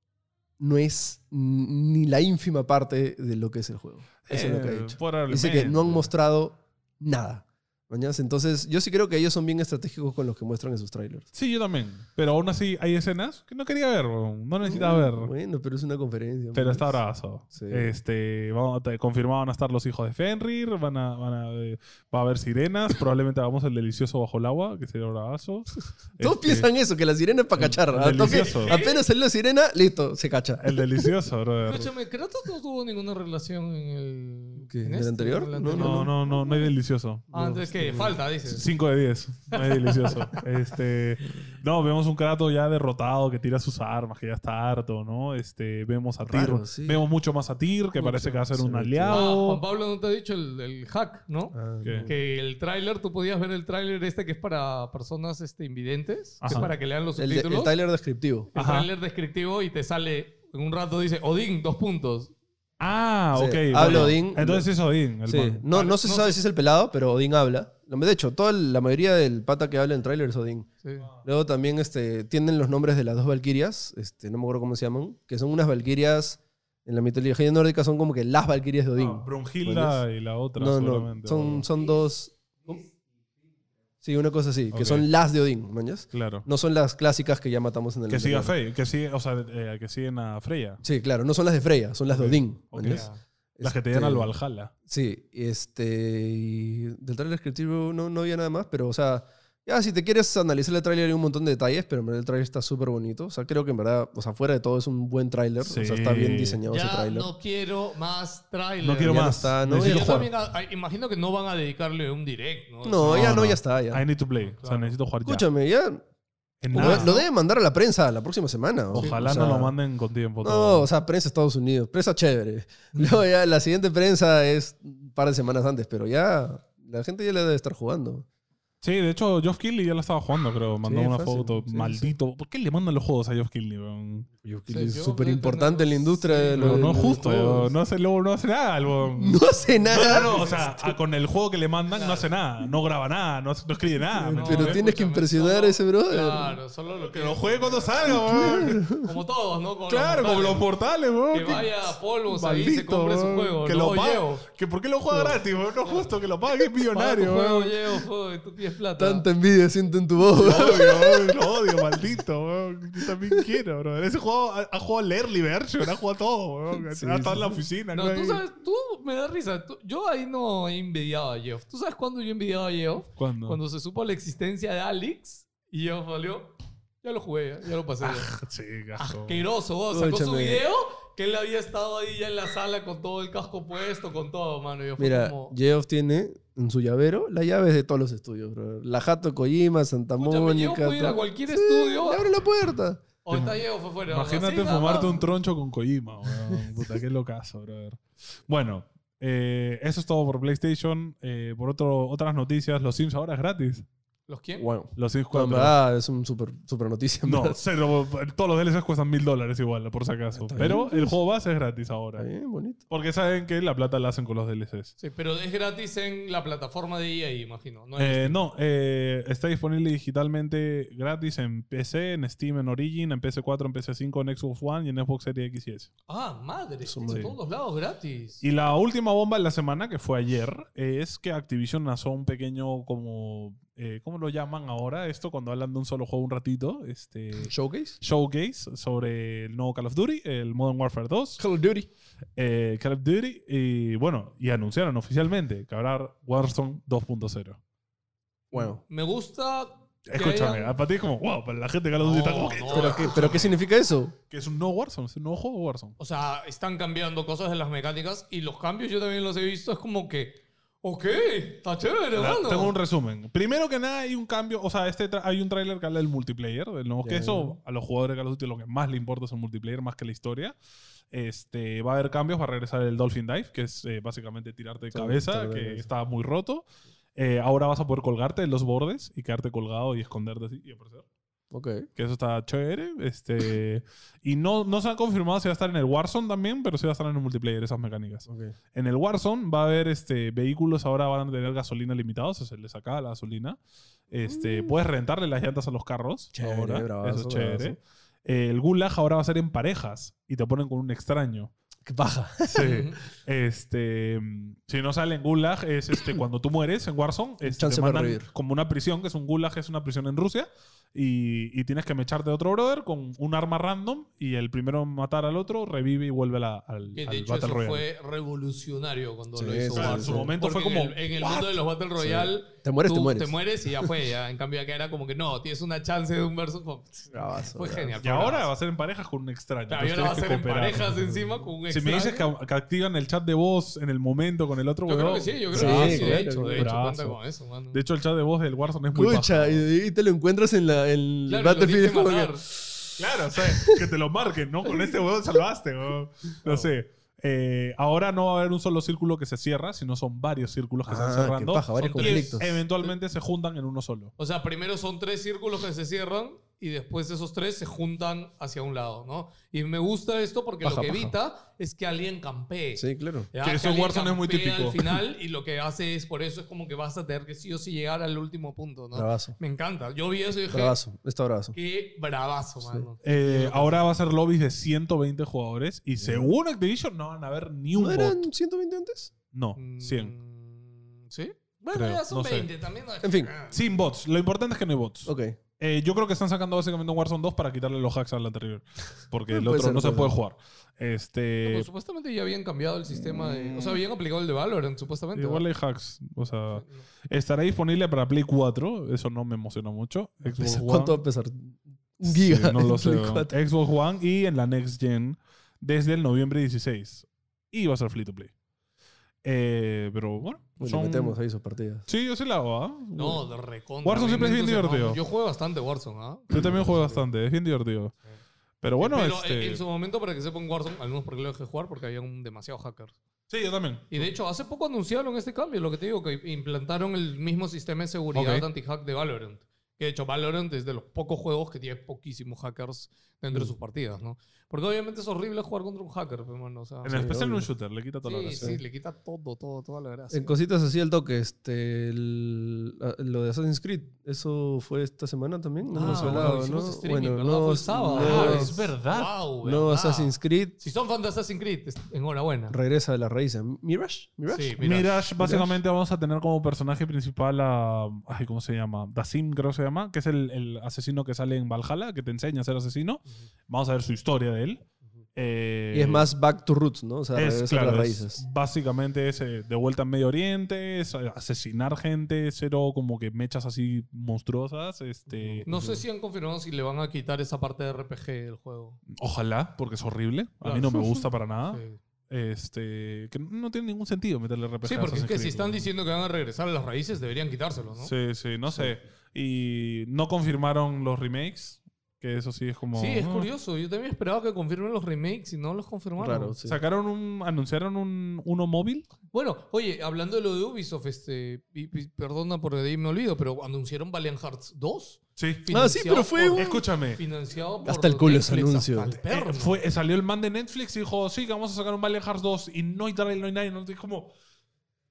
Speaker 3: no es n- ni la ínfima parte de lo que es el juego. Eso es lo que ha
Speaker 1: Eh,
Speaker 3: dicho.
Speaker 1: probablemente.
Speaker 3: Dice que no han mostrado nada. ¿Mañas? Entonces, yo sí creo que ellos son bien estratégicos con los que muestran en sus trailers.
Speaker 1: Sí, yo también. Pero aún así hay escenas que no quería ver, weón. no necesitaba ver.
Speaker 3: Mm, Bueno, pero es una conferencia.
Speaker 1: Pero
Speaker 3: pues.
Speaker 1: está bravazo.
Speaker 3: Sí.
Speaker 1: Este, vamos, te- confirmado van a estar los hijos de Fenrir, van a, van a, eh, va a haber sirenas, probablemente hagamos el delicioso bajo el agua, que sería bravazo.
Speaker 3: Todos
Speaker 1: Este, ah,
Speaker 3: piensan eso, que la sirena es para cachar. Al toque,
Speaker 1: delicioso.
Speaker 3: apenas salió la sirena, listo, se cacha.
Speaker 1: El delicioso, brother.
Speaker 2: Escúchame, Kratos no tuvo ninguna relación en el.
Speaker 3: ¿Qué?
Speaker 2: en este,
Speaker 3: ¿En el anterior?
Speaker 2: en el
Speaker 3: No,
Speaker 1: No, no, no, no hay delicioso.
Speaker 2: Ah, entonces,
Speaker 1: Este,
Speaker 2: ¿qué? Falta, dices.
Speaker 1: 5 de 10. Es delicioso. este, no, vemos un Kratos ya derrotado que tira sus armas, que ya está harto, ¿no? Este, vemos a Tyr.
Speaker 3: Raro, sí.
Speaker 1: Vemos mucho más a Tyr, que
Speaker 3: Mucho,
Speaker 1: parece que va a ser
Speaker 3: se
Speaker 1: un
Speaker 3: ve
Speaker 2: Ah, Juan
Speaker 1: aliado.
Speaker 2: Pablo no te ha dicho el, el hack, ¿no?
Speaker 3: Ah,
Speaker 1: ¿Qué?
Speaker 3: no.
Speaker 2: Que el tráiler, tú podías ver el tráiler este que es para personas este, invidentes, que es
Speaker 1: Ajá.
Speaker 2: para que lean los
Speaker 3: El,
Speaker 2: subtítulos.
Speaker 3: el trailer descriptivo.
Speaker 2: el
Speaker 1: Ajá.
Speaker 2: tráiler descriptivo y te sale en un rato dice Odín, dos puntos.
Speaker 1: Ah,
Speaker 3: Sí,
Speaker 1: ok.
Speaker 3: habla
Speaker 1: bueno.
Speaker 3: Odín.
Speaker 1: Entonces es Odín. El
Speaker 3: Sí.
Speaker 1: man.
Speaker 3: No,
Speaker 2: Vale,
Speaker 3: no se
Speaker 2: no
Speaker 3: sabe si es el pelado, pero Odín habla. Lo- De hecho, toda la mayoría del pata que habla en el tráiler es Odín.
Speaker 2: Sí.
Speaker 3: Luego también este, tienen los nombres de las dos valquirias, este, no me acuerdo cómo se llaman, que son unas valquirias en la mitología nórdica, son como que las valquirias de Odín.
Speaker 1: Ah, Brunhilda y la otra,
Speaker 3: no, no,
Speaker 1: seguramente.
Speaker 3: son,
Speaker 1: o-
Speaker 3: son dos... Sí, una cosa así, que
Speaker 1: Ok.
Speaker 3: son las de Odín, ¿mañas?
Speaker 1: Claro.
Speaker 3: No son las clásicas que ya matamos en el
Speaker 1: que siga
Speaker 3: anterior.
Speaker 1: Frey, que sigue, o sea, eh, que siguen a Freya.
Speaker 3: Sí, claro, no son las de Freya, son las
Speaker 1: Ok,
Speaker 3: de Odín.
Speaker 1: ok. Ah.
Speaker 3: ¿mañas?
Speaker 1: Las que te
Speaker 3: Este,
Speaker 1: llevan al Valhalla.
Speaker 3: Sí, este. y Del tráiler descriptivo no, no había nada más, pero, o sea, ya si te quieres analizar el tráiler hay un montón de detalles, pero en verdad el tráiler está súper bonito. O sea, creo que en verdad, o sea, fuera de todo es un buen tráiler. O
Speaker 1: Sí.
Speaker 3: sea, está bien diseñado ese
Speaker 2: Ya
Speaker 3: tráiler.
Speaker 2: no quiero más tráiler.
Speaker 1: No quiero
Speaker 3: ya no
Speaker 1: más.
Speaker 3: está, no,
Speaker 1: necesito
Speaker 2: Yo
Speaker 3: ya-
Speaker 1: jugar.
Speaker 2: también ah, imagino que no van a dedicarle un direct, ¿no?
Speaker 3: No,
Speaker 1: No,
Speaker 3: ya no,
Speaker 1: no.
Speaker 3: ya está, ya.
Speaker 1: I need to play. O sea,
Speaker 2: Claro.
Speaker 1: necesito jugar ya.
Speaker 3: Escúchame, ya.
Speaker 1: En
Speaker 3: Lo,
Speaker 1: nada.
Speaker 3: lo debe mandar a la prensa la próxima semana. o-
Speaker 1: Ojalá
Speaker 3: o sea,
Speaker 1: no lo manden con tiempo.
Speaker 3: No,
Speaker 1: todo.
Speaker 3: o sea, prensa de Estados Unidos, prensa chévere.
Speaker 1: Mm.
Speaker 3: Luego ya la siguiente prensa es un par de semanas antes, pero ya la gente ya le debe estar jugando.
Speaker 1: Sí, de hecho, Geoff Keighley ya la estaba jugando, creo. Mandó
Speaker 3: Sí,
Speaker 1: una
Speaker 3: fácil.
Speaker 1: foto.
Speaker 3: Sí,
Speaker 1: Maldito. ¿Por qué le mandan los juegos a Geoff Keighley, weón?
Speaker 2: Sí,
Speaker 3: es
Speaker 2: yo
Speaker 3: súper
Speaker 2: de
Speaker 3: importante
Speaker 2: tener-
Speaker 3: en la industria de
Speaker 2: Sí,
Speaker 1: No,
Speaker 3: los-
Speaker 1: no es
Speaker 3: de los
Speaker 1: justo.
Speaker 3: juegos.
Speaker 1: weón. No hace, luego no hace nada, el weón.
Speaker 3: No hace nada.
Speaker 1: Claro, o sea, a- con el juego que le mandan no hace nada. No graba nada, no, hace- no escribe nada. ¿me
Speaker 2: No,
Speaker 3: pero
Speaker 1: entiendes?
Speaker 3: tiene- tienes que
Speaker 2: escúchame,
Speaker 3: impresionar a ese brother.
Speaker 2: Claro, solo lo que.
Speaker 1: Que lo juegue cuando salga, weón.
Speaker 2: Como todos, ¿no? Como
Speaker 1: Claro,
Speaker 2: los
Speaker 1: como los portales,
Speaker 2: mortales.
Speaker 1: weón.
Speaker 2: Que
Speaker 1: Que-
Speaker 2: vaya a Polvos ahí y se
Speaker 1: Maldito,
Speaker 2: compre su
Speaker 1: weón.
Speaker 2: juego.
Speaker 1: Que
Speaker 2: no,
Speaker 1: lo pague.
Speaker 2: Yeo.
Speaker 1: Que por qué lo juega gratis, weón. No es justo que lo pague, que es
Speaker 2: Paga tu
Speaker 1: millonario,
Speaker 2: juego,
Speaker 1: weón.
Speaker 2: Yeo, joder, tú tienes plata.
Speaker 3: Tanta envidia siento en tu voz.
Speaker 1: Lo odio, weón, lo odio, maldito, weón. Yo también quiero, bro. Ese juego ha, ha jugado el early version, ha jugado todo, weón.
Speaker 3: Sí,
Speaker 1: ha estado
Speaker 3: sí.
Speaker 1: en la oficina,
Speaker 2: No,
Speaker 1: creo
Speaker 2: tú
Speaker 1: ahí.
Speaker 2: sabes, tú me da risa. Tú- yo ahí no envidiaba a Geoff. ¿Tú sabes cuándo yo envidiaba a Geoff?
Speaker 1: ¿Cuándo?
Speaker 2: Cuando se supo la existencia de Alex y Geoff salió. Ya lo jugué, ya, ya lo pasé. ya".
Speaker 1: Sí,
Speaker 2: Ah,
Speaker 1: gasto.
Speaker 2: Asqueroso, vos. Sacó su
Speaker 3: Escúchame.
Speaker 2: video que él había estado ahí ya en la sala con todo el casco puesto, con todo, mano. Y yo fue
Speaker 3: Mira,
Speaker 2: como,
Speaker 3: Geoff tiene en su llavero las llaves de todos los estudios, bro. La Jato Kojima, Santa
Speaker 2: escúchame, Geoff
Speaker 3: Mónica.
Speaker 2: puede ir a
Speaker 3: todo.
Speaker 2: cualquier
Speaker 3: Sí,
Speaker 2: estudio.
Speaker 3: le abre la puerta.
Speaker 2: O está Geoff fue fuera.
Speaker 1: Imagínate fumarte un troncho con Kojima, weón. Puta, qué locazo, brother. Bueno, eh, eso es todo por PlayStation. Eh, por otro, otras noticias, los Sims ahora es gratis.
Speaker 2: ¿Los quién?
Speaker 3: Bueno,
Speaker 1: Los Sims 4.
Speaker 3: en verdad es un super, super noticia. en
Speaker 1: No,
Speaker 3: verdad.
Speaker 1: cero. Todos los DLCs cuestan mil dólares igual, por si acaso.
Speaker 3: Está bien.
Speaker 1: Pero el juego base es gratis ahora.
Speaker 3: Está bien, bonito.
Speaker 1: Porque saben que la plata la hacen con los DLCs.
Speaker 2: Sí, pero es gratis en la plataforma de EA, imagino. No es-
Speaker 1: Eh, no, eh, está disponible digitalmente gratis en PC, en Steam, en Origin, en PC4, en PC5, en Xbox One y en Xbox Series X y S.
Speaker 2: Ah, madre.
Speaker 3: Su
Speaker 2: Por
Speaker 1: madre.
Speaker 2: todos lados gratis.
Speaker 1: Y la última bomba de la semana, que fue ayer, es que Activision lanzó un pequeño como... eh, ¿Cómo lo llaman ahora esto? Cuando hablan de un solo juego un ratito. Este,
Speaker 3: ¿Showcase?
Speaker 1: showcase sobre el nuevo Call of Duty, el Modern Warfare 2.
Speaker 3: Call of Duty.
Speaker 1: eh, Call of Duty y bueno, y anunciaron oficialmente que habrá Warzone 2.0.
Speaker 3: Bueno.
Speaker 2: Me gusta. que
Speaker 1: Escúchame,
Speaker 2: hayan-
Speaker 1: para ti es como, wow, para la gente de Call of Duty está
Speaker 2: No,
Speaker 1: como que,
Speaker 2: no.
Speaker 3: ¿Pero qué, pero qué significa eso?
Speaker 1: que es un nuevo Warzone, es un nuevo juego de Warzone.
Speaker 2: O sea, están cambiando cosas en las mecánicas y los cambios yo también los he visto. Es como que. Ok, está chévere,
Speaker 1: La-
Speaker 2: hermano.
Speaker 1: Tengo un resumen. Primero que nada hay un cambio, o sea, este tra- hay un tráiler que habla del multiplayer, del nuevo, que
Speaker 3: Ya,
Speaker 1: eso a los jugadores de Call of Duty lo que más le importa es el multiplayer más que la historia. Este, va a haber cambios, va a regresar el Dolphin Dive, que es eh, básicamente tirarte de
Speaker 3: Sí,
Speaker 1: cabeza,
Speaker 3: tirarte de
Speaker 1: que
Speaker 3: cabeza.
Speaker 1: está muy roto. Eh, ahora vas a poder colgarte en los bordes y quedarte colgado y esconderte así y aparecer.
Speaker 3: Ok.
Speaker 1: que eso está chévere. Este, y no, no se han confirmado si va a estar en el Warzone también, pero sí va a estar en el multiplayer esas mecánicas.
Speaker 3: Ok.
Speaker 1: En el Warzone va a haber este, vehículos, ahora van a tener gasolina limitada, o sea, se les saca la gasolina. Este, Puedes rentarle las llantas a los carros.
Speaker 3: Chévere,
Speaker 1: ahora.
Speaker 3: bravazo,
Speaker 1: eso es chévere.
Speaker 3: bravazo.
Speaker 1: El Gulag ahora va a ser en parejas y te ponen con un extraño.
Speaker 3: Qué paja.
Speaker 1: Sí. este, mm, si no sale en Gulag, es este, cuando tú mueres en Warzone, es,
Speaker 3: Chance
Speaker 1: te
Speaker 3: para
Speaker 1: mandan
Speaker 3: revivir.
Speaker 1: como una prisión, que es un Gulag, es una prisión en Rusia, y, y tienes que mecharte a otro brother con un arma random y el primero en matar al otro revive y vuelve a la- al,
Speaker 2: Que de
Speaker 1: al
Speaker 2: hecho
Speaker 1: Battle
Speaker 2: eso
Speaker 1: Royale.
Speaker 2: fue revolucionario cuando
Speaker 3: Sí,
Speaker 2: lo hizo.
Speaker 3: claro, en
Speaker 2: Warzone.
Speaker 3: su
Speaker 1: momento
Speaker 2: Porque
Speaker 1: fue como,
Speaker 2: En el, en el
Speaker 1: ¿what?
Speaker 2: mundo de los Battle Royale.
Speaker 3: Te mueres,
Speaker 2: tú
Speaker 3: te mueres.
Speaker 2: y ya fue. Ya. En cambio, acá era como que no, tienes una chance de un versus. como,
Speaker 3: Bravazo,
Speaker 2: Fue
Speaker 3: bravazo.
Speaker 2: genial.
Speaker 1: Y ahora va a ser en parejas con un extraño.
Speaker 2: Claro, y Ah, ahora va a
Speaker 1: Entonces
Speaker 2: ser en
Speaker 1: tienes que cooperar.
Speaker 2: parejas encima con un
Speaker 1: Si me dices
Speaker 2: extraño.
Speaker 1: que, que activan el chat de voz en el momento con el otro
Speaker 2: Yo creo
Speaker 1: huevón,
Speaker 2: que sí, yo creo
Speaker 3: Sí,
Speaker 2: que sí. De
Speaker 3: claro,
Speaker 2: hecho, de hecho,
Speaker 1: claro.
Speaker 2: cuenta con eso, mano.
Speaker 1: De hecho, el chat de voz del Warzone es muy bajo.
Speaker 3: Escucha, y, y te lo encuentras en la en
Speaker 2: Claro, lo
Speaker 3: Battlefield.
Speaker 2: tienes
Speaker 3: es
Speaker 2: que
Speaker 3: como que-
Speaker 2: matar.
Speaker 1: Claro, o sea, que te lo marquen, ¿no? Con este huevón salvaste, huevón. No sé. Eh, ahora no va a haber un solo círculo que se cierra, sino son varios círculos que se
Speaker 3: Ah,
Speaker 1: van
Speaker 3: qué
Speaker 1: cerrando.
Speaker 3: paja, varios
Speaker 1: Son tres.
Speaker 3: conflictos.
Speaker 1: Eventualmente se juntan en uno solo.
Speaker 2: O sea, primero son tres círculos que se cierran y después esos tres se juntan hacia un lado, ¿no? Y me gusta esto porque
Speaker 3: Paja,
Speaker 2: lo que
Speaker 3: paja.
Speaker 2: evita es que alguien campee.
Speaker 3: Sí, claro.
Speaker 2: Ya,
Speaker 1: Que eso en
Speaker 2: alguien
Speaker 1: Warzone es muy
Speaker 2: campea
Speaker 1: típico.
Speaker 2: Al final y lo que hace es, por eso es como que vas a tener que sí o sí llegar al último punto, ¿no?
Speaker 3: Bravazo.
Speaker 2: Me encanta. Yo vi eso y dije,
Speaker 3: Bravazo. Está bravazo.
Speaker 2: qué bravazo, mano.
Speaker 1: Eh, ahora va a ser lobbies de 120 jugadores y según Activision no van a haber ni un
Speaker 3: ¿No
Speaker 1: bot.
Speaker 3: eran 120 antes?
Speaker 1: No,
Speaker 2: Mm,
Speaker 1: 100.
Speaker 2: ¿Sí? Bueno,
Speaker 1: Creo,
Speaker 2: ya son
Speaker 1: no sé.
Speaker 2: 20 también.
Speaker 3: En fin.
Speaker 1: Sin bots. Lo importante es que no hay bots.
Speaker 3: Ok.
Speaker 1: Eh, yo creo que están sacando básicamente un Warzone 2 para quitarle los hacks al anterior. Porque el
Speaker 3: Puede
Speaker 1: otro
Speaker 3: ser,
Speaker 1: no se
Speaker 3: puede
Speaker 1: puede
Speaker 3: ser.
Speaker 1: jugar. Este.
Speaker 2: Pues, supuestamente ya habían cambiado el sistema de... O sea, habían aplicado el de Valorant, supuestamente.
Speaker 1: Igual
Speaker 2: ¿no?
Speaker 1: hay hacks. O sea, estará disponible para Play 4. Eso no me emociona mucho.
Speaker 2: Pues,
Speaker 1: Xbox One.
Speaker 3: ¿Cuánto va a pesar? Un
Speaker 1: Sí,
Speaker 3: giga.
Speaker 1: no lo
Speaker 3: en
Speaker 1: sé.
Speaker 3: Play
Speaker 1: weón.
Speaker 3: cuatro.
Speaker 1: Xbox One y en la Next Gen desde el noviembre 16. Y va a ser free to play. Eh, pero bueno.
Speaker 3: Pues
Speaker 1: son-
Speaker 3: Le metemos ahí sus partidas.
Speaker 1: Sí, yo sí la hago. ¿ah?
Speaker 2: No, de recontra.
Speaker 1: Warzone siempre es bien
Speaker 2: Entonces,
Speaker 1: divertido.
Speaker 2: no, yo juego bastante Warzone, ¿ah?
Speaker 1: Yo también juego bastante. Es bien divertido. Pero bueno,
Speaker 2: Pero
Speaker 1: este-
Speaker 2: en- en su momento, para que sepan Warzone, al menos porque lo dejé jugar, porque había un demasiado hacker.
Speaker 1: Sí, yo también.
Speaker 2: Y de hecho, hace poco anunciaron este cambio, lo que te digo, que implantaron el mismo sistema de seguridad
Speaker 1: Ok.
Speaker 2: anti-hack de Valorant. Que de hecho, Valorant es de los pocos juegos que tiene poquísimos hackers dentro
Speaker 1: Mm.
Speaker 2: de sus partidas, ¿no? Porque obviamente es horrible jugar contra un hacker, pero bueno, o sea.
Speaker 1: En
Speaker 2: sí,
Speaker 1: especial en un
Speaker 3: obvio.
Speaker 1: shooter, le quita toda la
Speaker 2: sí,
Speaker 1: gracia.
Speaker 2: le quita todo, todo, toda la gracia.
Speaker 3: En cositas así al toque, este, el- a- lo de Assassin's Creed, ¿eso fue esta semana también? No
Speaker 2: Ah,
Speaker 3: hemos
Speaker 2: bueno,
Speaker 3: hablado,
Speaker 2: hicimos
Speaker 3: ¿no?
Speaker 2: streaming, ¿verdad? Fue el sábado.
Speaker 3: no-
Speaker 2: Ah, es
Speaker 1: verdad.
Speaker 2: Wow,
Speaker 3: no
Speaker 2: ¿verdad?
Speaker 3: Assassin's Creed
Speaker 2: Si son fans de Assassin's Creed, es- enhorabuena.
Speaker 3: regresa de las raíces. ¿Mirage? ¿Mirage?
Speaker 2: Sí, mira.
Speaker 1: Mirage, básicamente vamos a tener como personaje principal a. Ay, ¿cómo se llama? Dasim, creo que se llama, que es el, el asesino que sale en Valhalla, que te enseña a ser asesino. Vamos a ver su historia de él. Eh,
Speaker 3: Y es más back to roots, ¿no? O sea,
Speaker 1: es,
Speaker 3: regresa
Speaker 1: claro,
Speaker 3: a las
Speaker 1: es-
Speaker 3: raíces.
Speaker 1: básicamente es eh, de vuelta en Medio Oriente, es, eh, asesinar gente, cero como que mechas así monstruosas. Este,
Speaker 2: No sé si han confirmado si le van a quitar esa parte de RPG del juego.
Speaker 1: Ojalá, porque es horrible. A mí
Speaker 2: Claro.
Speaker 1: no me gusta para nada.
Speaker 2: Sí.
Speaker 1: Este, que no tiene ningún sentido meterle RPG
Speaker 2: Sí,
Speaker 1: a
Speaker 2: porque es
Speaker 1: Assassin's
Speaker 2: que si
Speaker 1: Creed,
Speaker 2: están
Speaker 1: ¿no?
Speaker 2: diciendo que van a regresar a las raíces, deberían quitárselo, ¿no? Sí,
Speaker 1: Sí, sí, no sé. Y no confirmaron los remakes, que eso sí es como...
Speaker 2: es
Speaker 1: ah.
Speaker 2: curioso. Yo también esperaba que confirmen los remakes y no los confirmaron.
Speaker 3: Raro, sí.
Speaker 1: Sacaron un... Anunciaron un, uno móvil.
Speaker 2: Bueno, oye, hablando de lo de Ubisoft, este, y- y perdona por de ahí me olvido, pero anunciaron Valiant Hearts 2.
Speaker 1: Sí.
Speaker 3: Ah, sí, pero fue
Speaker 2: Financiado
Speaker 3: un-
Speaker 1: Escúchame.
Speaker 2: por- Financiado por
Speaker 3: Hasta el culo ese
Speaker 2: Netflix,
Speaker 3: anuncio.
Speaker 2: hasta el
Speaker 1: eh,
Speaker 2: perno.
Speaker 1: fue, salió el man de Netflix y dijo, sí, que vamos a sacar un Valiant Hearts 2 y no hay trailer, no hay nadie. No, es como,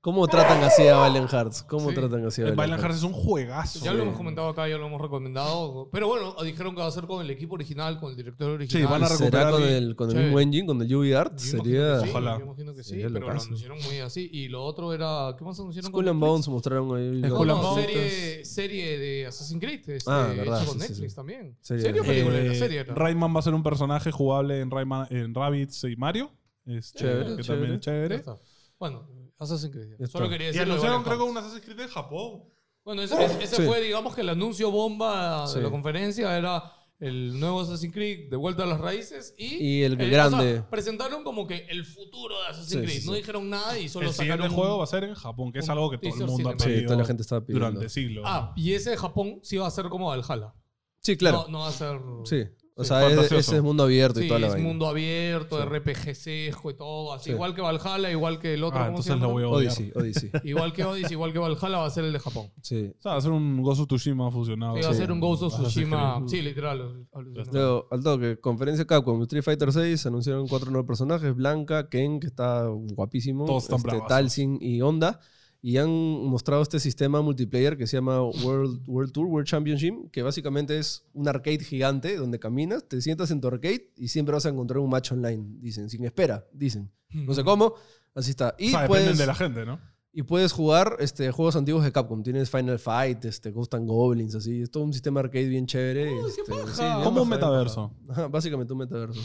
Speaker 3: ¿Cómo tratan así a Valen Hearts? ¿Cómo
Speaker 2: Sí.
Speaker 3: tratan así a
Speaker 1: el Valiant
Speaker 3: Valen
Speaker 1: Hearts es un juegazo.
Speaker 2: Ya lo hemos comentado acá, ya lo hemos recomendado. Pero bueno, dijeron que va a ser con el equipo original, con el director original.
Speaker 1: van a
Speaker 3: ¿Será
Speaker 1: recuperar
Speaker 3: con
Speaker 1: y-
Speaker 3: el, con el
Speaker 2: Sí.
Speaker 3: mismo engine, con el UV Art?
Speaker 2: Yo imagino
Speaker 3: Sería...
Speaker 2: que sí,
Speaker 1: Ojalá.
Speaker 2: Yo imagino que sí,
Speaker 3: Sería
Speaker 2: pero lo
Speaker 3: locazo.
Speaker 2: anunciaron muy así. Y lo otro era. ¿Qué más anunciaron?
Speaker 3: School
Speaker 2: con
Speaker 3: and
Speaker 2: Netflix?
Speaker 3: Bones mostraron ahí...
Speaker 1: School
Speaker 3: los
Speaker 1: and
Speaker 2: No,
Speaker 1: Bones.
Speaker 2: serie, serie de Assassin's Creed. Este,
Speaker 3: Ah, verdad,
Speaker 2: hecho con
Speaker 3: sí, sí,
Speaker 2: Netflix
Speaker 3: sí.
Speaker 2: también.
Speaker 3: Serie.
Speaker 2: Serie, o película era? serie.
Speaker 1: Eh,
Speaker 2: era.
Speaker 1: Rayman va a ser un personaje jugable en, Rayman, en Rabbids y Mario. Este,
Speaker 3: Chévere,
Speaker 1: que también es
Speaker 2: Ya
Speaker 1: chévere.
Speaker 2: está. Bueno, Assassin's Creed.
Speaker 3: Ya
Speaker 2: Solo
Speaker 3: está.
Speaker 2: quería
Speaker 1: Y
Speaker 2: decir.
Speaker 1: anunciaron creo que un Assassin's Creed en Japón.
Speaker 2: Bueno, ese, ese- ese
Speaker 3: Oh, Sí.
Speaker 2: fue, digamos, que el anuncio bomba
Speaker 3: Sí.
Speaker 2: de la conferencia era el nuevo Assassin's Creed de vuelta a las raíces y, eh,
Speaker 3: Y el
Speaker 2: o sea,
Speaker 3: grande.
Speaker 2: presentaron como que el futuro de Assassin's
Speaker 3: Sí,
Speaker 2: Creed.
Speaker 3: sí,
Speaker 2: No
Speaker 3: sí.
Speaker 2: dijeron nada y solo
Speaker 1: El siguiente
Speaker 2: sacaron un-
Speaker 1: juego va a ser en Japón, que es
Speaker 2: un
Speaker 1: algo que todo el
Speaker 2: teaser
Speaker 1: mundo ha
Speaker 2: cinemático.
Speaker 1: pedido
Speaker 3: Sí, toda la gente estaba pidiendo.
Speaker 1: durante siglos.
Speaker 2: Ah, y ese de Japón sí va a ser como Valhalla.
Speaker 3: Sí, claro.
Speaker 2: No, no va a ser.
Speaker 3: Sí. O
Speaker 2: Sí,
Speaker 3: sea, es,
Speaker 1: fantasioso.
Speaker 3: ese es mundo abierto
Speaker 2: Sí,
Speaker 3: y toda la
Speaker 2: es
Speaker 3: vaina.
Speaker 2: mundo abierto,
Speaker 3: Sí.
Speaker 2: RPG sesco y todo. Así,
Speaker 3: Sí.
Speaker 2: Igual que Valhalla, igual que el otro.
Speaker 1: Ah,
Speaker 2: ¿cómo se
Speaker 1: entonces lo
Speaker 2: llama?
Speaker 1: voy a odiar.
Speaker 3: Odyssey, Odyssey.
Speaker 2: Igual que Odyssey, igual que Valhalla, va a ser el de Japón.
Speaker 3: sí.
Speaker 1: O sea, hacer un Ghost of Tsushima fusionado.
Speaker 2: Sí, va a
Speaker 3: sí. Este,
Speaker 2: ser un Ghost of
Speaker 1: Vas a hacer
Speaker 2: Tsushima.
Speaker 1: Hellblade.
Speaker 2: Sí, literal. alucinante.
Speaker 3: Luego, al toque, conferencia Capcom, Street Fighter 6 anunciaron cuatro nuevos personajes, Blanca, Ken, que está guapísimo,
Speaker 1: Todos están
Speaker 3: este,
Speaker 1: bravazos.
Speaker 3: Talsin y Honda, y han mostrado este sistema multiplayer que se llama World, World Tour, World Championship, que básicamente es un arcade gigante donde caminas, te sientas en tu arcade y siempre vas a encontrar un match online, dicen, sin espera, dicen. No sé cómo, así está.
Speaker 1: O
Speaker 3: Y pues,
Speaker 1: sea,
Speaker 2: pues
Speaker 1: dependen
Speaker 3: puedes,
Speaker 1: de la gente, ¿no?
Speaker 3: y puedes jugar este, juegos antiguos de Capcom, tienes Final Fight, este, Ghost and Goblins, así, es todo un sistema arcade bien chévere.
Speaker 2: Oh, qué
Speaker 3: este,
Speaker 2: paja!
Speaker 3: bien
Speaker 1: Como un
Speaker 3: paja, bien
Speaker 1: metaverso.
Speaker 3: paja. Ajá, básicamente un metaverso.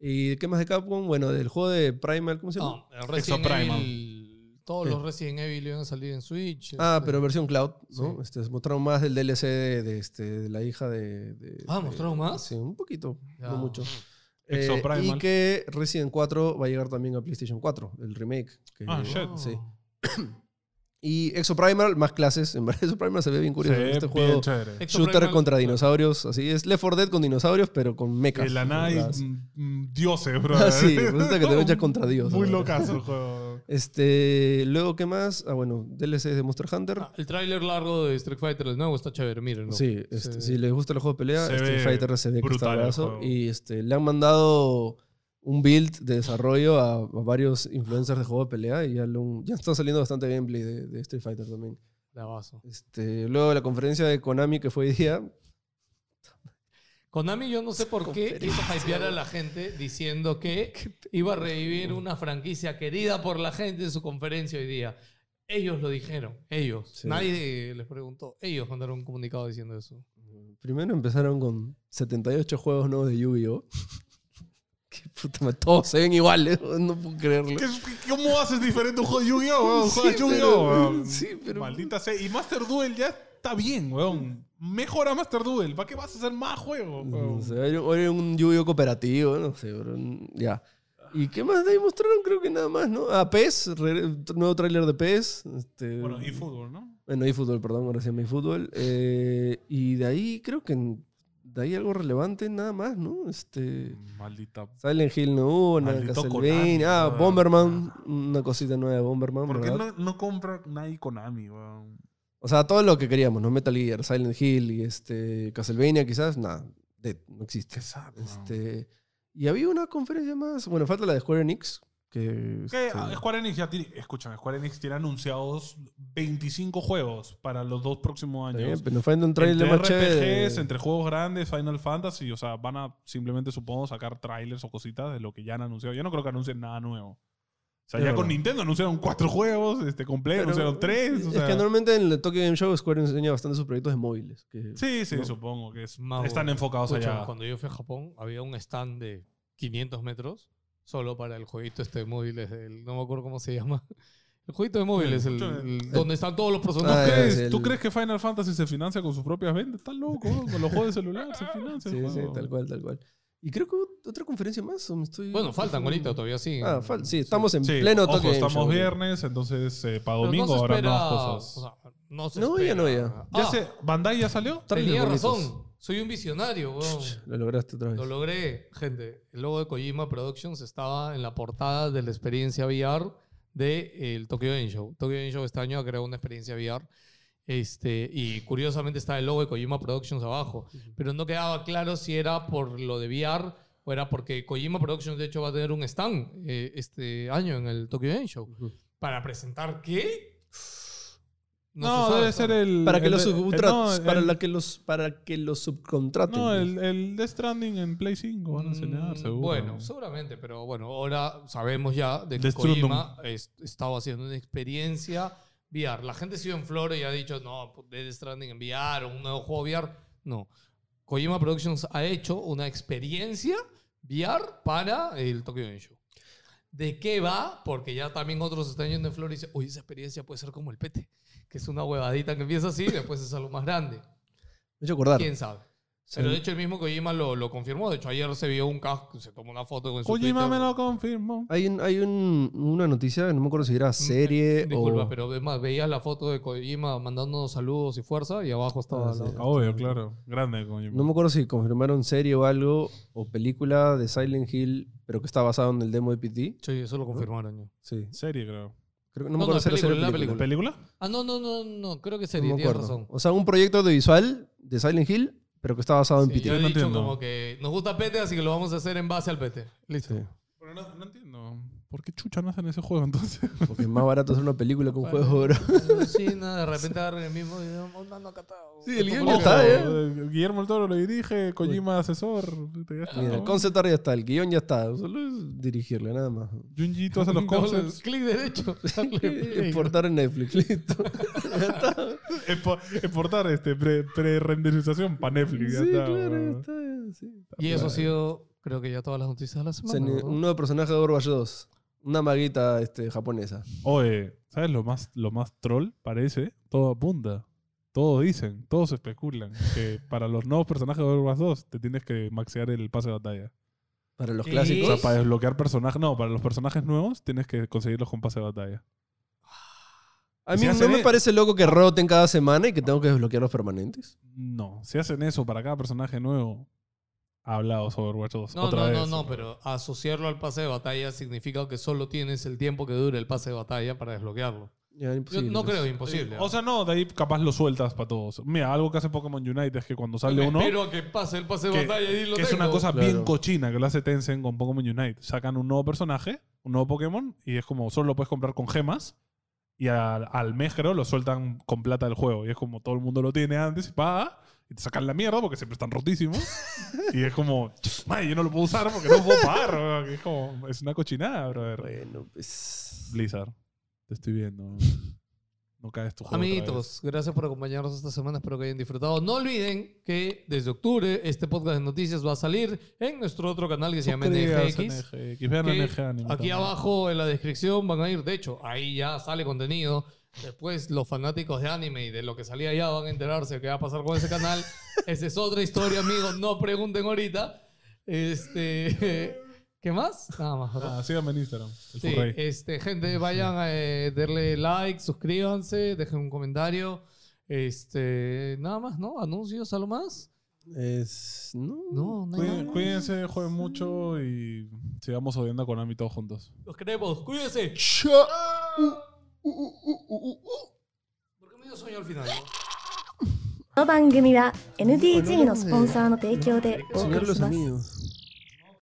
Speaker 3: ¿Y qué más de Capcom? Bueno, del juego de Primal, ¿cómo se llama?
Speaker 2: No, el Resident
Speaker 1: Exoprimal.
Speaker 2: Evil. Todos
Speaker 3: Sí.
Speaker 2: los Resident Evil iban a salir en Switch.
Speaker 3: Ah,
Speaker 2: este.
Speaker 3: pero versión cloud, ¿no?
Speaker 2: Sí.
Speaker 3: Este, mostraron más del DLC de, de, este, de la hija de... de-
Speaker 2: Ah,
Speaker 3: de-
Speaker 2: ¿mostraron más?
Speaker 3: Sí, un poquito,
Speaker 2: Ya.
Speaker 3: no mucho. Eh,
Speaker 1: Exo
Speaker 3: y
Speaker 1: Primal.
Speaker 3: que Resident 4 va a llegar también a PlayStation 4, el remake. que-
Speaker 1: Ah, shit.
Speaker 3: Sí. Y Exo Primal, más clases. En verdad, Exo Primal se ve bien curioso.
Speaker 1: Se ve
Speaker 3: este
Speaker 1: bien
Speaker 3: juego
Speaker 1: chévere.
Speaker 2: Exo ah,
Speaker 3: Shooter
Speaker 2: Primal-
Speaker 3: contra dinosaurios, así es. Left 4 Dead con dinosaurios, pero con mechas.
Speaker 1: De la nada hay
Speaker 3: ¿verdad?
Speaker 1: mm, dioses, bro.
Speaker 3: Ah, sí, resulta que te luchas contra dioses,
Speaker 1: Muy
Speaker 3: bro.
Speaker 1: locazo el juego.
Speaker 3: Este, luego, ¿qué más? Ah, bueno, DLCs de Monster Hunter.
Speaker 2: Ah, el tráiler largo de Street Fighter, el nuevo, está chévere, mírenlo.
Speaker 3: sí, este,
Speaker 2: se-
Speaker 3: si les gusta el juego de pelea,
Speaker 1: se
Speaker 3: Street
Speaker 1: ve
Speaker 3: Fighter se ve que está
Speaker 1: brutal el
Speaker 3: brazo.
Speaker 1: juego.
Speaker 3: Y este, le han mandado un build de desarrollo a, a varios influencers de juego de pelea y ya, lo- ya está saliendo bastante gameplay de, de Street Fighter también.
Speaker 2: Bravazo.
Speaker 3: Este, luego de la conferencia de Konami que fue hoy día,
Speaker 2: Konami, yo no sé por qué hizo hypear a la gente diciendo que iba a revivir una franquicia querida por la gente en su conferencia hoy día. Ellos lo dijeron, ellos.
Speaker 3: Sí.
Speaker 2: Nadie les preguntó. Ellos mandaron un comunicado diciendo eso.
Speaker 3: primero empezaron con 78 juegos nuevos de Yu-Gi-Oh! Qué puta madre, todos se ven iguales, no puedo creerlo.
Speaker 1: ¿Qué- qué- ¿Cómo haces diferente un juego de Yu-Gi-Oh, weón?
Speaker 3: Sí,
Speaker 1: Juegas
Speaker 3: pero-
Speaker 1: Yu-Gi-Oh, weón.
Speaker 3: sí, pero-
Speaker 1: Maldita sea. Y Master Duel ya está bien, weón. Mejora Master Duel. ¿Para qué vas a hacer más juegos,
Speaker 3: No
Speaker 1: weón?
Speaker 3: sé, hay, un- hay un lluvio cooperativo, no sé, bro. Ya. ¿Y qué más de ahí mostraron? Creo que nada más, ¿no? Ah, PES, re- nuevo tráiler de PES. Este,
Speaker 1: Bueno, y fútbol, ¿no?
Speaker 3: bueno, eFootball, perdón, ahora sí eFootball. Eh, y de ahí creo que en- de ahí algo relevante, nada más, ¿no? Este,
Speaker 1: Maldita.
Speaker 3: Silent Hill no hubo, nada,
Speaker 1: Maldito
Speaker 3: Castlevania.
Speaker 1: Konami,
Speaker 3: ah,
Speaker 1: ¿no?
Speaker 3: Bomberman, una cosita nueva de Bomberman,
Speaker 1: ¿Por qué
Speaker 3: ¿verdad?
Speaker 1: no, no compra nadie Konami, weón?
Speaker 3: O sea, todo lo que queríamos, ¿no? Metal Gear, Silent Hill y este, Castlevania quizás, nada, dead, no existe.
Speaker 1: Qué sad, weón.
Speaker 3: Este, y había una conferencia más. Bueno, falta la de Square Enix. Que,
Speaker 1: Que ah,
Speaker 3: este,
Speaker 1: Square Enix ya tiene, escúchame, Square Enix tiene anunciados 25 juegos para los dos próximos
Speaker 3: está bien,
Speaker 1: años.
Speaker 3: pero nos falta un
Speaker 1: Entre
Speaker 3: trailer más chévere.
Speaker 1: RPGs, entre juegos grandes, Final Fantasy, o sea, van a simplemente, supongo, sacar trailers o cositas de lo que ya han anunciado. Yo no creo que anuncien nada nuevo. O sea,
Speaker 3: Es
Speaker 1: ya
Speaker 3: verdad.
Speaker 1: con Nintendo anunciaron cuatro juegos, este, con Play
Speaker 3: Pero
Speaker 1: anunciaron tres. o
Speaker 3: es
Speaker 1: sea.
Speaker 3: que normalmente en el Tokyo Game Show Square enseña bastante sus proyectos de móviles. Que,
Speaker 1: Sí, sí,
Speaker 3: No.
Speaker 1: supongo que es-
Speaker 2: Mago.
Speaker 1: están enfocados
Speaker 2: Escucha,
Speaker 1: allá.
Speaker 2: Cuando yo fui a Japón, había un stand de 500 metros solo para el jueguito este de móviles. del- no me acuerdo cómo se llama. El jueguito de móviles, el- el- donde están todos los
Speaker 1: ¿Tú
Speaker 3: Ah, ya,
Speaker 2: personajes.
Speaker 1: crees,
Speaker 3: es el-
Speaker 1: tú crees que Final Fantasy se financia con sus propias ventas? Estás loco, weón, con los juegos de celular se financia. el
Speaker 3: sí, sí,
Speaker 1: juego.
Speaker 3: tal cual, tal cual. Y creo que hubo otra conferencia más. o me estoy-
Speaker 2: bueno, faltan ahorita, todavía sí.
Speaker 3: Ah, fal- sí, estamos en
Speaker 1: Sí,
Speaker 3: pleno
Speaker 1: ojo,
Speaker 3: Tokyo Game
Speaker 1: estamos
Speaker 3: Show.
Speaker 1: viernes, entonces eh, para
Speaker 2: Pero
Speaker 1: domingo
Speaker 2: no se
Speaker 1: habrá
Speaker 2: espera-
Speaker 1: nuevas cosas.
Speaker 2: o sea, no, se
Speaker 3: No, ya no,
Speaker 2: espera.
Speaker 3: ya.
Speaker 1: ya
Speaker 2: Ah,
Speaker 1: sé, ¿Bandai ya salió?
Speaker 3: Trailers
Speaker 2: tenía
Speaker 3: bonitos.
Speaker 2: razón. Soy un visionario, weón.
Speaker 3: Lo lograste otra vez.
Speaker 2: Lo logré, gente. El logo de Kojima Productions estaba en la portada de la experiencia VR del eh, el Tokyo Game Show. Tokyo Game Show este año ha creado una experiencia VR. Este, y curiosamente está el logo de Kojima Productions abajo. Pero no quedaba claro si era por lo de VR o era porque Kojima Productions, de hecho, va a tener un stand eh, este año en el Tokyo Game Show.
Speaker 3: Ujú.
Speaker 2: ¿Para presentar qué? se
Speaker 1: No,
Speaker 2: sabe,
Speaker 1: debe
Speaker 2: está-
Speaker 1: ser el.
Speaker 3: Para que
Speaker 1: el
Speaker 3: los
Speaker 1: de- el-
Speaker 3: subcontrates.
Speaker 1: no,
Speaker 3: para,
Speaker 1: el-
Speaker 3: la que los, para que los subcontraten.
Speaker 1: No, el, el Death Stranding en Play 5 van a enseñar,
Speaker 2: Mm,
Speaker 1: seguro.
Speaker 2: Bueno, seguramente, pero bueno, ahora sabemos ya de que
Speaker 1: Destrundum.
Speaker 2: Kojima es- estaba haciendo una experiencia VR. La gente sigue en flores y ha dicho, no, Dead Stranding en VR, o un nuevo juego VR. No. Kojima Productions ha hecho una experiencia VR para el Tokyo Game Show. ¿De qué va? Porque ya también otros están yendo en flores y dicen, oye, esa experiencia puede ser como el pete, que es una huevadita que empieza así y después es algo más grande.
Speaker 3: Me he hecho acordar.
Speaker 2: ¿Quién sabe? Pero de hecho el mismo Kojima lo, lo confirmó. De hecho ayer se vio un casco, se tomó una foto con su
Speaker 1: Kojima me
Speaker 2: Twitter.
Speaker 1: lo confirmó.
Speaker 3: Hay, un- hay un- una noticia, no me acuerdo si era
Speaker 2: Mm, eh,
Speaker 3: serie
Speaker 2: Disculpa,
Speaker 3: o...
Speaker 2: pero además veías la foto de Kojima mandándonos saludos y fuerza y abajo estaba...
Speaker 3: Ah,
Speaker 2: la-
Speaker 3: sí.
Speaker 1: Obvio, claro. Grande, Kojima.
Speaker 3: No me acuerdo si confirmaron serie o algo, o película de Silent Hill, pero que está basado en el demo de PT.
Speaker 2: Sí, eso lo confirmaron. ya.
Speaker 3: Sí.
Speaker 1: Serie, creo.
Speaker 3: Creo, que-
Speaker 2: No, no,
Speaker 3: no me acuerdo si era
Speaker 2: película,
Speaker 3: serie o
Speaker 2: la
Speaker 1: ¿La
Speaker 3: película.
Speaker 1: película?
Speaker 2: Ah, no, no, no, no. Creo que
Speaker 3: No
Speaker 2: sería,
Speaker 3: me
Speaker 2: tienes
Speaker 3: acuerdo.
Speaker 2: razón.
Speaker 3: O sea, un proyecto audiovisual de Silent Hill, pero que está basado en
Speaker 2: Sí,
Speaker 3: PT.
Speaker 2: yo he
Speaker 1: No
Speaker 2: dicho
Speaker 1: entiendo.
Speaker 2: como que nos gusta Pete, así que lo vamos a hacer en base al Pete. Listo.
Speaker 3: Sí.
Speaker 1: Pero no, no entiendo. ¿Por qué chucha no hacen ese juego entonces?
Speaker 3: Porque es más barato hacer una película que un
Speaker 2: Vale.
Speaker 3: juego, bro.
Speaker 2: Sí, nada, de repente agarran el mismo y no, no, no, catado.
Speaker 3: Sí, el
Speaker 2: Esto
Speaker 3: guion
Speaker 2: por
Speaker 3: ya
Speaker 2: lo
Speaker 3: está,
Speaker 2: que-
Speaker 3: ¿eh?
Speaker 1: Eh, Guillermo el Toro lo dirige, Kojima asesor. puta, ya está,
Speaker 3: Mira, el
Speaker 1: ¿no?
Speaker 3: concept art ya está, el guión ya está. Solo es dirigirle, nada más.
Speaker 1: Junji, tú haces los
Speaker 2: No,
Speaker 1: concepts.
Speaker 2: Clic derecho. Darle play.
Speaker 3: Exportar en Netflix, listo.
Speaker 1: Expo- Exportar este, pre- pre-renderización para
Speaker 3: Sí,
Speaker 1: Netflix. ya está,
Speaker 3: claro, ya
Speaker 1: weón.
Speaker 3: está. sí.
Speaker 2: Y eso ha sido, creo que ya todas las noticias de la
Speaker 3: Se
Speaker 2: semana.
Speaker 3: ne-
Speaker 2: ¿no?
Speaker 3: un nuevo personaje de Overwatch 2. Una maguita este, japonesa.
Speaker 1: Oye, ¿sabes lo más, lo más troll? Parece, todo apunta. Todos dicen, todos especulan que para los nuevos personajes de Overwatch 2 te tienes que maxear el pase de batalla.
Speaker 3: Para los
Speaker 1: O
Speaker 2: ¿Qué?
Speaker 3: clásicos.
Speaker 1: sea, para desbloquear personajes, no, para los personajes nuevos tienes que conseguirlos con pase de batalla.
Speaker 3: A
Speaker 1: Si
Speaker 3: mí
Speaker 1: hace-
Speaker 3: no me parece loco que roten cada semana y que tengo que desbloquear los permanentes.
Speaker 1: No, si hacen eso para cada personaje nuevo, hablados Overwatch 2.
Speaker 2: No,
Speaker 1: otra
Speaker 2: no,
Speaker 1: vez.
Speaker 2: no, no, pero asociarlo al pase de batalla significa que solo tienes el tiempo que dure el pase de batalla para desbloquearlo.
Speaker 3: Ya,
Speaker 2: Yo
Speaker 3: imposible.
Speaker 2: no creo imposible.
Speaker 1: O sea, no, de ahí capaz lo sueltas para todos. Mira, algo que hace Pokémon Unite es que cuando sale uno,
Speaker 2: Espero a que pase el pase de
Speaker 1: que-
Speaker 2: batalla y lo
Speaker 1: que es una
Speaker 2: tengo.
Speaker 1: cosa
Speaker 3: Claro.
Speaker 1: bien cochina que lo hace Tencent con Pokémon Unite. Sacan un nuevo personaje, un nuevo Pokémon, y es como solo lo puedes comprar con gemas. Y al, al mes, creo, lo sueltan con plata del juego. Y es como todo el mundo lo tiene antes y paga. Y te sacan la mierda porque siempre están rotísimos. y es como, "Madre, yo no lo puedo usar porque no puedo pagar. weón". Y es como, es una cochinada, brother.
Speaker 3: Bueno, pues.
Speaker 1: Blizzard, te estoy viendo. No caes tu juego. otra vez.
Speaker 2: Amiguitos, gracias por acompañarnos esta semana. Espero que hayan disfrutado. No olviden que desde octubre este podcast de noticias va a salir en nuestro otro canal que se llama
Speaker 1: Suscríbanse a
Speaker 2: NGX.
Speaker 1: NGX, vean
Speaker 2: que
Speaker 1: NG Anime
Speaker 2: aquí
Speaker 1: también.
Speaker 2: abajo en la descripción van a ir, de hecho, ahí ya sale contenido. Después los fanáticos de anime y de lo que salía allá van a enterarse de qué va a pasar con ese canal. Esa es otra historia, amigos. No pregunten ahorita. Este, ¿Qué más? Nada más. ¿verdad?
Speaker 1: Ah, síganme en Instagram. El
Speaker 2: Sí,
Speaker 1: Furrey.
Speaker 2: este, gente, vayan a eh, darle like, suscríbanse, dejen un comentario. Este, nada más, ¿no? Anuncios, algo más.
Speaker 3: Es. No.
Speaker 2: No, no hay nada
Speaker 1: Cuiden-
Speaker 2: más.
Speaker 1: Cuídense, jueguen mucho y sigamos odiando a Konami todos juntos.
Speaker 2: Los queremos, cuídense.
Speaker 3: Chao. Uh, uh, uh, uh, uh, uh.
Speaker 2: ¿Por qué me dio sueño al final? no?
Speaker 4: この番組は NDG のスポンサーの提供でお送
Speaker 3: Señor
Speaker 4: りし
Speaker 3: los
Speaker 4: ます。
Speaker 3: amigos.